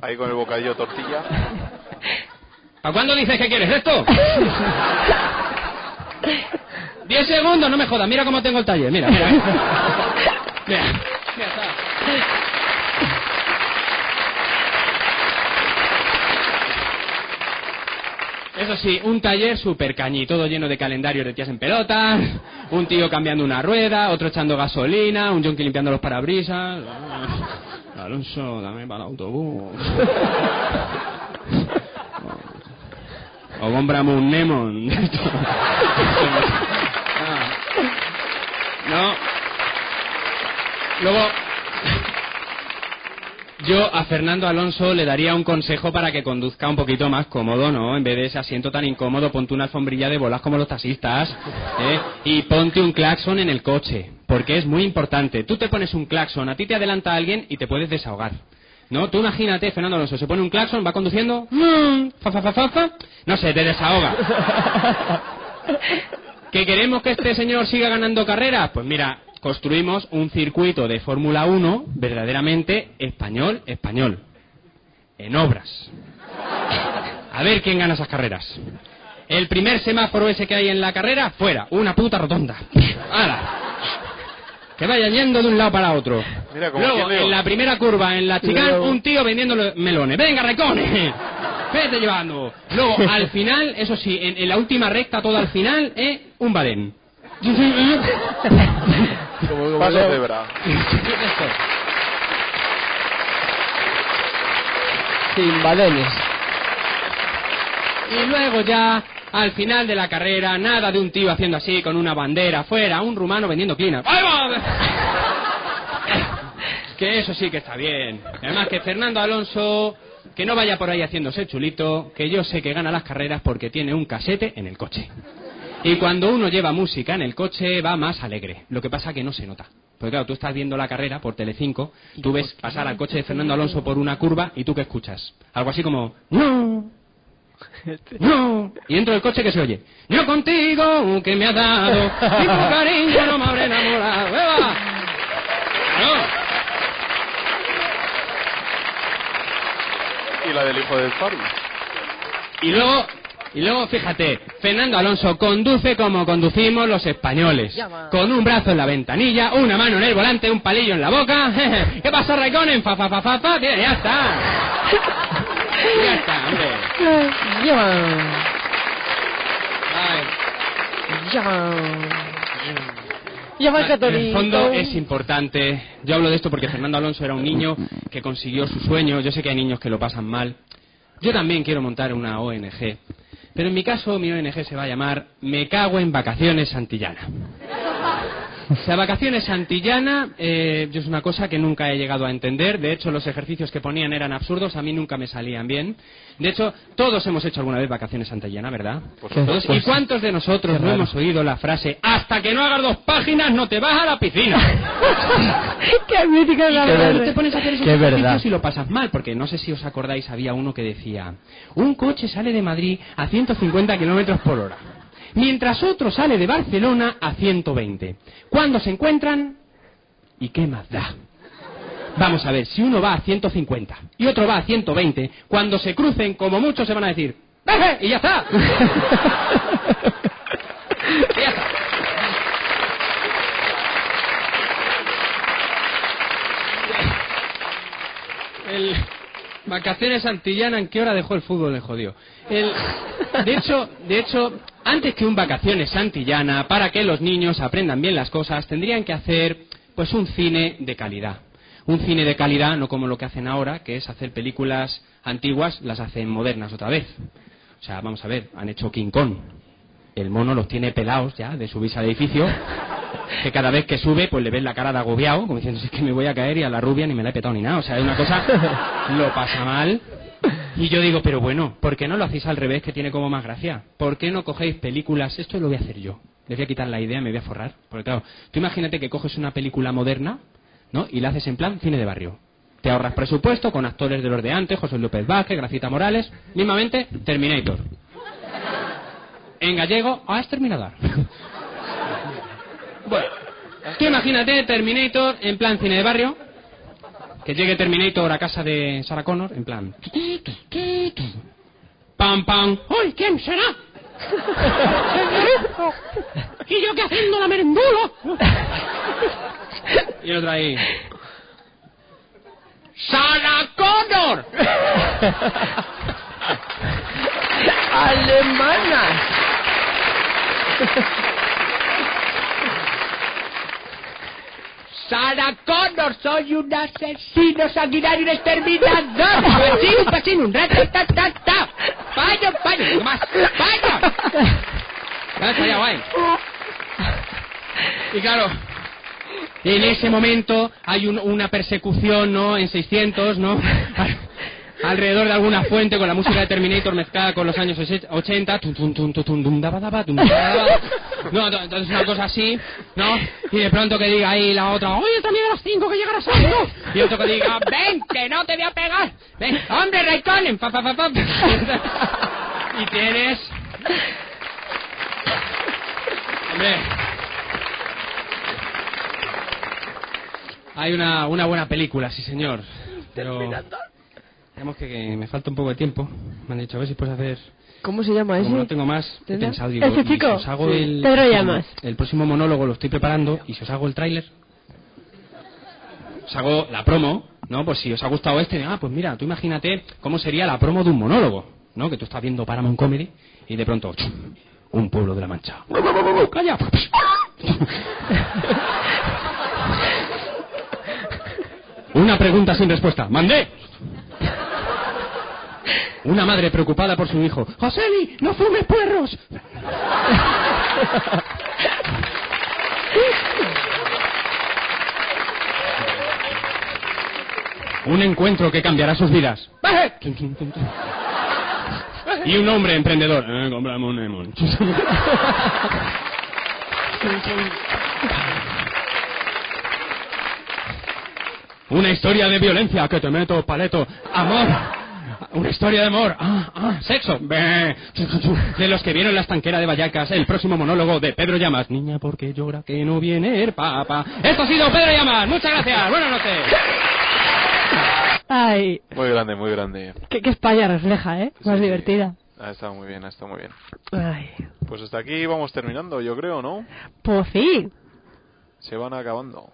S2: Ahí con el bocadillo de tortilla.
S3: ¿Para cuándo dices que quieres esto? Diez segundos, no me jodas. Mira cómo tengo el taller. Mira,
S14: [LAUGHS]
S3: mira. Mira. Eso sí, un taller super cañí, todo lleno de calendarios de tías en pelotas, un tío cambiando una rueda, otro echando gasolina, un yonki limpiando los [LAUGHS] parabrisas. Alonso, dame para el autobús. O compramos un [LAUGHS] Nemon. Ah. No. Luego, yo a Fernando Alonso le daría un consejo para que conduzca un poquito más cómodo, ¿no? En vez de ese asiento tan incómodo, ponte una alfombrilla de bolas como los taxistas ¿eh? y ponte un claxon en el coche, porque es muy importante. Tú te pones un claxon, a ti te adelanta alguien y te puedes desahogar. ¿No? Tú imagínate, Fernando Alonso, se pone un claxon, va conduciendo, mm, fa, fa, fa, fa, fa, no sé, te desahoga. ¿Que queremos que este señor siga ganando carreras? Pues mira, construimos un circuito de Fórmula 1 verdaderamente español, español. En obras.
S14: A ver quién gana esas carreras. El primer semáforo ese que hay en la carrera, fuera. Una puta rotonda. ¡Hala! Que vayan yendo de un lado para otro.
S26: Mira, como
S14: Luego,
S26: aquí leo.
S14: en la primera curva, en la chicane,
S26: Luego.
S14: un tío vendiendo lo- melones. ¡Venga, recones!
S26: [LAUGHS]
S14: Vete llevando. Luego, al final, eso sí, en, en la última recta, todo al final, es un
S26: [LAUGHS]
S14: balén.
S26: Paso cebra.
S3: Sin balones.
S14: Y luego ya, al final de la carrera, nada de un tío haciendo así con una bandera afuera, un rumano vendiendo clean Que eso sí que está bien. Además que Fernando Alonso, que no vaya por ahí haciéndose el chulito, que yo sé que gana las carreras porque tiene un casete en el coche. Y cuando uno lleva música en el coche va más alegre. Lo que pasa que no se nota. Porque claro, tú estás viendo la carrera por Telecinco, tú ves pasar al coche de Fernando Alonso por una curva y tú qué escuchas. Algo así como no. No. Y dentro del coche que se oye. Yo contigo que me has dado y tu cariño no me habré enamorado. ¡Eva! Claro.
S26: Y la del hijo del Fabio.
S14: Y luego, y luego, fíjate, Fernando Alonso conduce como conducimos los españoles. Con un brazo en la ventanilla, una mano en el volante, un palillo en la boca. [LAUGHS] ¿Qué pasa, Raikkonen? Fa, fa, fa, fa, fa. Bien, ya está. Ya está, hombre.
S4: Llama al
S14: En el
S4: católico.
S14: fondo es importante. Yo hablo de esto porque Fernando Alonso era un niño que consiguió su sueño. Yo sé que hay niños que lo pasan mal. Yo también quiero montar una ONG. Pero en mi caso, mi ONG se va a llamar Me cago en vacaciones Santillana. O sea, vacaciones Santillana eh, yo es una cosa que nunca he llegado a entender. De hecho, los ejercicios que ponían eran absurdos. A mí nunca me salían bien. De hecho, todos hemos hecho alguna vez vacaciones Santillana, ¿verdad? Todos. ¿Y cuántos de nosotros no hemos oído la frase hasta que no hagas dos páginas no te vas a la piscina?
S4: [LAUGHS] Qué mítica es la
S14: Y cuando
S4: frase.
S14: te pones a hacer esos ejercicios y lo pasas mal, porque no sé si os acordáis, había uno que decía, un coche sale de Madrid a 150 kilómetros por hora, mientras otro sale de Barcelona a 120. Cuando se encuentran, ¿y qué más da? Vamos a ver, si uno va a 150 y otro va a 120, cuando se crucen, como muchos se van a decir, "Eje", y ya está. Y ya está. El vacaciones Santillana, ¿en qué hora dejó el fútbol? Le jodió. El- de hecho, de hecho, antes que un vacaciones Santillana, para que los niños aprendan bien las cosas, tendrían que hacer pues un cine de calidad. Un cine de calidad, no como lo que hacen ahora, que es hacer películas antiguas, las hacen modernas otra vez. O sea, vamos a ver, han hecho King Kong. El mono los tiene pelados ya de subirse al edificio, [LAUGHS] que cada vez que sube, pues le ves la cara de agobiado, como diciendo, "Si es que me voy a caer y a la rubia ni me la he petado ni nada. O sea, es una cosa, lo pasa mal. Y yo digo, pero bueno, ¿por qué no lo hacéis al revés, que tiene como más gracia? ¿Por qué no cogéis películas? Esto lo voy a hacer yo. Les voy a quitar la idea, me voy a forrar. Porque claro, tú imagínate que coges una película moderna, ¿no? Y la haces en plan cine de barrio. Te ahorras presupuesto con actores de los de antes, José López Vázquez, Gracita Morales, mismamente Terminator. En gallego, ah, es Terminator. bueno, tú imagínate Terminator en plan cine de barrio, que llegue Terminator a casa de Sarah Connor, en plan... Pam, pam. ¡Uy, quién será! [LAUGHS] ¿Y yo qué haciendo la merendulo? [LAUGHS] Y el otro ahí... ¡Sarah Connor!
S27: ¡Alemana!
S14: Sarah Connor, soy un asesino sanguinario un [LAUGHS] exterminador. Así, un pasino, un rato, ta, ta, ta. Vaya, vaya, no más, [LAUGHS] vaya. Gracias, ya, guay. Y claro, en ese momento hay un- una persecución, ¿no? En 600, ¿no? [LAUGHS] Al- Alrededor de alguna fuente con la música de Terminator mezclada con los años 80. Tum, tum, tum, tum, tum, dum, daba, daba, dum, daba, daba. No, to- entonces una cosa así, ¿no? Y de pronto que diga ahí la otra, oye, también a las 5 que llegarás a Y otro que diga, ven, que no te voy a pegar. Ven, hombre, Raikkonen, pa, pa, pa, [LAUGHS] pa. Y tienes... Hombre. Hay una, una buena película, sí señor. Pero... Digamos que, que me falta un poco de tiempo. Me han dicho, a ver si puedes hacer...
S3: [LAUGHS] ¿Cómo se llama ese?
S14: Como no tengo más, he
S3: ¿Tena?
S14: pensado, digo,
S3: ¿Ese
S14: y si
S3: Este chico?
S14: os hago
S3: Sí.
S14: el,
S3: Pedro
S14: el-
S3: Llamas.
S14: El próximo monólogo lo estoy preparando y si os hago el tráiler, os hago la promo, ¿no? Pues si os ha gustado este, ah, pues mira, tú imagínate cómo sería la promo de un monólogo, ¿no? Que tú estás viendo Paramount Comedy y de pronto, ¡chum! un pueblo de la Mancha.
S3: [LAUGHS]
S14: ¡Calla! Una pregunta sin respuesta. ¡Mandé! Una madre preocupada por su hijo. ¡Joseli, no fumes puerros! Un encuentro que cambiará sus vidas. ¡Baje! Y un hombre emprendedor. Eh, compramos un Emon. [LAUGHS] Una historia de violencia que te meto, paleto. Amor. Una historia de amor. Ah, ah, sexo. Bé. De los que vieron la estanquera de Vallacas, el próximo monólogo de Pedro Llamas. Niña, ¿por qué llora que no viene el papá? Esto ha sido Pedro Llamas. Muchas gracias. Buenas noches.
S4: Ay,
S2: Muy grande, muy grande.
S4: qué, qué España refleja, ¿eh? Más divertida.
S2: Ha estado muy bien, ha estado muy bien.
S4: Ay,
S2: Pues hasta aquí vamos terminando, yo creo, ¿no?
S4: por fin.
S2: Se van acabando.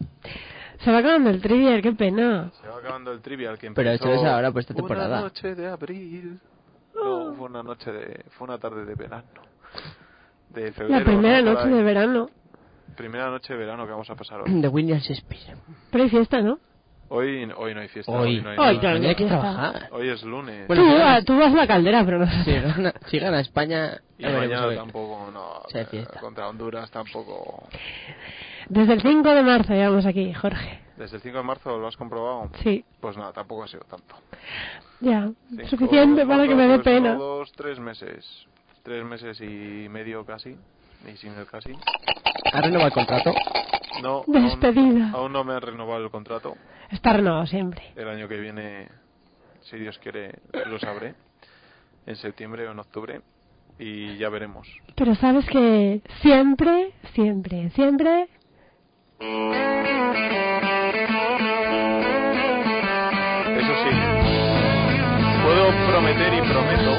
S4: Se va acabando el trigger, qué pena.
S2: Se va acabando el trivial que
S4: Pero
S2: empezó
S4: eso es ahora, pues, esta
S2: Una
S4: temporada.
S2: noche de abril. No, fue una noche de... Fue una tarde de verano. De febrero.
S4: La primera
S2: ¿no? Por
S4: noche
S2: ahí.
S4: de verano.
S2: Primera noche de verano que vamos a pasar hoy.
S3: De William Shakespeare.
S4: Pero hay fiesta, ¿no?
S2: Hoy, hoy no hay fiesta.
S3: Hoy.
S2: no hay
S3: Hoy,
S2: nada.
S3: claro, mañana hay que trabajar.
S2: Hoy es lunes.
S3: Bueno,
S4: tú,
S3: sí,
S4: ah, tú vas a la caldera, pero no
S3: Si gana, si gana Ah, España...
S2: y
S3: ya veremos, a
S2: mañana
S3: ver.
S2: tampoco, no. eh,
S3: Sí, hay fiesta.
S2: Contra Honduras tampoco.
S4: [LAUGHS] Desde el 5 de marzo llevamos aquí, Jorge.
S2: Desde el 5 de marzo lo has comprobado.
S4: Sí.
S2: Pues nada, tampoco ha sido tanto.
S4: Ya,
S2: Cinco,
S4: suficiente
S2: dos,
S4: para que me dé
S2: dos,
S4: pena.
S2: Dos, tres meses. Tres meses y medio casi. Y sin el casi.
S3: ¿Ha renovado el contrato?
S2: No, aún-
S4: Despedida.
S2: Aún, no me han renovado el contrato.
S4: Está renovado siempre.
S2: El año que viene, si Dios quiere, lo sabré. En septiembre o en octubre. Y ya veremos.
S4: Pero sabes que siempre, siempre, siempre...
S2: Eso sí, puedo prometer y prometo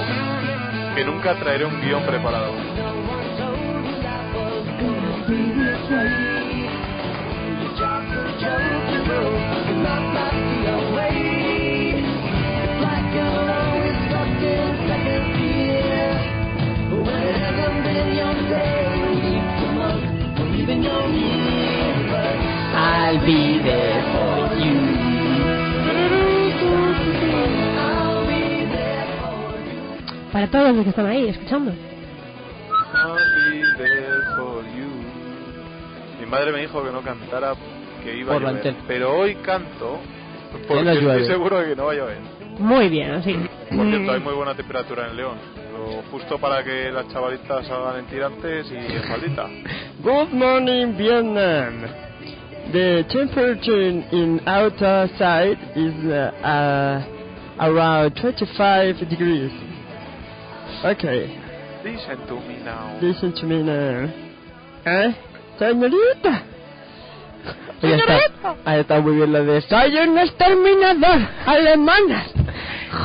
S2: que nunca traeré un guión preparado.
S3: I'll be there for
S4: Para todos los que están ahí escuchando.
S2: I'll be there for you. Mi madre me dijo que no cantara, que iba
S3: Por la
S2: a llover.
S3: antena.
S2: Pero hoy canto
S3: no
S2: porque
S3: llueve.
S2: estoy seguro de que no va a llover.
S4: Muy bien, así.
S2: Por cierto, hay muy buena temperatura en León. Lo justo para que las chavalitas salgan en tirantes y en faldita.
S3: Good morning, Vietnam. The temperature in outer side is uh, uh, around 25 degrees. Okay,
S2: Listen to me now.
S3: listen to me now. ¿Eh? Señorita. Ahí está, ahí está muy bien la de Soy un exterminador alemana.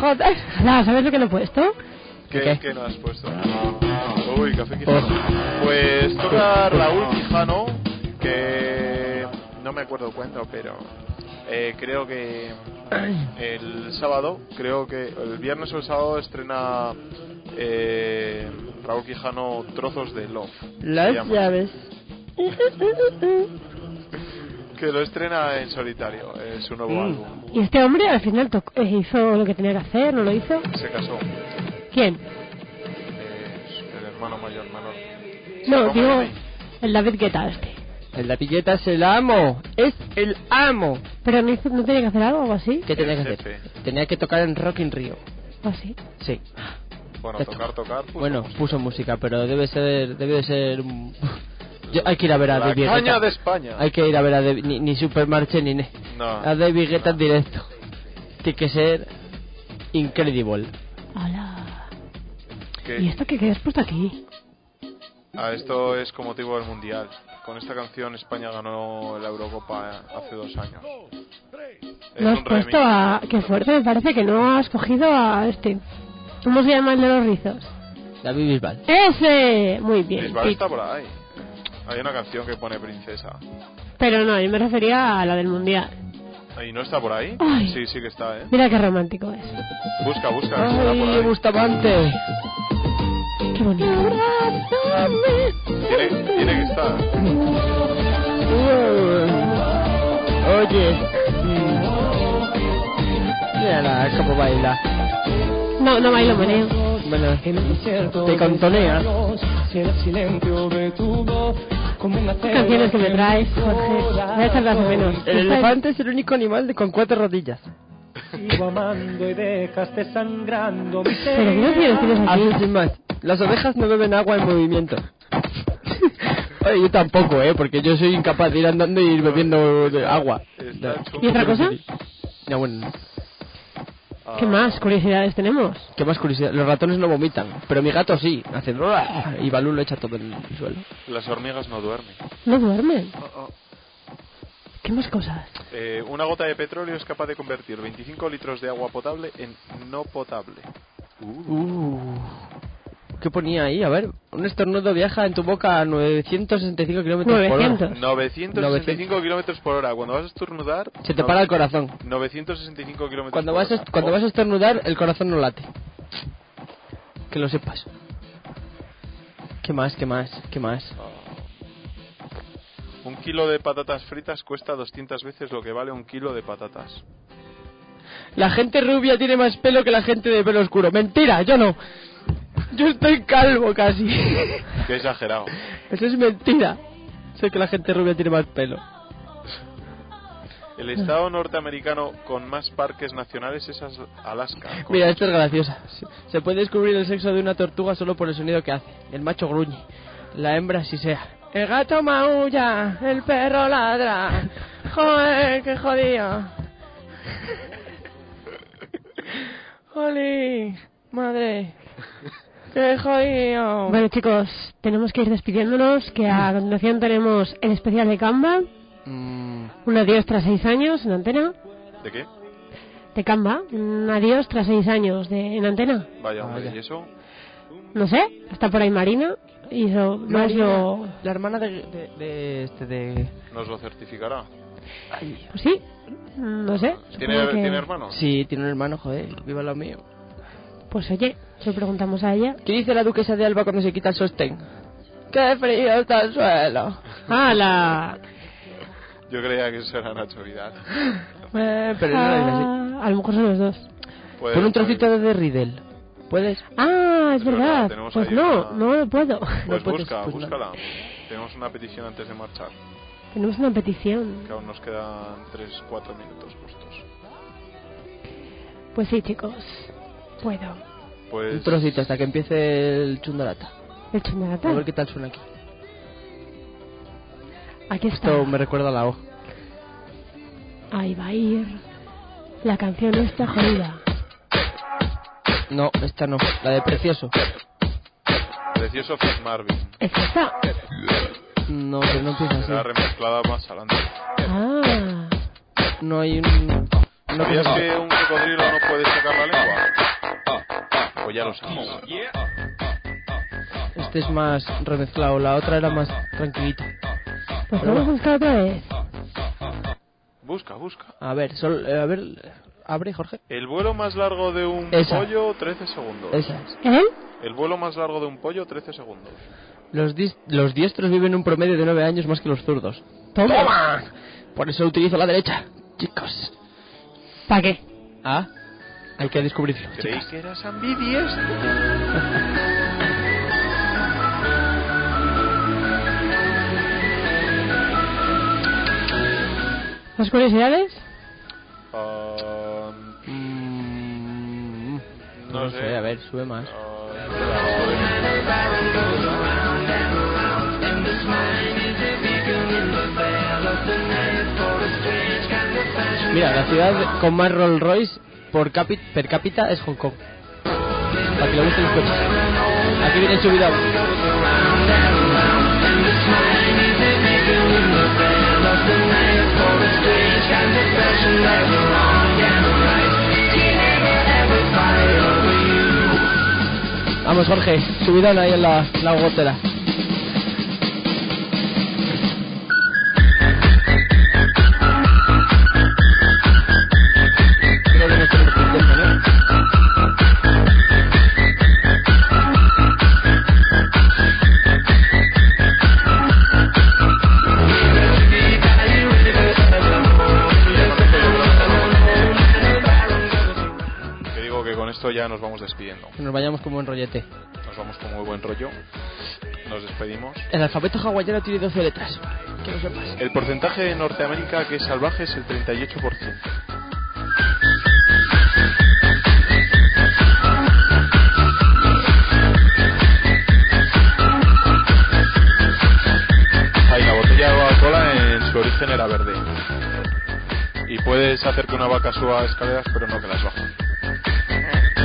S4: Joder, nada, ¿sabes lo que le he puesto?
S2: ¿Qué,
S3: ¿Qué?
S2: qué nos has puesto? Uy, café Quijano. Pues toca Raúl Quijano, que no me acuerdo cuándo, pero eh, creo que el sábado, creo que el viernes o el sábado estrena eh, Raúl Quijano Trozos de Love. se
S3: Las
S2: llama.
S3: llaves.
S2: Que lo estrena en solitario, es su nuevo álbum.
S4: Y este hombre al final tocó- eh, hizo lo que tenía que hacer, ¿no lo hizo?
S2: Se casó,
S4: ¿Quién?
S2: eh, el hermano mayor menor.
S4: No, digo, el David Guetta este.
S3: El la pilleta es el amo, es el amo.
S4: Pero no, hizo- no tenía que hacer algo o algo así.
S3: ¿Qué tenía que hacer? Tenía que tocar en Rock in Rio.
S4: ¿O así?
S3: Sí.
S2: Bueno,
S3: Ya está.
S2: tocar, tocar. pues,
S3: Bueno, puso música, pero debe ser, debe de ser. un- [LAUGHS] Yo- hay que ir a ver a
S2: La
S3: David Guetta.
S2: caña de España.
S3: Hay que ir a ver a David- ni, ni Supermarche ni ne-
S2: No.
S3: a David Guetta en directo. Tiene que ser incredible.
S4: Hola.
S2: que-
S4: ¿Y esto qué, qué has puesto aquí?
S2: Ah, esto es con motivo del mundial. Con esta canción España ganó la Eurocopa eh, hace dos años. Es
S4: Lo has
S2: un
S4: puesto
S2: remix.
S4: a... Qué fuerte, me parece que no has cogido a este. ¿Cómo se llama el de los rizos?
S28: David Bisbal.
S4: ¡Ese! Muy bien.
S2: Bisbal
S4: sí.
S2: está por ahí. Hay una canción que pone princesa.
S4: Pero no, yo me refería a la del mundial.
S2: ¿Y no está por ahí?
S4: Ay.
S2: Sí, sí que está, ¿eh?
S4: Mira qué romántico es.
S2: Busca, busca. que estará por
S3: Ay,
S2: ahí.
S3: Bustamante.
S4: Qué bonito.
S2: Tiene, tiene que estar.
S3: Oye. Mira cómo baila.
S4: No, no bailo meneo.
S3: Bueno, te contonea.
S4: canciones que me traes, Jorge. Voy a echarlas de menos.
S3: El elefante es el único animal de- con cuatro rodillas.
S29: Sigo amando y dejaste sangrando mi
S3: Pero
S29: no
S3: Así sin más. Las ovejas no beben agua en movimiento. Oye, yo tampoco, ¿eh? Porque yo soy incapaz de ir andando y ir bebiendo eh, agua.
S4: ¿Y otra cosa?
S3: Ya, bueno.
S2: Ah,
S4: ¿Qué más curiosidades tenemos?
S3: ¿Qué más curiosidad? Los ratones no vomitan, pero mi gato sí. Hace... "Ruah", Y Balú lo echa todo en el suelo.
S2: Las hormigas no duermen.
S4: No duermen.
S2: Oh, oh.
S4: ¿Qué más cosas?
S2: Eh, una gota de petróleo es capaz de convertir 25 litros de agua potable en no potable.
S3: Uh. ¿Qué ponía ahí? A ver, un estornudo viaja en tu boca a 965 kilómetros por hora.
S2: 965 kilómetros por hora. Cuando vas a estornudar...
S3: Se te para el corazón.
S2: 965 kilómetros
S3: Cuando
S2: por
S3: vas, a,
S2: hora.
S3: est- cuando vas a estornudar, el corazón no late. Que lo sepas. ¿Qué más? ¿Qué más? ¿Qué más?
S2: Un kilo de patatas fritas cuesta 200 veces lo que vale un kilo de patatas.
S3: La gente rubia tiene más pelo que la gente de pelo oscuro. Mentira, yo no. Yo estoy calvo casi. [LAUGHS]
S2: Qué exagerado.
S3: Eso es mentira. Sé que la gente rubia tiene más pelo.
S2: El estado norteamericano con más parques nacionales es As- Alaska. con-
S3: Mira, esta es graciosa. Se- Se puede descubrir el sexo de una tortuga solo por el sonido que hace. El macho gruñe, la hembra sea. El gato maulla, el perro ladra. Joder, qué jodido. Jolín, madre. Qué jodido.
S4: Bueno, chicos, tenemos que ir despidiéndonos, que a continuación tenemos el especial de Canva. Un adiós tras seis años en antena.
S2: ¿De qué?
S4: De Canva. Un adiós tras seis años de, en antena.
S3: Ah,
S2: Vaya, hombre, ¿y eso?
S4: No sé, está por ahí Marina. Y eso, no es lo...
S3: La hermana de, de, de este de.
S2: Nos lo certificará.
S4: Pues sí, no sé.
S2: ¿Tiene,
S4: supongo que-
S2: ¿tiene hermano?
S3: Sí, tiene un hermano, joder. Viva lo mío.
S4: Pues oye, se lo preguntamos a ella.
S3: ¿Qué dice la duquesa de Alba cuando se quita el sostén? ¡Qué frío está el suelo!
S4: Ah, ¡Hala!
S2: Yo creía que eso era Nacho Vidal.
S3: Eh, pero no es así.
S4: Ah, a lo mejor son los dos.
S2: Puede-
S3: Pon un trocito de Riddle. ¿Puedes?
S4: Ah, es
S2: Es verdad,
S4: verdad.
S2: tenemos
S4: Pues
S2: ahí
S4: no,
S2: una-
S4: no lo puedo.
S2: Pues
S3: No puedes,
S2: busca,
S3: pues no.
S2: búscala. Tenemos una petición antes de marchar.
S4: Tenemos una petición.
S2: Que aún nos quedan 3-4 minutos justos.
S4: Pues sí, chicos. Puedo.
S3: Un
S2: Pues
S3: trocito hasta que empiece el chundalata.
S4: El
S3: A ver
S4: chundarata.
S3: qué tal suena aquí.
S4: Aquí está.
S3: Esto me recuerda a la O.
S4: Ahí va a ir. La canción está jodida.
S3: No, esta no. La de Precioso.
S2: Precioso Fred Marvin.
S4: ¿Es esta?
S3: No, pero no empieza
S2: Será
S3: así.
S2: remezclada más adelante.
S4: Ah.
S3: No hay un... No
S2: ¿Sabías
S3: no.
S2: que un cocodrilo no puede sacar la lengua? Pues ya lo sabes.
S3: Este es más remezclado. La otra era más tranquilita.
S4: Pues vamos a
S3: Pero bueno,
S4: buscar otra vez.
S2: Busca, busca.
S3: a ver, sol- eh, a ver... Abre, Jorge.
S2: El vuelo más largo de un
S3: Esa.
S2: pollo, 13 segundos.
S3: Esa es.
S4: ¿Eh?
S2: El vuelo más largo de un pollo, 13 segundos.
S3: Los, dis- los diestros viven un promedio de nueve años más que los zurdos.
S4: ¡Toma!
S3: Por eso utilizo la derecha, chicos.
S4: ¿Para qué?
S3: Ah, hay que descubrirlo,
S2: ¿Creéis
S3: chicas.
S2: que eras ambidiestro?
S4: ¿Más curiosidades?
S2: Ah,
S3: Mm,
S2: no, sé.
S3: A ver, sube más. Mira, la ciudad con más Rolls Royce por capi- per cápita es Hong Kong. Para que le gusten los coches. Aquí viene el subidón. Vamos, Jorge, subidón ahí en la, la gotera.
S2: Que digo que con esto ya nos vamos despidiendo.
S3: Que nos vayamos como en rollete.
S2: Nos vamos con muy buen rollo. Nos despedimos.
S3: El alfabeto hawaiano tiene 12 letras. Que lo sepas.
S2: El porcentaje de Norteamérica que es salvaje es el 38%. Ahí la botella de Coca-Cola en su origen era verde. Y puedes hacer que una vaca suba escaleras, pero no que las baje.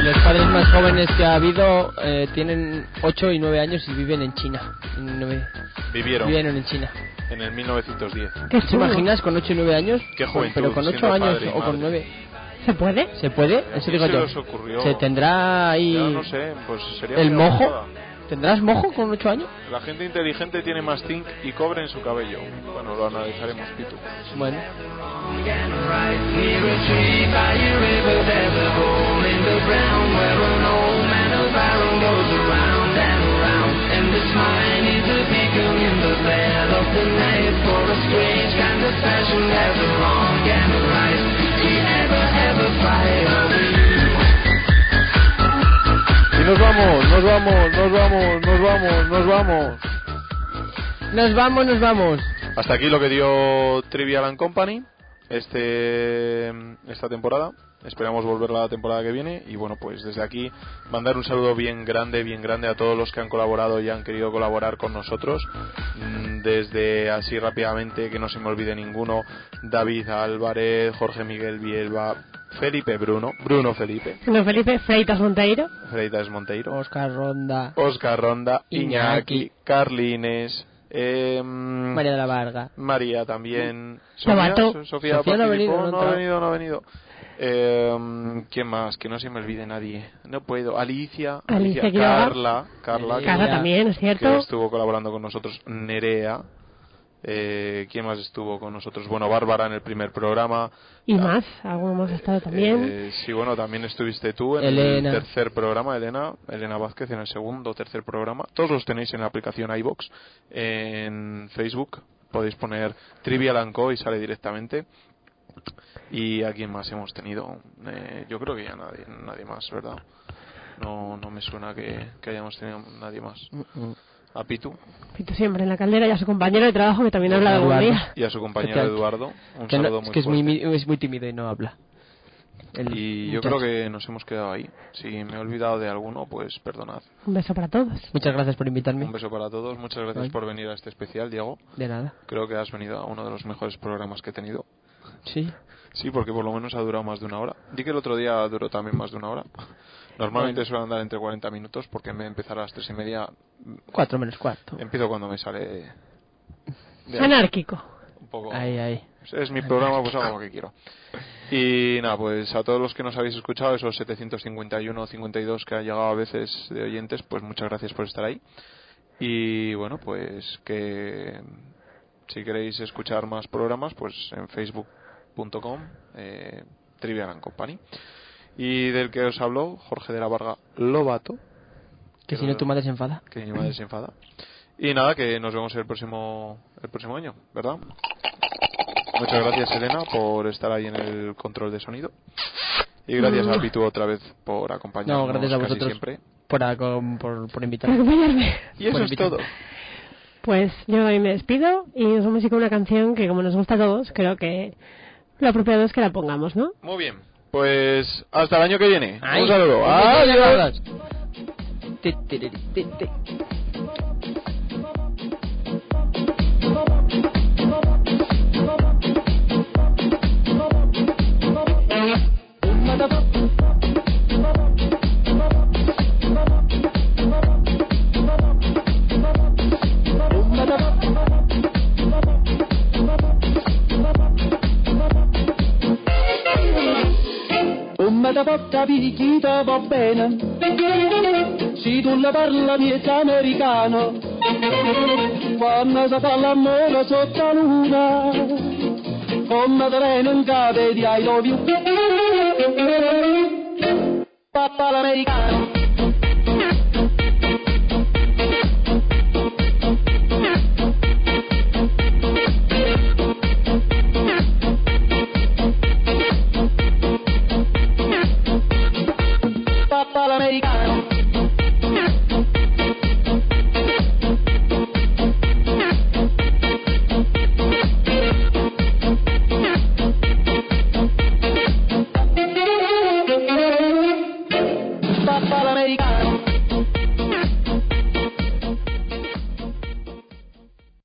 S3: Los padres más jóvenes que ha habido eh, tienen 8 y 9 años y viven en China. En nueve-
S2: Vivieron.
S3: Vivieron en China.
S2: En el 1910.
S3: ¿Te imaginas con 8 y 9 años?
S2: Qué
S3: Con-
S2: juventud,
S3: Pero con 8
S2: siendo
S3: años
S2: padre y
S3: o con
S2: madre.
S3: 9.
S4: ¿Se puede?
S3: ¿Se puede?
S2: ¿A
S3: Eso
S2: quién
S3: digo
S2: se
S3: yo.
S2: les ocurrió?
S3: Se tendrá ahí.
S2: Ya no sé, pues sería
S3: ¿El
S2: una
S3: mojo?
S2: bajada.
S3: ¿Tendrás mojo con 8 años?
S2: La gente inteligente tiene más zinc y cobre en su cabello. Bueno, lo analizaremos, Pitu.
S3: Bueno.
S7: Y nos vamos, nos vamos, nos vamos, nos vamos, nos vamos.
S3: Nos vamos, nos vamos.
S2: Hasta aquí lo que dio Trivial and Company este esta temporada. Esperamos volver la temporada que viene y bueno, pues desde aquí mandar un saludo bien grande, bien grande a todos los que han colaborado y han querido colaborar con nosotros. Mm, Desde así rápidamente, que no se me olvide ninguno, David Álvarez, Jorge Miguel Bielba, Felipe Bruno, Bruno Felipe,
S4: Don Felipe Freitas Monteiro.
S2: Freitas Monteiro,
S3: Oscar Ronda,
S2: Oscar Ronda,
S3: Iñaki.
S2: Iñaki, Carlines, em,
S3: María de la Varga.
S2: María también.
S3: Novato.
S2: So- Sofía,
S3: Sofía no ha
S2: participó,
S3: venido, no
S2: no
S3: ha
S2: ha
S3: entrado.
S2: venido. no ha venido. Eh, ¿Quién más? Que no se me olvide nadie. No puedo. Alicia.
S4: Alicia Quiroga.
S2: Carla. Carla, que-
S4: Carla también, es cierto.
S2: Que estuvo colaborando con nosotros. Nerea. Eh, ¿Quién más estuvo con nosotros? Bueno, Bárbara en el primer programa.
S4: Y más, alguno más ha estado también.
S2: Eh, sí, bueno, también estuviste tú en
S4: Elena.
S2: el tercer programa, Elena, Elena Vázquez en el segundo, tercer programa. Todos los tenéis en la aplicación iBox, en Facebook. Podéis poner Trivial and Co y sale directamente. ¿Y a quién más hemos tenido? Eh, yo creo que ya nadie, nadie más, ¿verdad? No, no me suena que, que hayamos tenido nadie más. A Pitu
S4: Pito siempre en la caldera y a su compañero de trabajo que también habla algún día.
S2: y a su compañero
S3: Especial.
S2: Eduardo. Un
S3: Que no-
S2: saludo
S3: es
S2: muy
S3: que es
S2: fuerte.
S3: muy, mi- es muy tímido y no habla. El
S2: Y yo
S3: muchacho.
S2: creo que nos hemos quedado ahí. Si me he olvidado de alguno, pues perdonad.
S4: Un beso para todos.
S3: Muchas gracias por invitarme.
S2: Un beso para todos. Muchas gracias
S3: Ay.
S2: por venir a este especial, Diego.
S3: De nada.
S2: Creo que has venido a uno de los mejores programas que he tenido.
S3: Sí.
S2: Sí, porque por lo menos ha durado más de una hora. Di que el otro día duró también más de una hora. Normalmente
S3: Bueno.
S2: suelen dar entre 40 minutos porque en vez de empezar a las tres y media
S3: Cuatro menos cuarto.
S2: empiezo cuando me sale. de-
S4: Anárquico.
S2: Un poco.
S3: Ahí, ahí.
S2: Es mi programa, pues hago lo que quiero. Y nada, pues a todos los que nos habéis escuchado, esos 751 o 52 que han llegado a veces de oyentes, pues muchas gracias por estar ahí. Y bueno, pues que si queréis escuchar más programas, pues en facebook.com, eh, Trivial and Company. Y del que os habló, Jorge de la Varga Lobato,
S3: Que si no, tu madre se enfada.
S2: que mi madre se enfada. Y nada, que nos vemos el próximo, el próximo año, ¿verdad? Muchas gracias, Elena, por estar ahí en el control de sonido. Y gracias a Pitu otra vez por acompañarnos
S3: No, gracias a
S2: casi
S3: vosotros
S2: siempre.
S3: por, acom- por, por
S4: Por
S3: invitarme.
S4: acompañarme.
S2: [LAUGHS] Y eso
S3: Por
S2: es
S3: invitarme.
S2: todo.
S4: Pues yo hoy me despido y os vamos a ir con una canción que como nos gusta a todos, creo que lo apropiado es que la pongamos, ¿no?
S2: Muy bien. Pues hasta el año que viene.
S3: Ahí.
S2: Un saludo.
S3: Muchas
S2: Adiós.
S3: gracias. Te, te, te, te, te.
S30: Om me de bot a biriquita va pena.
S1: si tu la parla miete americano, quando si fa l'amore sotto la luna, come treno in capo di I love you. Papà l'americano.